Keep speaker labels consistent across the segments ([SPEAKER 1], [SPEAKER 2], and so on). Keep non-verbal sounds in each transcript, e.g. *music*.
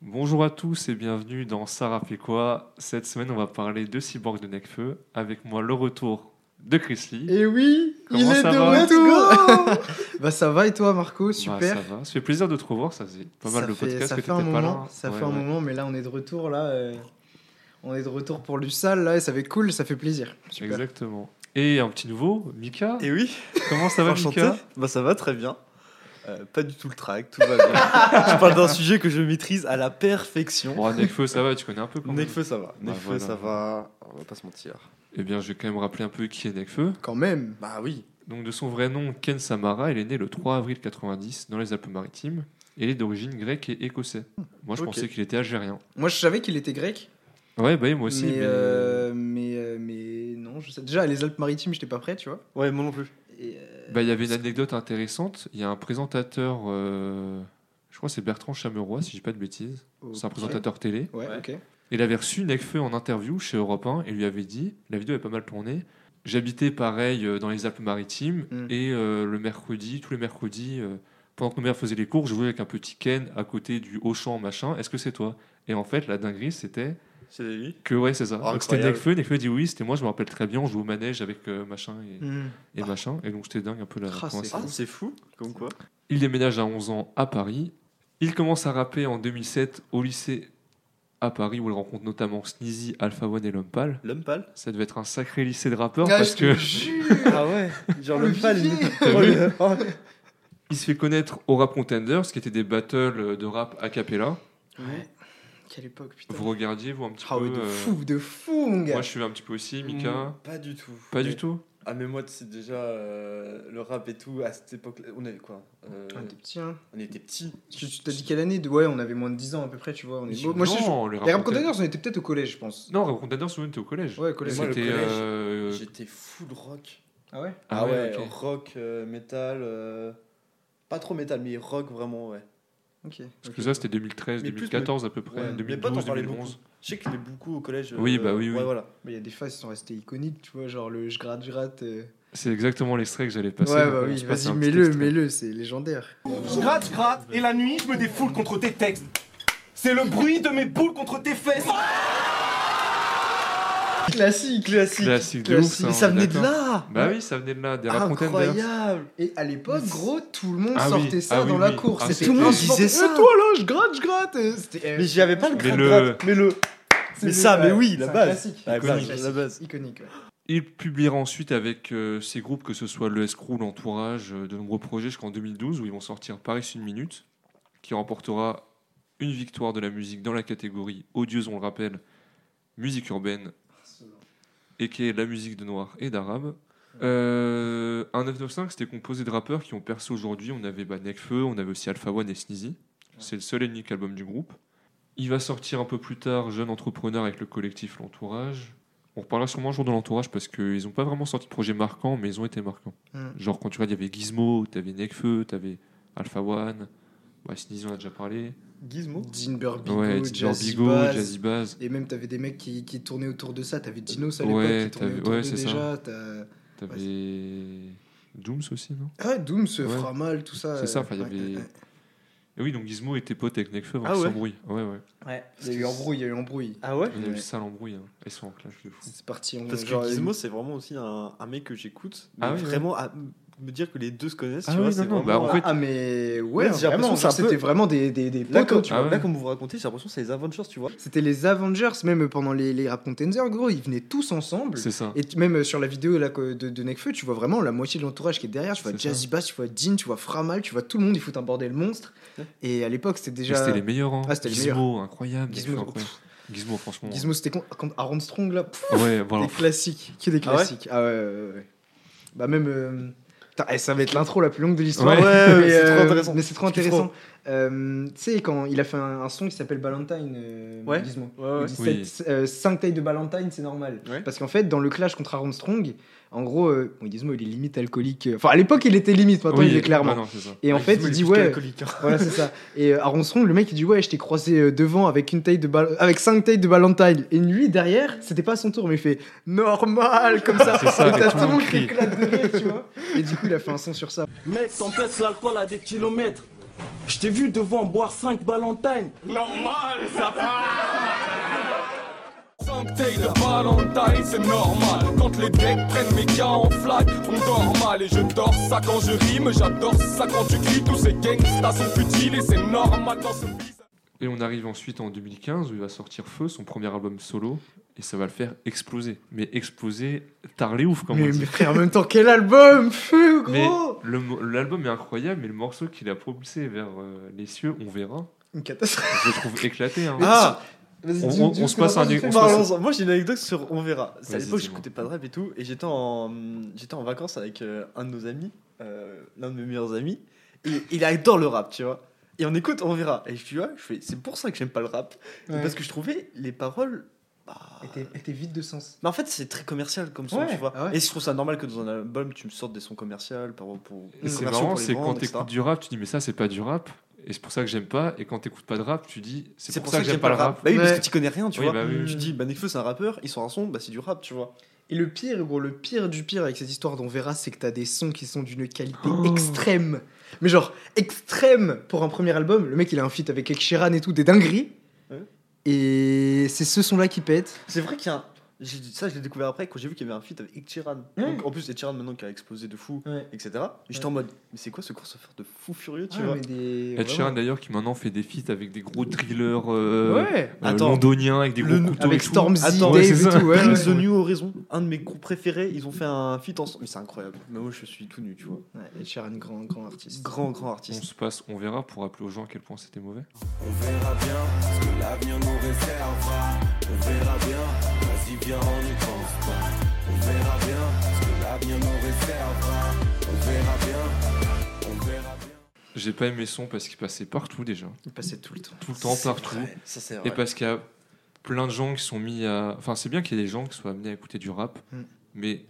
[SPEAKER 1] Bonjour à tous et bienvenue dans Sarah Pécois. Cette semaine, on va parler de Cyborg de Necfeu. Avec moi, le retour de Chris Lee.
[SPEAKER 2] Et oui,
[SPEAKER 1] Comment
[SPEAKER 2] il est
[SPEAKER 1] ça
[SPEAKER 2] de
[SPEAKER 1] va
[SPEAKER 2] retour *laughs* Bah ça va et toi Marco,
[SPEAKER 1] Bah,
[SPEAKER 2] super.
[SPEAKER 1] ça va. Ça fait plaisir de te revoir. Ça faisait pas mal
[SPEAKER 2] Ça
[SPEAKER 1] de
[SPEAKER 2] fait-
[SPEAKER 1] podcasts
[SPEAKER 2] ça
[SPEAKER 1] que
[SPEAKER 2] fait un
[SPEAKER 1] t'étais pas
[SPEAKER 2] moment,
[SPEAKER 1] là.
[SPEAKER 2] Ça
[SPEAKER 1] Ouais,
[SPEAKER 2] fait un
[SPEAKER 1] ouais.
[SPEAKER 2] moment, mais là on est de retour là. euh, on est de retour pour Lussal là et ça fait cool, ça fait plaisir. Super.
[SPEAKER 1] Exactement. Et un petit nouveau, Mika.
[SPEAKER 3] Et oui,
[SPEAKER 1] Comment ça va,
[SPEAKER 3] enchanté.
[SPEAKER 1] Mika
[SPEAKER 3] Bah ça va très bien. Euh, pas du tout le track, tout va bien. *laughs* je parle d'un sujet que je maîtrise à la perfection.
[SPEAKER 1] Bon, Necfeu, ça va, tu connais un peu quand même.
[SPEAKER 3] Necfeu ça va,
[SPEAKER 1] Bah,
[SPEAKER 3] Necfeu
[SPEAKER 1] voilà.
[SPEAKER 3] ça va, on va pas se mentir.
[SPEAKER 1] Eh bien, je vais quand même rappeler un peu qui est Necfeu.
[SPEAKER 2] Quand même.
[SPEAKER 3] Bah oui.
[SPEAKER 1] Donc, de son vrai nom, Ken Samara, il est né le 3 avril 90 dans les Alpes-Maritimes. Et il est d'origine grecque et écossais. Moi, je
[SPEAKER 3] Ok.
[SPEAKER 1] pensais qu'il était algérien.
[SPEAKER 2] Moi je savais qu'il était grec,
[SPEAKER 1] Ouais, bah, et moi aussi.
[SPEAKER 2] mais,
[SPEAKER 1] mais-
[SPEAKER 2] euh, mais, euh, mais non, je sais. Déjà les Alpes-Maritimes, j'étais pas prêt, tu vois.
[SPEAKER 3] Ouais, moi non plus.
[SPEAKER 2] Et, euh,
[SPEAKER 1] Bah, il y avait une anecdote intéressante. Il y a un présentateur, euh, je crois que c'est Bertrand Chameroy, si je dis pas de bêtises. C'est un
[SPEAKER 2] ok.
[SPEAKER 1] présentateur télé.
[SPEAKER 2] Ouais,
[SPEAKER 3] Ouais.
[SPEAKER 2] ok.
[SPEAKER 1] Il avait reçu Necfeu E en interview chez Europe 1 et lui avait dit la vidéo est pas mal tournée. J'habitais pareil euh, dans les Alpes-Maritimes
[SPEAKER 2] Mm.
[SPEAKER 1] et euh, le mercredi, tous les mercredis, euh, pendant que nos mères faisaient les cours, je jouais avec un petit Ken à côté du Auchan, machin. Est-ce que c'est toi Et en fait, la dinguerie, c'était
[SPEAKER 3] C'est lui.
[SPEAKER 1] que ouais, c'est ça. Donc c'était
[SPEAKER 3] Incroyable.
[SPEAKER 1] Necfeu. Necfeu E dit oui, c'était moi, je me rappelle très bien, on jouait au manège avec euh, machin et,
[SPEAKER 2] Hmm.
[SPEAKER 1] et machin. Et donc j'étais dingue un peu la
[SPEAKER 2] Ah, c'est
[SPEAKER 1] coïncidence.
[SPEAKER 3] Ah c'est fou, comme quoi.
[SPEAKER 1] Il déménage à 11 ans à Paris. Il commence à rapper en 2007 au lycée à Paris où il rencontre notamment Sneezy, Alpha One et L'Homme Pâle.
[SPEAKER 3] L'homme pâle.
[SPEAKER 1] Ça devait être un sacré lycée de rappeurs
[SPEAKER 2] Ah,
[SPEAKER 1] parce
[SPEAKER 2] je te
[SPEAKER 1] que
[SPEAKER 2] jure.
[SPEAKER 3] Ah ouais, genre
[SPEAKER 2] Oh, le
[SPEAKER 3] l'homme pâle. il-
[SPEAKER 2] fichier.
[SPEAKER 1] T'as vu
[SPEAKER 3] Oh,
[SPEAKER 1] il se fait connaître au Rap Contenders, qui étaient des battles de rap a cappella.
[SPEAKER 2] Ouais. Quelle époque, putain.
[SPEAKER 1] Vous regardiez vous un petit
[SPEAKER 2] Ah
[SPEAKER 1] peu
[SPEAKER 2] ouais, de
[SPEAKER 1] euh,
[SPEAKER 2] fou, de fou, mon gars.
[SPEAKER 1] Moi je suis un petit peu aussi, Mika.
[SPEAKER 3] Mm, Pas du tout.
[SPEAKER 1] Pas
[SPEAKER 3] Mais-
[SPEAKER 1] du tout.
[SPEAKER 3] Ah mais moi c'est déjà euh, le rap et tout à cette époque. On avait quoi Euh,
[SPEAKER 2] On était petits, hein.
[SPEAKER 3] On était petits.
[SPEAKER 2] Tu tu t'as dit quelle année Ouais, on avait moins de 10 ans à peu près, tu vois. On est... Moi, je sais,
[SPEAKER 1] non, les
[SPEAKER 2] Les Rap Contenders, on était peut-être au collège, je pense.
[SPEAKER 1] Non, Rap Contenders, souvent, t'es au collège.
[SPEAKER 2] Ouais, au collège.
[SPEAKER 3] Moi, le
[SPEAKER 1] C'était,
[SPEAKER 3] collège,
[SPEAKER 1] euh,
[SPEAKER 3] J'étais full rock.
[SPEAKER 2] Ah ouais
[SPEAKER 3] Ah, ouais,
[SPEAKER 1] ok.
[SPEAKER 3] rock, euh, métal. euh, Pas trop métal, mais rock vraiment, ouais.
[SPEAKER 2] Ok.
[SPEAKER 1] Parce que ça, c'était 2013,
[SPEAKER 3] Mais plus,
[SPEAKER 1] 2014 à peu près,
[SPEAKER 3] Ouais, mes potes en
[SPEAKER 1] 2012,
[SPEAKER 3] parlaient
[SPEAKER 1] 2011.
[SPEAKER 3] beaucoup. Je sais que je l'ai beaucoup au collège. euh,
[SPEAKER 1] Oui, bah oui, oui.
[SPEAKER 3] Ouais, voilà.
[SPEAKER 2] Il y a des phases qui sont restées iconiques, tu vois, genre le je gratte, je gratte. euh.
[SPEAKER 1] C'est exactement l'extrait que j'allais
[SPEAKER 2] Ouais,
[SPEAKER 1] passer.
[SPEAKER 2] bah
[SPEAKER 1] donc on
[SPEAKER 2] oui,
[SPEAKER 1] se passe
[SPEAKER 2] vas-y,
[SPEAKER 1] un petit hein.
[SPEAKER 2] mets-le,
[SPEAKER 1] extrait.
[SPEAKER 2] mets-le, c'est légendaire.
[SPEAKER 4] Je gratte, je gratte, et la nuit, je me défoule contre tes textes. C'est le bruit de mes boules contre tes fesses.
[SPEAKER 2] Classique, classique.
[SPEAKER 1] Classique de ouf, ça, on
[SPEAKER 2] Mais ça
[SPEAKER 1] est
[SPEAKER 2] venait de
[SPEAKER 1] d'accord.
[SPEAKER 2] là
[SPEAKER 1] Bah oui, ça venait de là, des rap contenders.
[SPEAKER 3] Incroyable
[SPEAKER 2] Et à l'époque, gros, tout le monde
[SPEAKER 1] Ah oui,
[SPEAKER 2] sortait
[SPEAKER 1] ah
[SPEAKER 2] ça
[SPEAKER 1] oui,
[SPEAKER 2] dans la
[SPEAKER 1] oui.
[SPEAKER 2] course.
[SPEAKER 1] Ah,
[SPEAKER 2] C'était-
[SPEAKER 1] c'était-
[SPEAKER 2] tout le monde
[SPEAKER 3] ils
[SPEAKER 2] se
[SPEAKER 3] disaient
[SPEAKER 2] portait,
[SPEAKER 3] ça.
[SPEAKER 2] Eh, toi là, je gratte, je gratte euh, c'était-
[SPEAKER 3] Mais j'y avais pas le
[SPEAKER 1] Mais
[SPEAKER 3] gratte
[SPEAKER 1] le-
[SPEAKER 3] mais le.
[SPEAKER 2] C'est-
[SPEAKER 3] mais ça, mais oui,
[SPEAKER 2] c'est
[SPEAKER 3] la
[SPEAKER 2] un
[SPEAKER 3] base.
[SPEAKER 2] classique.
[SPEAKER 3] La
[SPEAKER 2] C'est un
[SPEAKER 1] base,
[SPEAKER 2] classique.
[SPEAKER 3] la base.
[SPEAKER 2] Iconique, ouais.
[SPEAKER 1] Il publiera ensuite avec euh, ses groupes, que ce soit le Escrew, l'Entourage, euh, de nombreux projets jusqu'en 2012, où ils vont sortir Paris Une Minute, qui remportera une victoire de la musique dans la catégorie Odieuse, on le rappelle, musique urbaine, et qui est la musique de noir et d'arabe. Euh, 1995, c'était composé de rappeurs qui ont percé aujourd'hui. On avait bah, Nekfeu, on avait aussi Alpha One et Sneezy. C'est le seul et unique album du groupe. Il va sortir un peu plus tard Jeune Entrepreneur avec le collectif L'Entourage. On reparlera sûrement un jour de l'entourage parce qu'ils n'ont pas vraiment sorti de projet marquant, mais ils ont été marquants.
[SPEAKER 2] Hmm.
[SPEAKER 1] Genre, quand tu regardes, il y avait Gizmo, t'avais Nekfeu, t'avais Alpha One, bah, Sneezy, on a déjà parlé.
[SPEAKER 3] Gizmo
[SPEAKER 2] Dean Burbigo,
[SPEAKER 1] ouais, Didier
[SPEAKER 2] Jazzy
[SPEAKER 1] Bigot,
[SPEAKER 2] Bass.
[SPEAKER 1] Jazzy Bass.
[SPEAKER 2] Et même, t'avais des mecs qui, qui tournaient autour de ça. T'avais Dinos à l'époque
[SPEAKER 1] Ouais,
[SPEAKER 2] qui tournait
[SPEAKER 1] t'avais-
[SPEAKER 2] autour
[SPEAKER 1] ouais,
[SPEAKER 2] de
[SPEAKER 1] c'est ça.
[SPEAKER 2] déjà. t'as-
[SPEAKER 1] T'avais. Dooms aussi, non
[SPEAKER 2] Ah, Doom se
[SPEAKER 1] Ouais.
[SPEAKER 2] fera mal, tout ça.
[SPEAKER 1] C'est ça,
[SPEAKER 2] euh,
[SPEAKER 1] enfin, il y
[SPEAKER 2] ouais,
[SPEAKER 1] avait.
[SPEAKER 2] ouais, ouais.
[SPEAKER 1] Et oui, donc Gizmo était pote avec Nekfeu avant
[SPEAKER 3] Ah
[SPEAKER 1] qu'ils
[SPEAKER 3] ouais
[SPEAKER 1] s'embrouillent. Ouais, ouais.
[SPEAKER 3] Ouais.
[SPEAKER 2] Il y a eu embrouille, il y a eu embrouille.
[SPEAKER 3] Ah ouais
[SPEAKER 1] Il y a eu
[SPEAKER 2] Ouais.
[SPEAKER 1] sale embrouille. hein. Ils sont en clash de fou.
[SPEAKER 2] C'est parti, on
[SPEAKER 3] Parce
[SPEAKER 2] genre,
[SPEAKER 3] que Gizmo, c'est vraiment aussi un, un mec que j'écoute. mais
[SPEAKER 1] Ah oui,
[SPEAKER 3] vraiment, à me dire que les deux se connaissent,
[SPEAKER 1] Ah
[SPEAKER 3] tu
[SPEAKER 1] oui,
[SPEAKER 3] vois,
[SPEAKER 1] non,
[SPEAKER 3] c'est
[SPEAKER 1] non, bah,
[SPEAKER 3] vraiment.
[SPEAKER 1] en
[SPEAKER 2] euh,
[SPEAKER 1] fait-
[SPEAKER 2] Ah, mais ouais,
[SPEAKER 3] Ouais, j'ai l'impression
[SPEAKER 2] vraiment,
[SPEAKER 3] que c'est un
[SPEAKER 2] genre, c'était
[SPEAKER 3] peu-
[SPEAKER 2] vraiment des, des, des
[SPEAKER 3] Là,
[SPEAKER 2] potes,
[SPEAKER 3] comme,
[SPEAKER 2] tu
[SPEAKER 1] Ah
[SPEAKER 2] vois.
[SPEAKER 1] ouais.
[SPEAKER 3] là, comme vous racontez, j'ai l'impression que c'est les Avengers, tu vois.
[SPEAKER 2] C'était les Avengers, même pendant les, les Rap Contenders, gros, ils venaient tous ensemble.
[SPEAKER 1] C'est ça.
[SPEAKER 2] Et t- même euh, sur la vidéo là, que- de, de Nekfeu, tu vois vraiment la moitié de l'entourage qui est derrière. Tu vois
[SPEAKER 1] C'est
[SPEAKER 2] Jazzy Bass, tu vois Dean, tu vois Framal, tu vois tout le monde, ils foutent un bordel monstre.
[SPEAKER 3] Ouais.
[SPEAKER 2] Et à l'époque, c'était
[SPEAKER 1] Mais
[SPEAKER 2] déjà.
[SPEAKER 1] C'était les meilleurs. Hein.
[SPEAKER 2] Ah, c'était les
[SPEAKER 1] Gizmo, incroyable. Nekfeu,
[SPEAKER 2] Gizmo.
[SPEAKER 1] incroyable. Gizmo, franchement. Ah
[SPEAKER 2] Gizmo, c'était con- contre Aaron Strong là. pff,
[SPEAKER 1] Ouais, voilà.
[SPEAKER 2] Des classiques. Que des
[SPEAKER 3] Ah ouais
[SPEAKER 2] classiques. Ah ouais, ouais, ouais, ouais. Bah, même. euh, putain, eh, ça va être l'intro la plus longue de l'histoire.
[SPEAKER 1] Ouais,
[SPEAKER 3] ouais,
[SPEAKER 2] mais,
[SPEAKER 3] c'est trop
[SPEAKER 2] euh,
[SPEAKER 3] intéressant.
[SPEAKER 2] Mais c'est trop
[SPEAKER 3] Je kiffe
[SPEAKER 2] intéressant. Euh, tu sais, quand il a fait un, un son qui s'appelle Valentine, euh,
[SPEAKER 3] Ouais.
[SPEAKER 2] Gizmo.
[SPEAKER 3] Ouais,
[SPEAKER 2] Il
[SPEAKER 3] ouais.
[SPEAKER 2] dit
[SPEAKER 1] Oui.
[SPEAKER 2] 5 euh, tailles de Valentine, c'est normal.
[SPEAKER 3] Ouais.
[SPEAKER 2] Parce qu'en fait, dans le clash contre Aaron Strong, en gros, euh, bon, Gizmo, il est limite alcoolique. euh, Enfin, à l'époque, il était limite, maintenant, il est clairement.
[SPEAKER 1] Ah non, c'est ça.
[SPEAKER 2] Et en fait,
[SPEAKER 3] Gizmo,
[SPEAKER 2] il
[SPEAKER 3] est
[SPEAKER 2] dit
[SPEAKER 3] plutôt
[SPEAKER 2] ouais.
[SPEAKER 3] alcoolique, hein.
[SPEAKER 2] voilà, c'est ça. Et euh, Aaron Strong, le mec, il dit ouais, je t'ai croisé euh, devant avec une taille de bal- avec 5 tailles de Valentine. Et lui, derrière, c'était pas à son tour, mais il fait normal comme ça.
[SPEAKER 1] *laughs* C'est ça,
[SPEAKER 2] Et
[SPEAKER 1] et
[SPEAKER 2] t'as
[SPEAKER 1] tout
[SPEAKER 2] tout
[SPEAKER 1] le
[SPEAKER 2] le
[SPEAKER 1] monde
[SPEAKER 2] monde qui
[SPEAKER 1] crie. *laughs*
[SPEAKER 2] éclate de rire, tu vois. Et du coup, il a fait un son sur ça.
[SPEAKER 4] Mec, t'empêches l'alcool à des kilomètres.
[SPEAKER 5] Je t'ai vu devant boire 5 Valentine.
[SPEAKER 4] Normal, ça va
[SPEAKER 5] 5 tailles de Valentine, c'est normal. Quand les decks prennent mes gars en flag, on dort mal. Et je dors ça quand je rime, j'adore ça quand tu cries. Tous ces gangsters sont futiles et c'est normal dans ce bizarre.
[SPEAKER 1] Et on arrive ensuite en 2015 où il va sortir Feu, son premier album solo, et ça va le faire exploser. Mais exploser, tarlé ouf quand
[SPEAKER 2] Mais,
[SPEAKER 1] même.
[SPEAKER 2] mais frère, en même temps, quel album Feu,
[SPEAKER 1] Mais
[SPEAKER 2] gros
[SPEAKER 1] le mo- l'album est incroyable, mais le morceau qu'il a propulsé vers euh, les cieux, on verra,
[SPEAKER 2] Une catastrophe.
[SPEAKER 1] je le trouve éclaté. hein.
[SPEAKER 3] Ah
[SPEAKER 2] Vas-y,
[SPEAKER 1] On-
[SPEAKER 2] dis-
[SPEAKER 1] on-
[SPEAKER 2] dis
[SPEAKER 1] on
[SPEAKER 2] ce
[SPEAKER 1] se
[SPEAKER 2] qu'on
[SPEAKER 1] passe
[SPEAKER 2] a
[SPEAKER 1] un
[SPEAKER 2] pensé.
[SPEAKER 1] du- on se passe-
[SPEAKER 3] Parlons-en. Moi j'ai une anecdote sur On verra. C'est
[SPEAKER 1] Vas-y,
[SPEAKER 3] à l'époque
[SPEAKER 1] dis-moi.
[SPEAKER 3] j'écoutais pas de rap et tout et j'étais en hum, j'étais en vacances avec euh, un de nos amis, euh, l'un de mes meilleurs amis et il adore le rap, tu vois. Et on écoute On verra et tu vois, je fais c'est pour ça que j'aime pas le rap C'est
[SPEAKER 2] Ouais.
[SPEAKER 3] parce que je trouvais les paroles bah,
[SPEAKER 2] Elle était- elle était vide de sens.
[SPEAKER 3] mais en fait, c'est très commercial comme son,
[SPEAKER 2] Ouais,
[SPEAKER 3] tu vois.
[SPEAKER 2] ah ouais.
[SPEAKER 3] Et je trouve ça normal que dans un album, tu me sortes des sons commerciaux pour, pour
[SPEAKER 1] Et c'est
[SPEAKER 3] commerciaux
[SPEAKER 1] marrant,
[SPEAKER 3] pour les
[SPEAKER 1] c'est quand
[SPEAKER 3] vendre, etc.
[SPEAKER 1] t'écoutes du rap, tu dis mais ça c'est pas du rap, et c'est pour ça que j'aime pas, et quand t'écoutes pas de rap, tu dis c'est pour, ça que, j'aime pas le rap.
[SPEAKER 3] Bah oui, parce
[SPEAKER 2] Ouais.
[SPEAKER 3] que tu connais rien, tu
[SPEAKER 1] Oui,
[SPEAKER 3] vois.
[SPEAKER 1] bah oui.
[SPEAKER 3] Je dis, bah Nekfeu, c'est un rappeur, il sort un son, bah c'est du rap, tu vois.
[SPEAKER 2] Et le pire, gros, le pire du pire avec cette histoire d'on verra, c'est que t'as des sons qui sont d'une qualité extrême. Mais genre, extrême pour un premier album. Le mec, il a un feat avec Ed Sheeran et tout, des dingueries.
[SPEAKER 3] Ouais.
[SPEAKER 2] Et c'est ce son-là qui pète.
[SPEAKER 3] C'est vrai qu'il y a un. j'ai- Ça, je l'ai découvert après quand j'ai vu qu'il y avait un feat avec Etchiran.
[SPEAKER 2] Ouais.
[SPEAKER 3] En plus, Etchiran, maintenant qui a explosé de fou,
[SPEAKER 2] Ouais.
[SPEAKER 3] etc. J'étais en mode, mais c'est quoi ce crossover de fou furieux, tu
[SPEAKER 2] Ah,
[SPEAKER 3] vois
[SPEAKER 2] mais des-
[SPEAKER 1] Ed Sheeran d'ailleurs qui maintenant fait des feats avec des gros thrillers euh,
[SPEAKER 2] Ouais.
[SPEAKER 1] euh,
[SPEAKER 3] Attends.
[SPEAKER 1] londoniens avec des
[SPEAKER 3] Le-
[SPEAKER 1] gros couteaux et
[SPEAKER 2] Avec
[SPEAKER 1] tout.
[SPEAKER 2] Stormzy,
[SPEAKER 3] Attends,
[SPEAKER 1] ouais,
[SPEAKER 2] Dave
[SPEAKER 1] c'est
[SPEAKER 2] et
[SPEAKER 1] ça.
[SPEAKER 2] tout. Ouais,
[SPEAKER 3] Bring
[SPEAKER 2] ouais.
[SPEAKER 3] the New Horizon, un de mes groupes préférés, ils ont fait un feat ensemble. Mais c'est incroyable. Mais moi, je suis tout nu, tu vois.
[SPEAKER 2] Ouais, Ed Sheeran, grand, grand artiste.
[SPEAKER 3] Grand, grand
[SPEAKER 1] On
[SPEAKER 3] artiste.
[SPEAKER 1] se passe, on verra pour rappeler aux gens à quel point c'était mauvais.
[SPEAKER 6] On verra bien ce que l'avenir nous réservera. On verra bien, vas-y viens, on n'y pense pas. On verra bien ce que l'avenir nous réservera. On verra bien, on verra bien.
[SPEAKER 1] J'ai pas aimé son parce qu'il passait partout déjà,
[SPEAKER 2] Il passait tout le temps.
[SPEAKER 1] tout le temps
[SPEAKER 3] C'est
[SPEAKER 1] partout,
[SPEAKER 3] vrai, Ça, c'est
[SPEAKER 1] et
[SPEAKER 3] vrai.
[SPEAKER 1] parce qu'il y a plein de gens qui sont mis à. Enfin, c'est bien qu'il y ait des gens qui soient amenés à écouter du rap,
[SPEAKER 6] Hmm.
[SPEAKER 2] Mm.
[SPEAKER 1] mais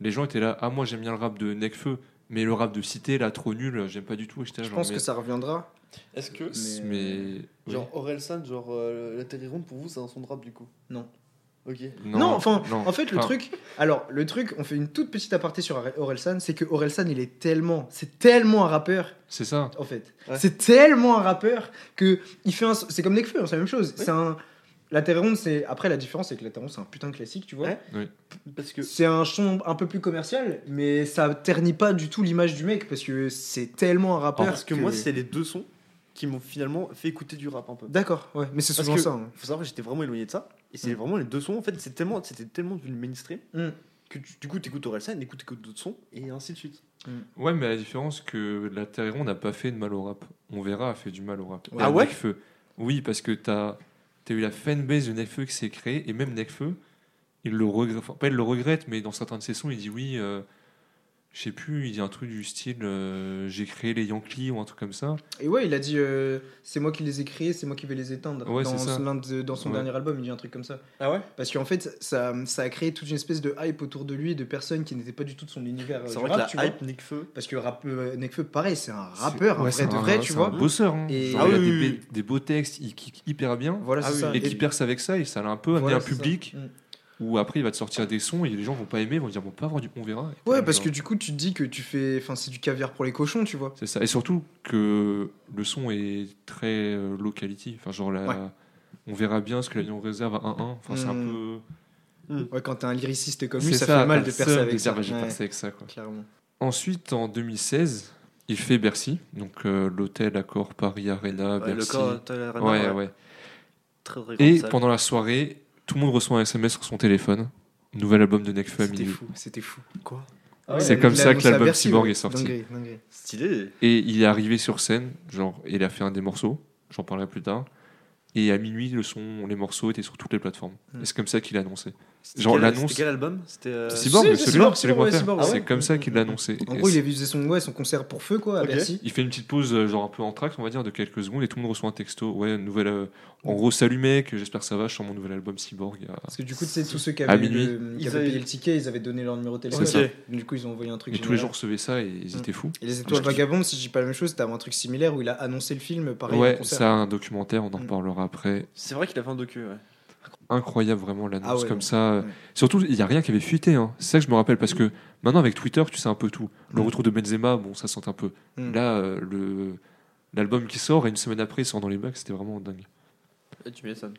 [SPEAKER 1] les gens étaient là, ah moi j'aime bien le rap de Necfeu, mais le rap de Cité là trop nul, j'aime pas du tout. Et j'étais là,
[SPEAKER 2] Je
[SPEAKER 1] genre,
[SPEAKER 2] pense
[SPEAKER 1] mais-
[SPEAKER 2] que ça reviendra.
[SPEAKER 3] Est-ce que.
[SPEAKER 1] Mais. oui.
[SPEAKER 3] Genre Orelsan, genre euh, la Terry Ronde, pour vous, c'est un son de rap du coup
[SPEAKER 2] Non.
[SPEAKER 3] Ok.
[SPEAKER 2] Non, enfin,
[SPEAKER 1] non.
[SPEAKER 2] en fait, le
[SPEAKER 1] Enfin,
[SPEAKER 2] truc. Alors, le truc, on fait une toute petite aparté sur Are- Orelsan, c'est que Orelsan, il est tellement. C'est tellement un rappeur,
[SPEAKER 1] C'est ça.
[SPEAKER 2] en fait.
[SPEAKER 3] Ouais.
[SPEAKER 2] C'est tellement un rappeur que. Il fait un. C'est comme Nekfeu, hein, c'est la même chose. C'est un. La Terre est ronde, c'est. Après, la différence, c'est que la Terre ronde, c'est un putain de classique, tu vois.
[SPEAKER 3] Ouais. Parce que.
[SPEAKER 2] C'est un son un peu plus commercial, mais ça ternit pas du tout l'image du mec parce que c'est tellement un rappeur.
[SPEAKER 3] Parce que moi, c'est les deux sons qui m'ont finalement fait écouter du rap un peu.
[SPEAKER 2] D'accord, ouais, mais c'est
[SPEAKER 3] Parce
[SPEAKER 2] souvent
[SPEAKER 3] que-
[SPEAKER 2] ça. hein.
[SPEAKER 3] Faut savoir que j'étais vraiment éloigné de ça. Et c'est
[SPEAKER 2] Mm.
[SPEAKER 3] vraiment les deux sons, en fait, c'était tellement, c'était tellement du mainstream
[SPEAKER 2] Mm.
[SPEAKER 3] que tu- du coup, t'écoutes Orelsan, écoutes, t'écoutes d'autres sons, et ainsi de suite.
[SPEAKER 1] Ouais, mais la différence que la Terre n'a pas fait de mal au rap. On verra a fait du mal au rap.
[SPEAKER 2] Ouais.
[SPEAKER 1] Et
[SPEAKER 2] Ah
[SPEAKER 1] à
[SPEAKER 2] ouais
[SPEAKER 1] Nekfeu. Oui, parce que t'as as eu la fanbase de Nekfeu qui s'est créée et même Nekfeu, il le regrette. Enfin, pas il le regrette, mais dans certains de ses sons, il dit oui. euh, je sais plus, il dit un truc du style euh, j'ai créé les Yankees ou un truc comme ça.
[SPEAKER 2] Et ouais, il a dit euh, c'est moi qui les ai créés, c'est moi qui vais les éteindre.
[SPEAKER 1] Ouais, c'est ça.
[SPEAKER 2] dans, l'un de- dans son
[SPEAKER 1] Ouais.
[SPEAKER 2] dernier album, il dit un truc comme ça.
[SPEAKER 3] Ah ouais
[SPEAKER 2] Parce qu'en fait, ça, ça a créé toute une espèce de hype autour de lui et de personnes qui n'étaient pas du tout de son univers. euh,
[SPEAKER 3] C'est
[SPEAKER 2] du
[SPEAKER 3] vrai
[SPEAKER 2] rap,
[SPEAKER 3] que
[SPEAKER 2] tu
[SPEAKER 3] la
[SPEAKER 2] vois.
[SPEAKER 3] hype, Nick Feu.
[SPEAKER 2] Parce que rap, euh, Nekfeu, pareil, c'est un rappeur, un
[SPEAKER 1] Ouais,
[SPEAKER 2] vrai
[SPEAKER 1] c'est
[SPEAKER 2] de vrai, tu
[SPEAKER 1] c'est
[SPEAKER 2] vois.
[SPEAKER 1] un bosseur. hein.
[SPEAKER 2] Et-
[SPEAKER 1] Genre,
[SPEAKER 3] Ah
[SPEAKER 1] il a
[SPEAKER 3] oui,
[SPEAKER 1] des,
[SPEAKER 3] oui,
[SPEAKER 1] bé- des beaux textes, il kick hyper bien.
[SPEAKER 2] Voilà,
[SPEAKER 3] Ah
[SPEAKER 2] c'est
[SPEAKER 3] oui,
[SPEAKER 2] ça.
[SPEAKER 1] Et qui perce avec ça, et ça l'a un peu amené
[SPEAKER 2] voilà,
[SPEAKER 1] un
[SPEAKER 2] c'est ça.
[SPEAKER 1] public
[SPEAKER 2] Mm.
[SPEAKER 1] où après il va te sortir des sons et les gens vont pas aimer, vont dire bon pas avoir du on verra. Et
[SPEAKER 2] Ouais,
[SPEAKER 1] puis,
[SPEAKER 2] parce
[SPEAKER 1] genre,
[SPEAKER 2] que du coup, tu te dis que tu fais. Enfin, c'est du caviar pour les cochons, tu vois.
[SPEAKER 1] c'est ça. Et surtout que le son est très euh, low quality. Enfin genre la,
[SPEAKER 2] Ouais.
[SPEAKER 1] on verra bien ce que l'avion réserve à 1-1. Enfin c'est un
[SPEAKER 2] Mm.
[SPEAKER 1] peu.
[SPEAKER 2] Ouais, quand t'es un lyriciste comme
[SPEAKER 1] C'est
[SPEAKER 2] lui, ça, fait
[SPEAKER 1] t'as
[SPEAKER 2] mal
[SPEAKER 1] le
[SPEAKER 2] de
[SPEAKER 1] seum
[SPEAKER 2] percer avec
[SPEAKER 1] dire,
[SPEAKER 2] ça.
[SPEAKER 1] bah, j'ai
[SPEAKER 2] Ouais,
[SPEAKER 1] percé avec ça quoi.
[SPEAKER 2] Clairement.
[SPEAKER 1] Ensuite en 2016, il fait Bercy, donc euh, l'hôtel Accor Paris Arena
[SPEAKER 3] Ouais, le
[SPEAKER 1] Bercy.
[SPEAKER 2] euh,
[SPEAKER 3] corps, t'as la
[SPEAKER 1] ouais,
[SPEAKER 3] ouais.
[SPEAKER 1] ouais.
[SPEAKER 3] Très, très grande
[SPEAKER 1] Et
[SPEAKER 3] salle.
[SPEAKER 1] pendant la soirée, tout le monde reçoit un SMS sur son téléphone. Nouvel album de Nekfeu à
[SPEAKER 2] C'était
[SPEAKER 1] minuit.
[SPEAKER 2] fou, c'était fou.
[SPEAKER 3] Quoi
[SPEAKER 2] Ah ouais,
[SPEAKER 1] C'est
[SPEAKER 2] il a-
[SPEAKER 1] comme
[SPEAKER 2] il
[SPEAKER 1] ça
[SPEAKER 2] a
[SPEAKER 1] que
[SPEAKER 2] annoncé à
[SPEAKER 1] l'album
[SPEAKER 2] Bercy,
[SPEAKER 1] Cyborg
[SPEAKER 2] ouais.
[SPEAKER 1] est sorti.
[SPEAKER 2] Dinguerie, dinguerie.
[SPEAKER 3] Stylé.
[SPEAKER 1] Et il est arrivé sur scène, genre, et il a fait un des morceaux, j'en parlerai plus tard. Et à minuit, le son, les morceaux étaient sur toutes les plateformes.
[SPEAKER 2] Mm.
[SPEAKER 1] Et c'est comme ça qu'il a annoncé.
[SPEAKER 3] C'était
[SPEAKER 1] Genre,
[SPEAKER 3] quel-
[SPEAKER 1] l'annonce-
[SPEAKER 3] C'était quel album C'était. euh,
[SPEAKER 1] Cyborg,
[SPEAKER 2] Euh, si,
[SPEAKER 1] mais
[SPEAKER 2] si,
[SPEAKER 1] celui-là,
[SPEAKER 2] Cyborg,
[SPEAKER 1] c'est le
[SPEAKER 2] Cyborg, ouais,
[SPEAKER 1] contraire.
[SPEAKER 2] Cyborg, ouais.
[SPEAKER 1] C'est comme ça qu'il l'a annoncé.
[SPEAKER 2] En
[SPEAKER 1] Et
[SPEAKER 2] gros, il
[SPEAKER 1] c'est-
[SPEAKER 2] a faisait son, ouais, son concert pour feu, quoi, à
[SPEAKER 3] Ok.
[SPEAKER 2] Bercy.
[SPEAKER 1] il fait une petite pause, euh, genre un peu en tract, on va dire, de quelques secondes, et tout le monde reçoit un texto. Ouais, une nouvelle. euh, en gros, salut mec, j'espère que ça va, je sors mon nouvel album Cyborg. à-
[SPEAKER 2] Parce que du coup, c'est tous ceux qui
[SPEAKER 1] À
[SPEAKER 2] avaient,
[SPEAKER 1] minuit.
[SPEAKER 2] le- qui
[SPEAKER 3] Ils
[SPEAKER 2] avaient
[SPEAKER 3] avaient-
[SPEAKER 2] payé le ticket, ils avaient donné leur numéro de téléphone.
[SPEAKER 1] C'est
[SPEAKER 2] Du coup, ils ont envoyé un truc.
[SPEAKER 1] Et tous les
[SPEAKER 2] général.
[SPEAKER 1] gens recevaient ça, et
[SPEAKER 2] Hmm.
[SPEAKER 1] ils étaient fous.
[SPEAKER 2] Et les étoiles
[SPEAKER 1] Parce que-
[SPEAKER 2] vagabondes, si je dis pas la même chose, t'avais un truc similaire où il a annoncé le film, pareil. au
[SPEAKER 1] Ouais,
[SPEAKER 2] concert.
[SPEAKER 1] ça, un documentaire, on en
[SPEAKER 2] Mm.
[SPEAKER 1] reparlera après.
[SPEAKER 3] C'est vrai qu'il a fait un docu, ouais.
[SPEAKER 1] incroyable vraiment l'annonce
[SPEAKER 2] Ah ouais,
[SPEAKER 1] comme
[SPEAKER 2] non.
[SPEAKER 1] ça.
[SPEAKER 2] Ouais. Mm.
[SPEAKER 1] Surtout, il n'y a rien qui avait fuité. hein. C'est ça que je me rappelle parce que maintenant avec Twitter, tu sais un peu tout. Le retour de Benzema, bon, ça sent un peu.
[SPEAKER 2] Mm.
[SPEAKER 1] Là, euh, le L'album qui sort et une semaine après, il sort dans les bacs, c'était vraiment dingue.
[SPEAKER 3] Ah, Tu m'étonnes.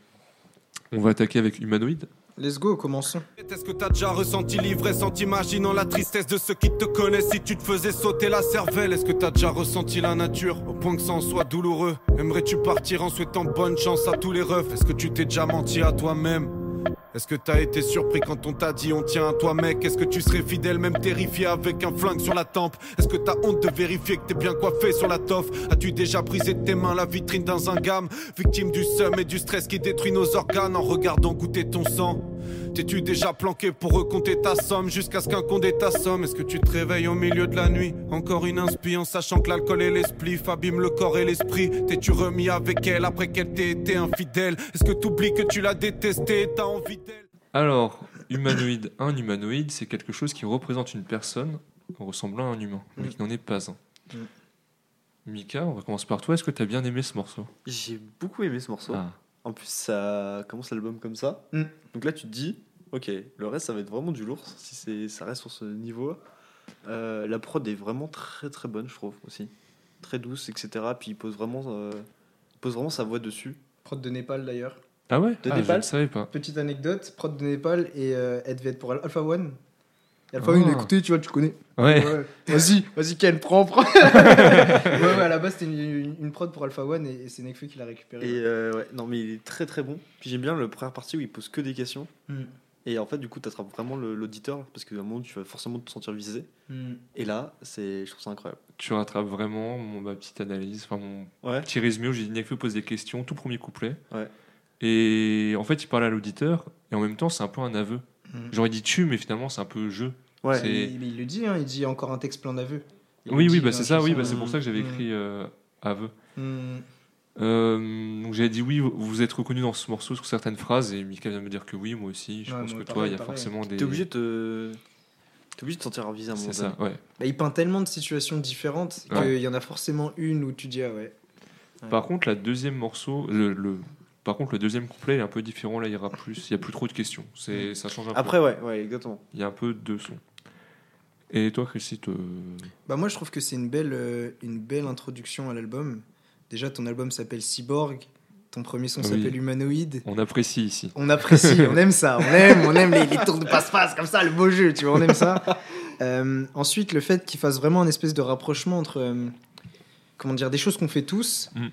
[SPEAKER 1] On va attaquer avec Humanoid.
[SPEAKER 2] Let's go, commençons.
[SPEAKER 5] Est-ce que t'as déjà ressenti l'ivresse en t'imaginant la tristesse de ceux qui te connaissent si tu te faisais sauter la cervelle Est-ce que t'as déjà ressenti la nature au point que ça en soit douloureux Aimerais-tu partir en souhaitant bonne chance à tous les refs Est-ce que tu t'es déjà menti à toi-même est-ce que t'as été surpris quand on t'a dit on tient à toi mec Est-ce que tu serais fidèle même terrifié avec un flingue sur la tempe Est-ce que t'as honte de vérifier que t'es bien coiffé sur la toffe As-tu déjà brisé de tes mains la vitrine d'un zingame Victime du seum et du stress qui détruit nos organes en regardant goûter ton sang T'es-tu déjà planqué pour recompter ta somme jusqu'à ce qu'un compte est ta somme Est-ce que tu te réveilles au milieu de la nuit Encore une inspi en sachant que l'alcool et l'esprit abîment le corps et l'esprit T'es-tu remis avec elle après qu'elle t'ait été infidèle Est-ce que t'oublies que tu l'as détestée et t'as envie d'elle
[SPEAKER 1] Alors,
[SPEAKER 2] *laughs*
[SPEAKER 1] humanoïde, un humanoïde, c'est quelque chose qui représente une personne ressemblant à un humain, mais qui n'en est pas un.
[SPEAKER 2] Mm.
[SPEAKER 1] Mika, on recommence par toi. Est-ce que t'as bien aimé ce morceau
[SPEAKER 3] J'ai beaucoup aimé ce morceau.
[SPEAKER 1] Ah.
[SPEAKER 3] En plus, ça commence l'album comme ça.
[SPEAKER 2] Mm.
[SPEAKER 3] Donc là, tu te dis, ok, le reste, ça va être vraiment du lourd si c'est, ça reste sur ce niveau. Euh, la prod est vraiment très très bonne, je trouve aussi. Très douce, etc. Puis il pose vraiment, euh, il pose vraiment sa voix dessus.
[SPEAKER 2] Prod de Népal d'ailleurs.
[SPEAKER 1] Ah ouais
[SPEAKER 3] De
[SPEAKER 1] Ah, Je
[SPEAKER 3] Népal
[SPEAKER 1] ne savais pas.
[SPEAKER 2] Petite anecdote, prod de Népal et euh, elle devait être pour Alpha One. Et Alpha
[SPEAKER 1] Ah. Eh.
[SPEAKER 2] One, il a écouté, tu vois, tu connais.
[SPEAKER 1] Ouais.
[SPEAKER 2] Ouais. Vas-y, vas-y Ken,
[SPEAKER 1] *laughs*
[SPEAKER 2] prends, prends. ouais, ouais, à la base c'était une, une- une prod pour Alpha One et, et c'est Nekfeu qui l'a récupéré.
[SPEAKER 3] Et euh, ouais, non, mais il est très très bon. Puis j'aime bien la première partie où il pose que des questions.
[SPEAKER 2] Mm.
[SPEAKER 3] Et en fait, du coup, tu attrapes vraiment le- l'auditeur parce que à un moment, tu vas forcément te sentir visé.
[SPEAKER 2] Hmm.
[SPEAKER 3] Et là, c'est, je trouve ça incroyable.
[SPEAKER 1] Tu rattrapes vraiment mon, ma petite analyse, enfin mon
[SPEAKER 3] Ouais.
[SPEAKER 1] petit résumé où j'ai dit Nekfeu pose des questions, tout premier couplet.
[SPEAKER 3] Ouais.
[SPEAKER 1] Et en fait, il parle à l'auditeur et en même temps, c'est un peu un aveu.
[SPEAKER 2] Mm.
[SPEAKER 1] Genre, il dit tu, mais finalement, c'est un peu je.
[SPEAKER 3] Ouais.
[SPEAKER 1] C'est-
[SPEAKER 2] Mais- mais il le dit, hein, il dit encore un texte plein d'aveux. Il
[SPEAKER 1] Oui,
[SPEAKER 2] le
[SPEAKER 1] oui,
[SPEAKER 2] dit
[SPEAKER 1] bah
[SPEAKER 2] dans
[SPEAKER 1] c'est
[SPEAKER 2] la
[SPEAKER 1] ça, oui,
[SPEAKER 2] chanson.
[SPEAKER 1] bah c'est pour ça que j'avais
[SPEAKER 2] Mm.
[SPEAKER 1] écrit euh, aveu.
[SPEAKER 2] Hmm.
[SPEAKER 1] Euh, donc j'avais dit oui, vous- vous êtes reconnu dans ce morceau sur certaines phrases et Mika vient de me dire que oui, moi aussi. Je
[SPEAKER 2] Ouais,
[SPEAKER 1] pense
[SPEAKER 2] moi,
[SPEAKER 1] que toi,
[SPEAKER 2] pareil,
[SPEAKER 1] il y a
[SPEAKER 2] pareil.
[SPEAKER 1] forcément des.
[SPEAKER 3] T'es obligé de te. T'es obligé de te sentir visé à un moment
[SPEAKER 1] C'est
[SPEAKER 3] donné.
[SPEAKER 1] ça, ouais.
[SPEAKER 2] Bah, il peint tellement de situations différentes
[SPEAKER 1] Ouais.
[SPEAKER 2] qu'il y en a forcément une où tu dis ah ouais.
[SPEAKER 1] Par contre, la deuxième morceau, le, le- par contre, le deuxième couplet est un peu différent. Là, il y aura plus, il y a plus trop de questions. C'est, ça change un
[SPEAKER 3] Après,
[SPEAKER 1] peu.
[SPEAKER 3] ouais, ouais, exactement.
[SPEAKER 1] Il y a un peu de son. Et toi, Christy, te...
[SPEAKER 2] Bah moi je trouve que c'est une belle, euh, une belle introduction à l'album. Déjà ton album s'appelle Cyborg, ton premier son
[SPEAKER 1] Ah Oui.
[SPEAKER 2] s'appelle Humanoïde.
[SPEAKER 1] on apprécie ici.
[SPEAKER 2] On apprécie, on aime ça, on aime, on aime les, les tours de passe-passe comme ça, le beau jeu, tu vois, on aime ça. Euh, ensuite, le fait qu'il fasse vraiment un espèce de rapprochement entre, euh, comment dire, des choses qu'on fait tous.
[SPEAKER 1] Mm.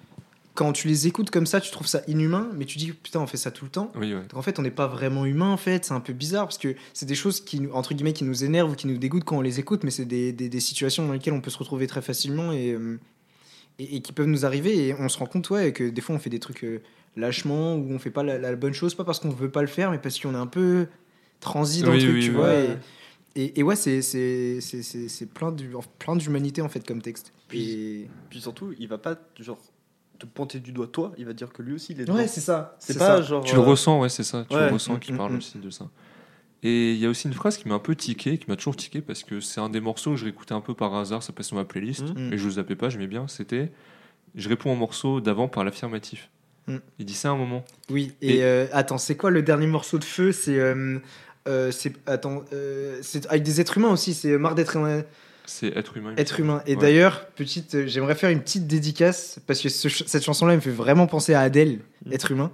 [SPEAKER 2] Quand tu les écoutes comme ça, tu trouves ça inhumain, mais tu dis putain, on fait ça tout le temps.
[SPEAKER 1] Oui, ouais.
[SPEAKER 2] Donc en fait, on n'est pas vraiment humain, en fait, c'est un peu bizarre parce que c'est des choses qui, nous- entre guillemets, qui nous énervent ou qui nous dégoûtent quand on les écoute, mais c'est des, des- des situations dans lesquelles on peut se retrouver très facilement et, euh, et, et qui peuvent nous arriver. Et on se rend compte, ouais, que des fois on fait des trucs euh, lâchement ou on fait pas la, la bonne chose, pas parce qu'on veut pas le faire, mais parce qu'on est un peu transi dans
[SPEAKER 1] Oui,
[SPEAKER 2] le truc,
[SPEAKER 1] oui,
[SPEAKER 2] tu
[SPEAKER 1] oui.
[SPEAKER 2] vois. Et, et, et ouais, c'est c'est- c'est- c'est- c'est plein du- plein d'humanité en fait comme texte. Et...
[SPEAKER 3] Puis surtout, il va pas genre te pointer du doigt toi, il va dire que lui aussi il est dedans.
[SPEAKER 2] Ouais, c'est ça.
[SPEAKER 3] c'est pas
[SPEAKER 2] ça.
[SPEAKER 3] genre
[SPEAKER 1] Tu le
[SPEAKER 3] euh,
[SPEAKER 1] ressens, ouais, c'est ça. Tu
[SPEAKER 3] ouais.
[SPEAKER 1] le ressens
[SPEAKER 2] Mm,
[SPEAKER 1] qui
[SPEAKER 2] mm,
[SPEAKER 1] parle
[SPEAKER 2] mm.
[SPEAKER 1] aussi de ça. Et il y a aussi une phrase qui m'a un peu tiqué, qui m'a toujours tiqué parce que c'est un des morceaux que je réécoutais un peu par hasard, ça passe sur ma playlist
[SPEAKER 2] Mm.
[SPEAKER 1] et je le zappais pas, j'aimais bien. C'était je réponds au morceau d'avant par l'affirmatif.
[SPEAKER 2] Mm.
[SPEAKER 1] Il dit ça à un moment.
[SPEAKER 2] Oui, et,
[SPEAKER 1] Et-
[SPEAKER 2] euh, attends, c'est quoi le dernier morceau de feu C'est. euh, euh, c'est attends, euh, c'est avec des êtres humains aussi, c'est euh, marre d'être humain.
[SPEAKER 1] C'est être humain. il me
[SPEAKER 2] Être
[SPEAKER 1] semble.
[SPEAKER 2] humain. Et
[SPEAKER 1] Ouais.
[SPEAKER 2] d'ailleurs, petite, euh, j'aimerais faire une petite dédicace parce que ce ch- cette chanson-là me fait vraiment penser à Adèle,
[SPEAKER 3] Mm.
[SPEAKER 2] être humain.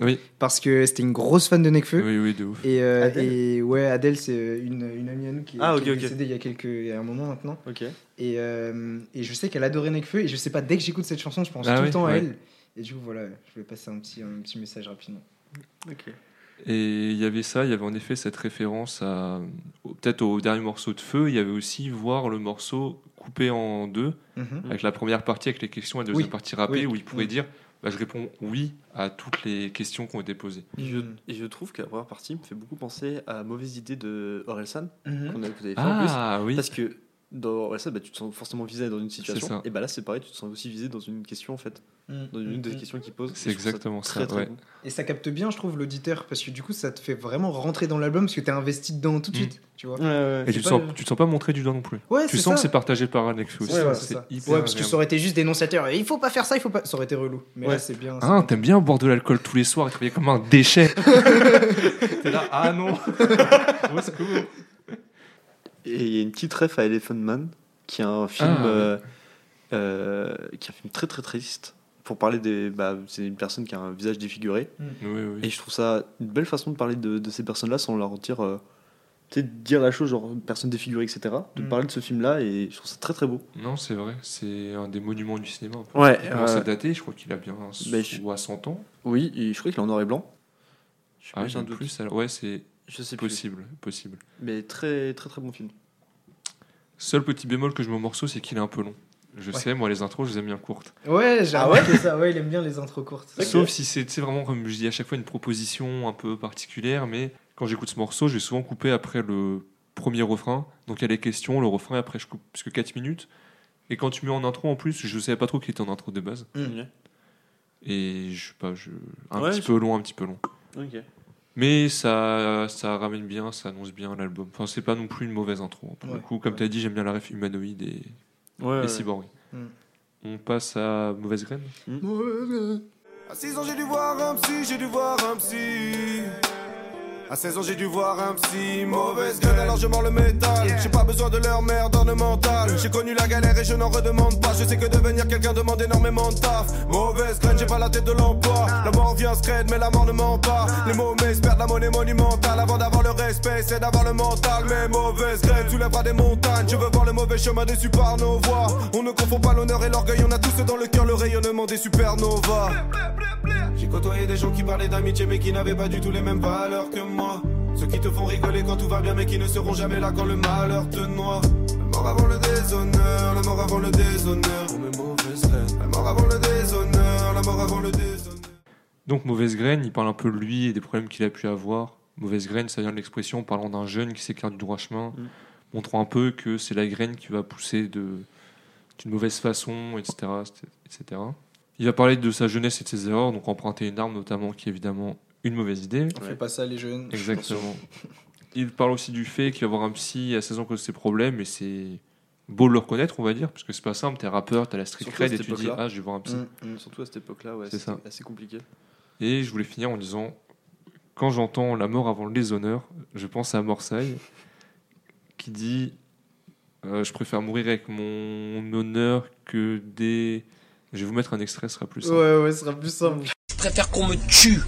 [SPEAKER 1] Oui.
[SPEAKER 2] Parce que c'était une grosse fan de Nekfeu.
[SPEAKER 1] Oui, oui, de ouf.
[SPEAKER 2] Et, euh,
[SPEAKER 3] Adèle
[SPEAKER 2] et ouais, Adèle, c'est euh, une, une amie à nous qui, est-
[SPEAKER 3] Ah,
[SPEAKER 2] qui
[SPEAKER 3] ok,
[SPEAKER 2] est
[SPEAKER 3] ok.
[SPEAKER 2] décédée il y a quelques, il y a un moment maintenant.
[SPEAKER 3] OK.
[SPEAKER 2] Et, euh, et je sais qu'elle adorait Nekfeu. Et je sais pas, dès que j'écoute cette chanson, je pense
[SPEAKER 1] Ah
[SPEAKER 2] tout
[SPEAKER 1] oui,
[SPEAKER 2] le temps à
[SPEAKER 1] ouais.
[SPEAKER 2] elle. Et du coup, voilà, je voulais passer un petit, un petit message rapidement.
[SPEAKER 3] OK.
[SPEAKER 1] Et il y avait ça, il y avait en effet cette référence à au- peut-être au dernier morceau de feu. Il y avait aussi voir le morceau coupé en deux
[SPEAKER 2] Mhm.
[SPEAKER 1] avec la première partie avec les questions et la deuxième
[SPEAKER 2] Oui.
[SPEAKER 1] partie rappée
[SPEAKER 2] Oui.
[SPEAKER 1] où il pourrait
[SPEAKER 2] Mm.
[SPEAKER 1] dire bah, je réponds oui à toutes les questions qui ont été posées.
[SPEAKER 3] Et je,
[SPEAKER 2] Mm.
[SPEAKER 3] et je trouve que la première partie me fait beaucoup penser à Mauvaise idée de Orelsan
[SPEAKER 2] Mhm.
[SPEAKER 3] qu'on a écouté en
[SPEAKER 1] Ah
[SPEAKER 3] plus
[SPEAKER 1] oui,
[SPEAKER 3] parce que dans Orelsan bah, tu te sens forcément visé dans une
[SPEAKER 1] C'est ça.
[SPEAKER 3] situation et bah là c'est pareil, tu te sens aussi visé dans une question en fait, dans une des questions qu'il pose.
[SPEAKER 1] Hmm. c'est
[SPEAKER 3] Et je trouve
[SPEAKER 1] exactement ça.
[SPEAKER 3] Très, très
[SPEAKER 1] ouais.
[SPEAKER 3] bon.
[SPEAKER 2] Et ça capte bien, je trouve, l'auditeur, parce que du coup, ça te fait vraiment rentrer dans l'album, parce que t'es investi dedans tout de
[SPEAKER 1] Mm.
[SPEAKER 2] suite, tu vois.
[SPEAKER 3] Ouais, ouais,
[SPEAKER 1] Et
[SPEAKER 3] ouais.
[SPEAKER 1] tu te,
[SPEAKER 2] pas
[SPEAKER 1] sens,
[SPEAKER 2] le-
[SPEAKER 1] tu te sens pas montré du doigt non plus.
[SPEAKER 2] Ouais,
[SPEAKER 1] tu
[SPEAKER 2] c'est
[SPEAKER 1] sens que
[SPEAKER 2] ça.
[SPEAKER 1] c'est partagé par Alex aussi.
[SPEAKER 2] Ouais, ouais,
[SPEAKER 1] c'est
[SPEAKER 2] c'est ça.
[SPEAKER 1] hyper
[SPEAKER 2] Ouais, parce que ça
[SPEAKER 1] agréable.
[SPEAKER 2] aurait été juste dénonciateur. Et Il faut pas faire ça, il faut pas. Ça aurait été relou. Mais
[SPEAKER 3] Ouais.
[SPEAKER 2] là, c'est bien. c'est
[SPEAKER 1] Hein,
[SPEAKER 2] bien.
[SPEAKER 1] t'aimes bien boire de l'alcool tous les soirs et travailler comme un déchet. T'es là, ah non. Au secours.
[SPEAKER 3] Et il y a une petite ref à Elephant Man qui est un film
[SPEAKER 1] Ah, ouais.
[SPEAKER 3] euh, euh, qui est un film très très triste. Pour parler des. Bah, c'est une personne qui a un visage défiguré.
[SPEAKER 1] Oui, oui.
[SPEAKER 3] Et je trouve ça une belle façon de parler de, de ces personnes-là sans leur dire. euh, tu sais, de dire la chose, genre personne défigurée, etc. De
[SPEAKER 2] Mm.
[SPEAKER 3] parler de ce film-là, et je trouve ça très très beau.
[SPEAKER 1] Non, c'est vrai, c'est un des monuments du cinéma. un peu.
[SPEAKER 3] Ouais,
[SPEAKER 1] Il commence à dater, je crois qu'il a bien un
[SPEAKER 3] Mais je-
[SPEAKER 1] ou à 100 ans.
[SPEAKER 3] oui, et je crois qu'il est en noir et blanc. Je
[SPEAKER 1] Ah,
[SPEAKER 3] plus, j'ai un
[SPEAKER 1] même
[SPEAKER 3] doute.
[SPEAKER 1] plus. alors- Ouais, c'est
[SPEAKER 3] Je sais plus.
[SPEAKER 1] possible, possible.
[SPEAKER 3] Mais très très très bon film.
[SPEAKER 1] Seul petit bémol que je mets au morceau, c'est qu'il est un peu long. Je sais, moi, les intros, je les aime bien courtes.
[SPEAKER 2] Ouais, j'ai
[SPEAKER 3] Ah ouais
[SPEAKER 2] remarqué ça. Ouais, il aime bien les intros courtes.
[SPEAKER 1] Sauf si c'est tu sais, vraiment, comme je dis à chaque fois, une proposition un peu particulière. Mais quand j'écoute ce morceau, je vais souvent couper après le premier refrain. Donc il y a les questions, le refrain, et après je coupe plus que 4 minutes. Et quand tu mets en intro en plus, je savais pas trop qu'il était en intro de base.
[SPEAKER 3] Mm.
[SPEAKER 1] Et je sais pas, je... un
[SPEAKER 3] Ouais,
[SPEAKER 1] petit
[SPEAKER 3] je-
[SPEAKER 1] peu long, un petit peu long.
[SPEAKER 3] Ok.
[SPEAKER 1] Mais ça, ça ramène bien, ça annonce bien l'album. Enfin, c'est pas non plus une mauvaise intro. hein, Pour le
[SPEAKER 2] Ouais,
[SPEAKER 1] coup, comme
[SPEAKER 2] ouais.
[SPEAKER 1] tu as dit, j'aime bien la ref humanoïde et,
[SPEAKER 3] Ouais,
[SPEAKER 1] et
[SPEAKER 3] ouais. Hmm.
[SPEAKER 1] cyborg.
[SPEAKER 2] Mm.
[SPEAKER 1] On passe à Mauvaise Graine
[SPEAKER 6] À 6 ans, j'ai dû voir un psy, j'ai dû voir un psy. À 16 ans, j'ai dû voir un psy. Mauvaise gueule, alors je mords le métal. J'ai pas besoin de leur merde ornementale. J'ai connu la galère et je n'en redemande pas. Je sais que devenir quelqu'un demande énormément de taf. Mauvaise graine, j'ai pas la tête de l'emploi. La mort vient scred, mais la mort ne ment pas. Les mots m'espèrent, la monnaie monumentale. Avant d'avoir le respect, c'est d'avoir le mental. Mais mauvaise graine soulèvera des montagnes. Je veux voir le mauvais chemin déçu par nos voix. On ne confond pas l'honneur et l'orgueil. On a tous dans le cœur le rayonnement des supernovas. J'ai côtoyé des gens qui parlaient d'amitié mais qui n'avaient pas du tout les mêmes valeurs que moi. Ceux qui te font rigoler quand tout va bien mais qui ne seront jamais là quand le malheur te noie. La mort avant le déshonneur, la mort avant le déshonneur. Pour mes mauvaises rêves. La mort avant le déshonneur, la mort avant le déshonneur.
[SPEAKER 1] Donc, Mauvaise Graine, il parle un peu de lui et des problèmes qu'il a pu avoir. Mauvaise Graine, ça vient de l'expression parlant d'un jeune qui s'écarte du droit chemin,
[SPEAKER 3] Mm.
[SPEAKER 1] montrant un peu que c'est la graine qui va pousser de- d'une mauvaise façon, etc., etc. Il va parler de sa jeunesse et de ses erreurs, donc emprunter une arme notamment, qui est évidemment une mauvaise idée.
[SPEAKER 2] On
[SPEAKER 3] Ouais.
[SPEAKER 2] fait pas ça, les jeunes.
[SPEAKER 1] Exactement. Il parle aussi du fait qu'il va avoir un psy à 16 ans cause de ses problèmes et c'est beau de le reconnaître, on va dire, parce que c'est pas simple, t'es rappeur, t'as la street
[SPEAKER 3] Surtout à
[SPEAKER 1] cred et
[SPEAKER 3] cette
[SPEAKER 1] tu dis
[SPEAKER 3] époque-là.
[SPEAKER 1] ah je vais voir un psy.
[SPEAKER 2] Mm, mm.
[SPEAKER 3] Surtout à cette époque-là, ouais,
[SPEAKER 1] C'est
[SPEAKER 3] c'est
[SPEAKER 1] ça.
[SPEAKER 3] assez compliqué.
[SPEAKER 1] Et je voulais finir en disant quand j'entends la mort avant le déshonneur, je pense à Morsaille qui dit euh, je préfère mourir avec mon honneur que des. Je vais vous mettre un extrait, ce sera plus simple.
[SPEAKER 2] Ouais, ouais, ce sera plus simple.
[SPEAKER 7] Je préfère qu'on me tue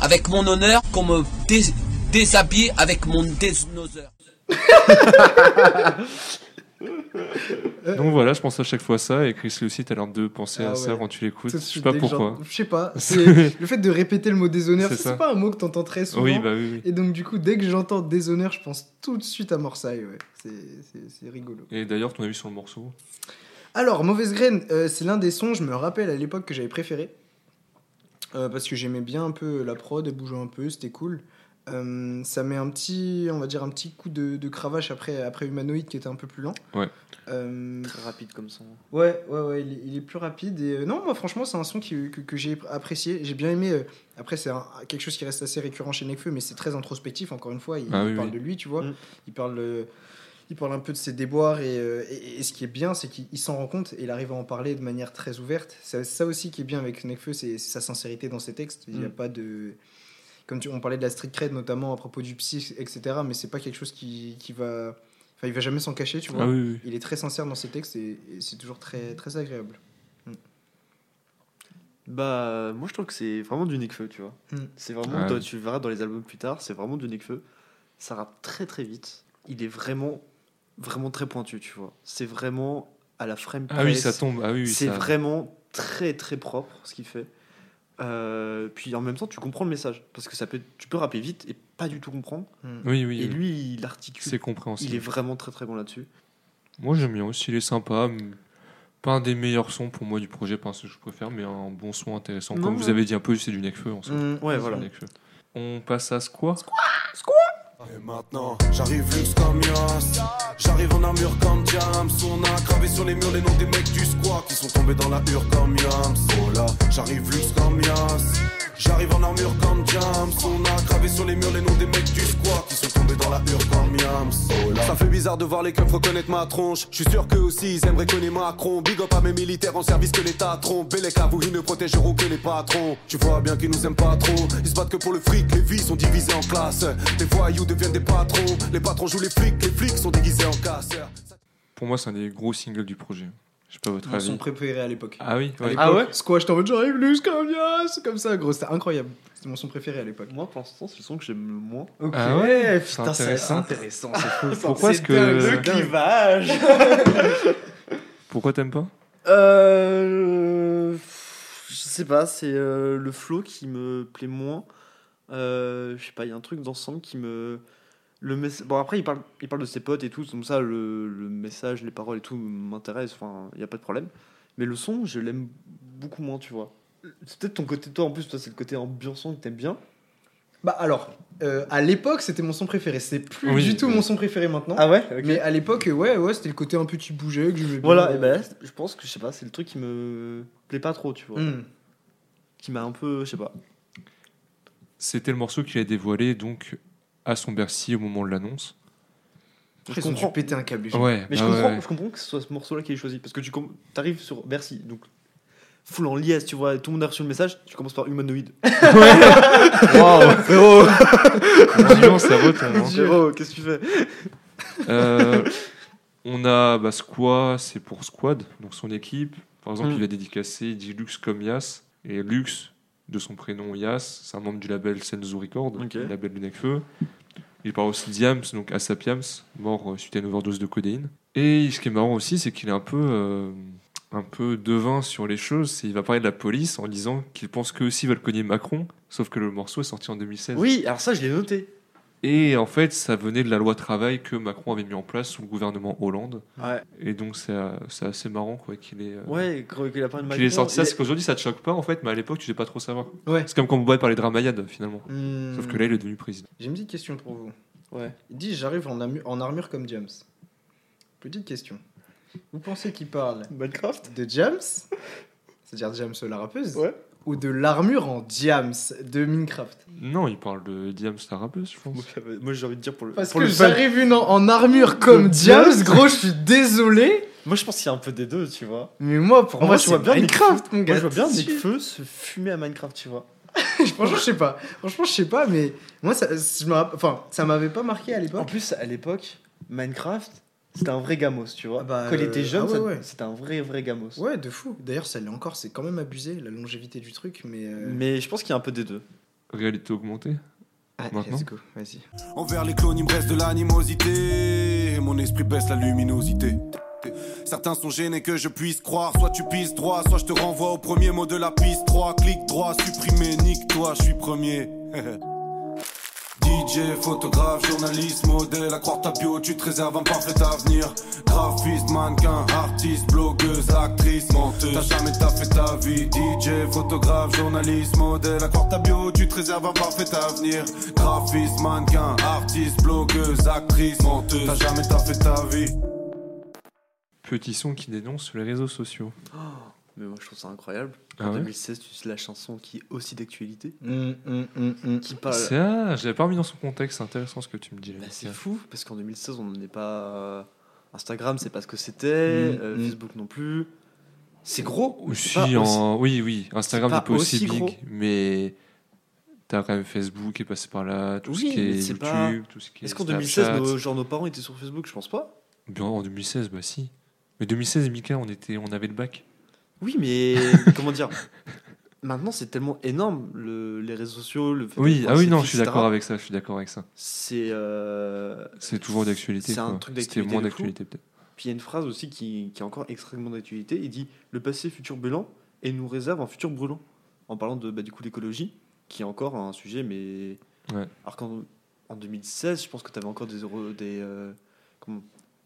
[SPEAKER 7] avec mon honneur qu'on me dés- déshabille avec mon désnoseur.
[SPEAKER 1] Donc voilà, je pense à chaque fois à ça et Chris Lee aussi, t'as l'air de penser
[SPEAKER 2] Ah
[SPEAKER 1] à ça
[SPEAKER 2] ouais.
[SPEAKER 1] quand tu l'écoutes.
[SPEAKER 2] Tout
[SPEAKER 1] Je
[SPEAKER 2] de
[SPEAKER 1] sais
[SPEAKER 2] suite,
[SPEAKER 1] pas
[SPEAKER 2] dès que
[SPEAKER 1] pourquoi.
[SPEAKER 2] j'en- Je
[SPEAKER 1] *laughs*
[SPEAKER 2] sais pas. c'est- Le fait de répéter le mot déshonneur,
[SPEAKER 1] C'est
[SPEAKER 2] ça,
[SPEAKER 1] ça.
[SPEAKER 2] c'est pas un mot que t'entends très souvent.
[SPEAKER 1] Oui, bah oui, oui.
[SPEAKER 2] Et donc, du coup, dès que j'entends déshonneur, je pense tout de suite à Morsaille. Ouais. C'est- c'est- C'est rigolo.
[SPEAKER 1] Et d'ailleurs, ton avis sur le morceau
[SPEAKER 2] Alors, Mauvaise Graine, euh, c'est l'un des sons, je me rappelle à l'époque que j'avais préféré. Euh, parce que j'aimais bien un peu la prod, elle bougeait un peu, c'était cool. Euh, ça met un petit, on va dire, un petit coup de, de cravache après, après Humanoïde qui était un peu plus lent.
[SPEAKER 1] Ouais.
[SPEAKER 2] Euh,
[SPEAKER 3] Très rapide comme son.
[SPEAKER 2] Ouais, ouais, ouais, il est, il est plus rapide. Et euh, non, moi, franchement, c'est un son qui, que, que j'ai apprécié. J'ai bien aimé. euh, après, c'est un- quelque chose qui reste assez récurrent chez Nekfeu, mais c'est très introspectif, encore une fois. Il,
[SPEAKER 1] Ah
[SPEAKER 2] il
[SPEAKER 1] oui,
[SPEAKER 2] parle
[SPEAKER 1] oui.
[SPEAKER 2] de lui, tu vois.
[SPEAKER 3] Mm.
[SPEAKER 2] Il parle. euh, il parle un peu de ses déboires et, euh, et- et ce qui est bien, c'est qu'il il s'en rend compte et il arrive à en parler de manière très ouverte. C'est ça aussi qui est bien avec Nekfeu, c'est c'est sa sincérité dans ses textes. Il n'y a
[SPEAKER 3] Mm.
[SPEAKER 2] pas de. Comme tu, on parlait de la street cred notamment à propos du psy, etc. Mais c'est pas quelque chose qui, qui va. Enfin, il va jamais s'en cacher, tu vois.
[SPEAKER 1] Ah oui, oui.
[SPEAKER 2] Il est très sincère dans ses textes et, et c'est toujours très, très agréable.
[SPEAKER 3] Bah, moi je trouve que c'est vraiment du Nekfeu, tu vois.
[SPEAKER 2] Mm.
[SPEAKER 3] C'est vraiment,
[SPEAKER 1] Ouais.
[SPEAKER 3] dans- tu verras dans les albums plus tard, c'est vraiment du Nekfeu. Ça rappe très très vite. Il est vraiment, vraiment très pointu, tu vois. C'est vraiment à la frame
[SPEAKER 1] Ah oui,
[SPEAKER 3] press.
[SPEAKER 1] ça tombe. Ah oui, oui,
[SPEAKER 3] C'est
[SPEAKER 1] ça-
[SPEAKER 3] vraiment très très propre ce qu'il fait. Euh, puis en même temps, tu comprends le message parce que ça peut, tu peux rapper vite et pas du tout comprendre.
[SPEAKER 2] Hmm.
[SPEAKER 1] Oui, oui,
[SPEAKER 3] et
[SPEAKER 1] oui.
[SPEAKER 3] lui, il
[SPEAKER 1] c'est
[SPEAKER 3] articule. Il est
[SPEAKER 1] compréhensible.
[SPEAKER 3] vraiment très très bon là-dessus.
[SPEAKER 1] Moi, j'aime bien aussi, il est sympa. mais Pas un des meilleurs sons pour moi du projet, pas un que je préfère, mais un bon son intéressant.
[SPEAKER 3] Non,
[SPEAKER 1] Comme
[SPEAKER 3] ouais.
[SPEAKER 1] vous avez dit un peu, c'est du Nekfeu en soi.
[SPEAKER 2] Mmh.
[SPEAKER 3] Ouais,
[SPEAKER 1] C'est
[SPEAKER 3] voilà.
[SPEAKER 1] du Nekfeu. On passe à Square.
[SPEAKER 6] Et maintenant, j'arrive luxe comme Yoss. J'arrive en armure comme James. On a gravé sur les murs les noms des mecs du squat qui sont tombés dans la hure comme Yams. Oh là, j'arrive luxe comme Yoss. J'arrive en armure comme James. On a gravé sur les murs les noms des mecs du squat qui sont tombés dans la hure comme Yams. Oh là. Ça fait bizarre de voir les keufs reconnaître ma tronche. Je suis sûr qu'eux aussi ils aimeraient connaître Macron. Big up à mes militaires en service que l'État a trompé. Les caves où ils ne protégeront que les patrons. Tu vois bien qu'ils nous aiment pas trop. Ils se battent que pour le fric, les vies sont divisées en classes. Les voyous deviennent des patrons. Les patrons jouent les flics, les flics sont déguisés en casseurs.
[SPEAKER 1] Pour moi, c'est un des gros singles du projet. Je Je sais pas votre
[SPEAKER 2] Mon son
[SPEAKER 1] avis.
[SPEAKER 2] préféré à l'époque.
[SPEAKER 1] Ah oui,
[SPEAKER 2] À
[SPEAKER 1] ouais.
[SPEAKER 3] Ah
[SPEAKER 2] l'époque,
[SPEAKER 3] ouais
[SPEAKER 2] Squash, t'es en mode j'arrive plus, comme yes comme ça, gros, c'était incroyable. C'était mon son préféré à l'époque.
[SPEAKER 3] Moi, pour l'instant, c'est le son que j'aime le moins.
[SPEAKER 2] Ok,
[SPEAKER 1] Ah ouais
[SPEAKER 2] putain,
[SPEAKER 1] C'est
[SPEAKER 2] c'est
[SPEAKER 1] intéressant.
[SPEAKER 2] intéressant. c'est fou.
[SPEAKER 1] Pourquoi est-ce
[SPEAKER 2] C'est dingue,
[SPEAKER 1] que
[SPEAKER 2] c'est dingue.
[SPEAKER 3] clivage
[SPEAKER 1] pourquoi t'aimes pas
[SPEAKER 3] Euh. Je sais pas, c'est euh, le flow qui me plaît moins. Euh, je sais pas, il y a un truc d'ensemble qui me. Le mess- Bon, après, il parle, il parle de ses potes et tout, comme ça, le, le message, les paroles et tout m'intéressent, enfin, il n'y a pas de problème. Mais le son, je l'aime beaucoup moins, tu vois. C'est peut-être ton côté, toi, en plus, toi, c'est le côté ambiançant que t'aimes bien.
[SPEAKER 2] Bah alors, euh, à l'époque, c'était mon son préféré. C'est plus
[SPEAKER 1] Oui,
[SPEAKER 2] du tout
[SPEAKER 1] ouais.
[SPEAKER 2] mon son préféré maintenant.
[SPEAKER 3] Ah ouais
[SPEAKER 2] Mais à l'époque, ouais, ouais, c'était le côté un peu qui bougeait que j'aimais bien.
[SPEAKER 3] Voilà, et ben, je pense que, je sais pas, c'est le truc qui me plaît pas trop, tu vois.
[SPEAKER 2] Hmm.
[SPEAKER 3] Qui m'a un peu, je sais pas.
[SPEAKER 1] C'était le morceau qu'il a dévoilé donc à son Bercy au moment de l'annonce.
[SPEAKER 3] Je
[SPEAKER 2] Après, ils ont dû
[SPEAKER 3] comprends.
[SPEAKER 2] péter un câble. les gens.
[SPEAKER 1] Ouais.
[SPEAKER 3] Mais je,
[SPEAKER 1] ah ouais,
[SPEAKER 3] comprends,
[SPEAKER 1] ouais.
[SPEAKER 3] je comprends que ce soit ce morceau-là qui est choisi. Parce que tu com- t'arrives sur Bercy, donc full en liesse, tu vois, tout le monde a reçu le message, tu commences par
[SPEAKER 1] *laughs*
[SPEAKER 3] humanoïde. *laughs*
[SPEAKER 1] Franchement, ça vaut ton-
[SPEAKER 3] Giro, qu'est-ce que tu fais
[SPEAKER 1] Euh, on a bah, Squad, c'est pour Squad, donc son équipe. Par exemple,
[SPEAKER 3] Mm.
[SPEAKER 1] il a dédicacé, il dit Lux comme Yas. Et Lux, de son prénom Yas, c'est un membre du label Senzu Record,
[SPEAKER 3] Ok.
[SPEAKER 1] le label du Necfeu. Il parle aussi d'Iams, donc Asapiams, mort euh, suite à une overdose de codéine. Et ce qui est marrant aussi, c'est qu'il est un peu, euh, un peu devin sur les choses. C'est- Il va parler de la police en disant qu'il pense qu'eux aussi veulent cogner Macron, sauf que le morceau est sorti en 2016.
[SPEAKER 3] Oui, alors ça, je l'ai noté.
[SPEAKER 1] Et en fait, ça venait de la loi travail que Macron avait mis en place sous le gouvernement Hollande.
[SPEAKER 3] Ouais,
[SPEAKER 1] Et donc, c'est euh, c'est assez marrant quoi qu'il ait, euh,
[SPEAKER 3] ouais gros, qu'il a pas de
[SPEAKER 1] qu'il ait sorti ça. C'est qu'aujourd'hui, ça te choque pas, en fait, mais à l'époque, tu sais pas trop savoir.
[SPEAKER 2] Ouais.
[SPEAKER 1] C'est comme quand Bouba parlait de Ramayad, finalement.
[SPEAKER 2] Hmm.
[SPEAKER 1] Sauf que là, il est devenu président.
[SPEAKER 2] J'ai une petite question pour vous.
[SPEAKER 3] Ouais.
[SPEAKER 2] Il dit j'arrive en, amu- en armure comme James. Petite question. Vous pensez qu'il parle
[SPEAKER 3] Minecraft
[SPEAKER 2] de James, c'est-à-dire James la rappeuse,
[SPEAKER 3] Ouais.
[SPEAKER 2] ou de l'armure en James de Minecraft
[SPEAKER 1] Non, il parle de Diam Star Rappeuse, je pense.
[SPEAKER 3] Moi, j'ai envie de dire pour le.
[SPEAKER 2] Parce
[SPEAKER 3] pour
[SPEAKER 2] que
[SPEAKER 3] le fun.
[SPEAKER 2] j'arrive une en, en armure comme James, gros, je suis désolé,
[SPEAKER 3] Moi, je pense qu'il y a un peu des deux, tu vois.
[SPEAKER 2] mais moi pour
[SPEAKER 3] Moi,
[SPEAKER 2] moi,
[SPEAKER 3] je
[SPEAKER 2] c'est
[SPEAKER 3] vois bien
[SPEAKER 2] Minecraft, mon gars.
[SPEAKER 3] Moi, je vois bien
[SPEAKER 2] Tu-
[SPEAKER 3] Nick Feu se fumer à Minecraft, tu vois.
[SPEAKER 2] *laughs* Franchement, je sais pas. Franchement, je sais pas, mais moi, ça, je me rapp- enfin, ça m'avait pas marqué à
[SPEAKER 3] En
[SPEAKER 2] l'époque.
[SPEAKER 3] plus, à l'époque, Minecraft, c'était un vrai gamos, tu vois.
[SPEAKER 2] Ah bah,
[SPEAKER 3] Quand il
[SPEAKER 2] euh,
[SPEAKER 3] était jeune,
[SPEAKER 2] ah ouais,
[SPEAKER 3] ça-
[SPEAKER 2] ouais.
[SPEAKER 3] c'était un vrai, vrai gamos.
[SPEAKER 2] Ouais, de fou. D'ailleurs, ça l'est encore, c'est quand même abusé, la longévité du truc, mais... euh,
[SPEAKER 3] Mais je pense qu'il y a un peu des deux.
[SPEAKER 1] Réalité augmentée.
[SPEAKER 2] allez,
[SPEAKER 1] maintenant.
[SPEAKER 2] Ah, let's go, vas-y.
[SPEAKER 6] Envers les clones, il me reste de l'animosité. Mon esprit baisse la luminosité. Certains sont gênés que je puisse croire. Soit tu pisses droit, soit je te renvoie au premier mot de la piste. 3, clic droit, supprimer, nique-toi, je suis premier. *laughs* DJ, photographe, journaliste, modèle, à croire ta bio, tu te réserves un parfait avenir. Graphiste, mannequin, artiste, blogueuse, actrice, menteuse. T'as jamais t'as fait ta vie. DJ, photographe, journaliste, modèle, à croire ta bio, tu te réserves un parfait avenir. Graphiste, mannequin, artiste, blogueuse, actrice, menteuse. T'as jamais t'as fait ta vie.
[SPEAKER 1] Petit son qui dénonce les réseaux sociaux.
[SPEAKER 3] Mais moi, je trouve ça incroyable.
[SPEAKER 1] Ah
[SPEAKER 3] En
[SPEAKER 1] ouais Mmh,
[SPEAKER 3] 2016, tu sais, la chanson qui est aussi d'actualité,
[SPEAKER 2] Hum, hum, hum, hum.
[SPEAKER 3] qui parle.
[SPEAKER 1] C'est- ah, je l'avais pas remis dans son contexte, c'est intéressant ce que tu me dis. là.
[SPEAKER 3] Bah, c'est fou, parce qu'en 2016, on n'est pas. euh, Instagram, c'est pas ce que c'était,
[SPEAKER 2] Mm,
[SPEAKER 3] euh,
[SPEAKER 2] mm.
[SPEAKER 3] Facebook non plus. C'est gros mais c'est
[SPEAKER 1] Mmh, Aussi,
[SPEAKER 3] pas aussi-
[SPEAKER 1] en... Oui, oui, Instagram
[SPEAKER 3] c'est
[SPEAKER 1] n'est
[SPEAKER 3] pas
[SPEAKER 1] pas aussi
[SPEAKER 3] aussi
[SPEAKER 1] big,
[SPEAKER 3] gros.
[SPEAKER 1] mais t'as quand même Facebook qui est passé par là, tout
[SPEAKER 3] Oui,
[SPEAKER 1] ce qui
[SPEAKER 3] mais
[SPEAKER 1] est
[SPEAKER 3] c'est
[SPEAKER 1] YouTube,
[SPEAKER 3] pas-
[SPEAKER 1] tout ce qui est
[SPEAKER 3] Est-ce qu'en
[SPEAKER 1] Snapchat.
[SPEAKER 3] 2016, nos, genre, nos parents étaient sur Facebook Je pense pas.
[SPEAKER 1] Bien, en 2016, bah si. Mais 2016 et Mika, on, était, on avait le bac.
[SPEAKER 3] Oui, mais *laughs*
[SPEAKER 1] *laughs*
[SPEAKER 3] comment dire Maintenant, c'est tellement énorme, le- les réseaux sociaux, le fait
[SPEAKER 1] Oui,
[SPEAKER 3] d'avoir
[SPEAKER 1] ah oui,
[SPEAKER 3] ces
[SPEAKER 1] non,
[SPEAKER 3] filles,
[SPEAKER 1] je suis
[SPEAKER 3] etc.
[SPEAKER 1] d'accord avec ça, je suis d'accord avec ça.
[SPEAKER 3] C'est. euh,
[SPEAKER 1] C'est toujours d'actualité.
[SPEAKER 3] C'est un
[SPEAKER 1] quoi.
[SPEAKER 3] truc
[SPEAKER 1] C'était
[SPEAKER 3] d'actualité
[SPEAKER 1] moins
[SPEAKER 3] de fou.
[SPEAKER 1] d'actualité peut-être.
[SPEAKER 3] Puis il y a une phrase aussi qui, qui est encore extrêmement d'actualité. Il dit Le passé futur brûlant et nous réserve un futur brûlant. En parlant de bah, du coup l'écologie, qui est encore un sujet, mais.
[SPEAKER 1] Ouais.
[SPEAKER 3] Alors qu'en en 2016, je pense que tu avais encore des. euro- des euh, comment-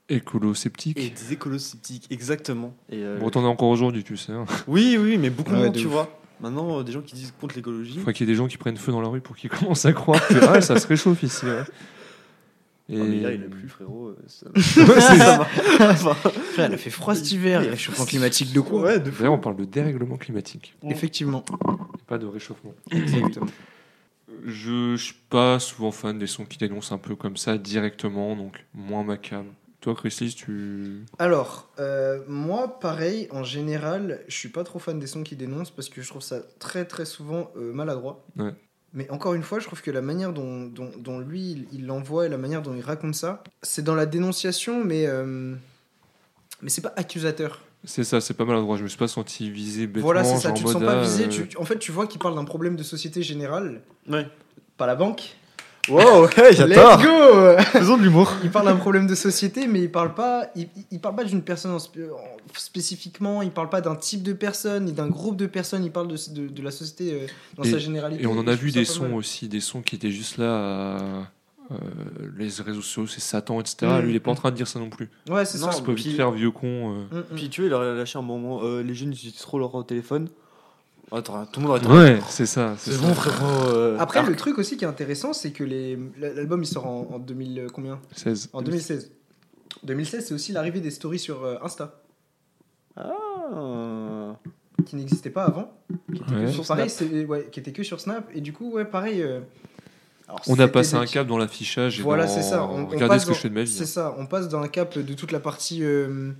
[SPEAKER 1] Écolo-sceptique.
[SPEAKER 3] et des écolo-sceptiques, exactement. Et, euh,
[SPEAKER 1] Bon, t'en as encore aujourd'hui, tu sais. hein.
[SPEAKER 3] oui, oui, mais beaucoup
[SPEAKER 2] Ouais,
[SPEAKER 3] moins,
[SPEAKER 2] de
[SPEAKER 3] tu
[SPEAKER 2] ouf.
[SPEAKER 3] vois. Maintenant, euh, des gens qui disent contre l'écologie.
[SPEAKER 1] Je crois qu'il y a des gens qui prennent feu dans la rue pour qu'ils *laughs* commencent à croire que ah, ça se réchauffe ici. ouais. Et...
[SPEAKER 3] Ah, mais là, il a plus, frérot.
[SPEAKER 1] *laughs*
[SPEAKER 3] euh, Ça...
[SPEAKER 2] Frère, elle a fait froid cet hiver,
[SPEAKER 3] Oui,
[SPEAKER 2] réchauffement climatique de quoi
[SPEAKER 3] ouais, de
[SPEAKER 1] D'ailleurs, on parle de dérèglement climatique,
[SPEAKER 2] Effectivement.
[SPEAKER 1] et pas de réchauffement.
[SPEAKER 2] Exactement.
[SPEAKER 1] Je, je suis pas souvent fan des sons qui dénoncent un peu comme ça directement, donc moins ma cam. Toi, Chrislys, tu.
[SPEAKER 2] Alors, euh, moi, pareil, en général, je suis pas trop fan des sons qui dénoncent parce que je trouve ça très très souvent euh, maladroit.
[SPEAKER 1] Ouais.
[SPEAKER 2] Mais encore une fois, je trouve que la manière dont, dont, dont lui, il- il l'envoie et la manière dont il raconte ça, c'est dans la dénonciation, mais, euh, mais c'est pas accusateur.
[SPEAKER 1] C'est ça, c'est pas maladroit. Je me suis pas senti visé bêtement.
[SPEAKER 2] Voilà, c'est ça,
[SPEAKER 1] genre
[SPEAKER 2] tu
[SPEAKER 1] en
[SPEAKER 2] te sens
[SPEAKER 1] mode,
[SPEAKER 2] pas
[SPEAKER 1] ah,
[SPEAKER 2] visé.
[SPEAKER 1] euh,
[SPEAKER 2] tu- tu- en fait, tu vois qu'il parle d'un problème de société générale,
[SPEAKER 3] Ouais.
[SPEAKER 2] pas la banque.
[SPEAKER 3] Wow, *laughs* ouais, j'adore.
[SPEAKER 2] Let's go
[SPEAKER 3] Faisons de l'humour.
[SPEAKER 2] Il parle d'un problème de société, mais il parle pas, il, il- il parle pas d'une personne en spé- en- spécifiquement, il parle pas d'un type de personne, ni d'un groupe de personnes, il parle de, de- de la société euh, dans sa généralité.
[SPEAKER 1] Et on en
[SPEAKER 2] je
[SPEAKER 1] a
[SPEAKER 2] trouve
[SPEAKER 1] vu
[SPEAKER 2] ça
[SPEAKER 1] des
[SPEAKER 2] pas
[SPEAKER 1] sons
[SPEAKER 2] mal.
[SPEAKER 1] aussi, des sons qui étaient juste là. euh, euh, les réseaux sociaux, c'est Satan, etc.
[SPEAKER 2] Mm.
[SPEAKER 1] Lui, il est pas en train de dire ça euh, non plus.
[SPEAKER 2] Ouais, c'est ça.
[SPEAKER 3] Non,
[SPEAKER 1] Il peut vite
[SPEAKER 3] puis-
[SPEAKER 1] faire vieux con. euh.
[SPEAKER 2] Mm, mm.
[SPEAKER 3] Puis tu vois, il aurait lâché un moment. euh, les jeunes utilisent trop leur téléphone. Attends, tout le monde aurait été-
[SPEAKER 1] Ouais, euh. c'est ça. c'est
[SPEAKER 3] C'est
[SPEAKER 1] ça.
[SPEAKER 3] bon, frérot. euh,
[SPEAKER 2] Après,
[SPEAKER 3] alors
[SPEAKER 2] le truc aussi qui est intéressant, c'est que les l'album il sort en, en 2000 euh, combien
[SPEAKER 1] 16.
[SPEAKER 2] En 2016. 2016, c'est aussi l'arrivée des stories sur euh, Insta,
[SPEAKER 3] Ah.
[SPEAKER 2] qui n'existaient pas avant.
[SPEAKER 1] Ouais.
[SPEAKER 3] Sur
[SPEAKER 2] pareil, c'est- ouais, qui était que sur Snap. Et du coup, ouais, pareil. euh, alors,
[SPEAKER 1] On a
[SPEAKER 2] c'était
[SPEAKER 1] passé
[SPEAKER 2] des-
[SPEAKER 1] un cap dans l'affichage. et
[SPEAKER 2] Voilà,
[SPEAKER 1] dans-
[SPEAKER 2] c'est ça. On, on
[SPEAKER 1] Regardez
[SPEAKER 2] passe
[SPEAKER 1] ce que
[SPEAKER 2] dans-
[SPEAKER 1] je fais de ma vie. hein.
[SPEAKER 2] C'est ça. On passe dans un cap de toute la partie, euh,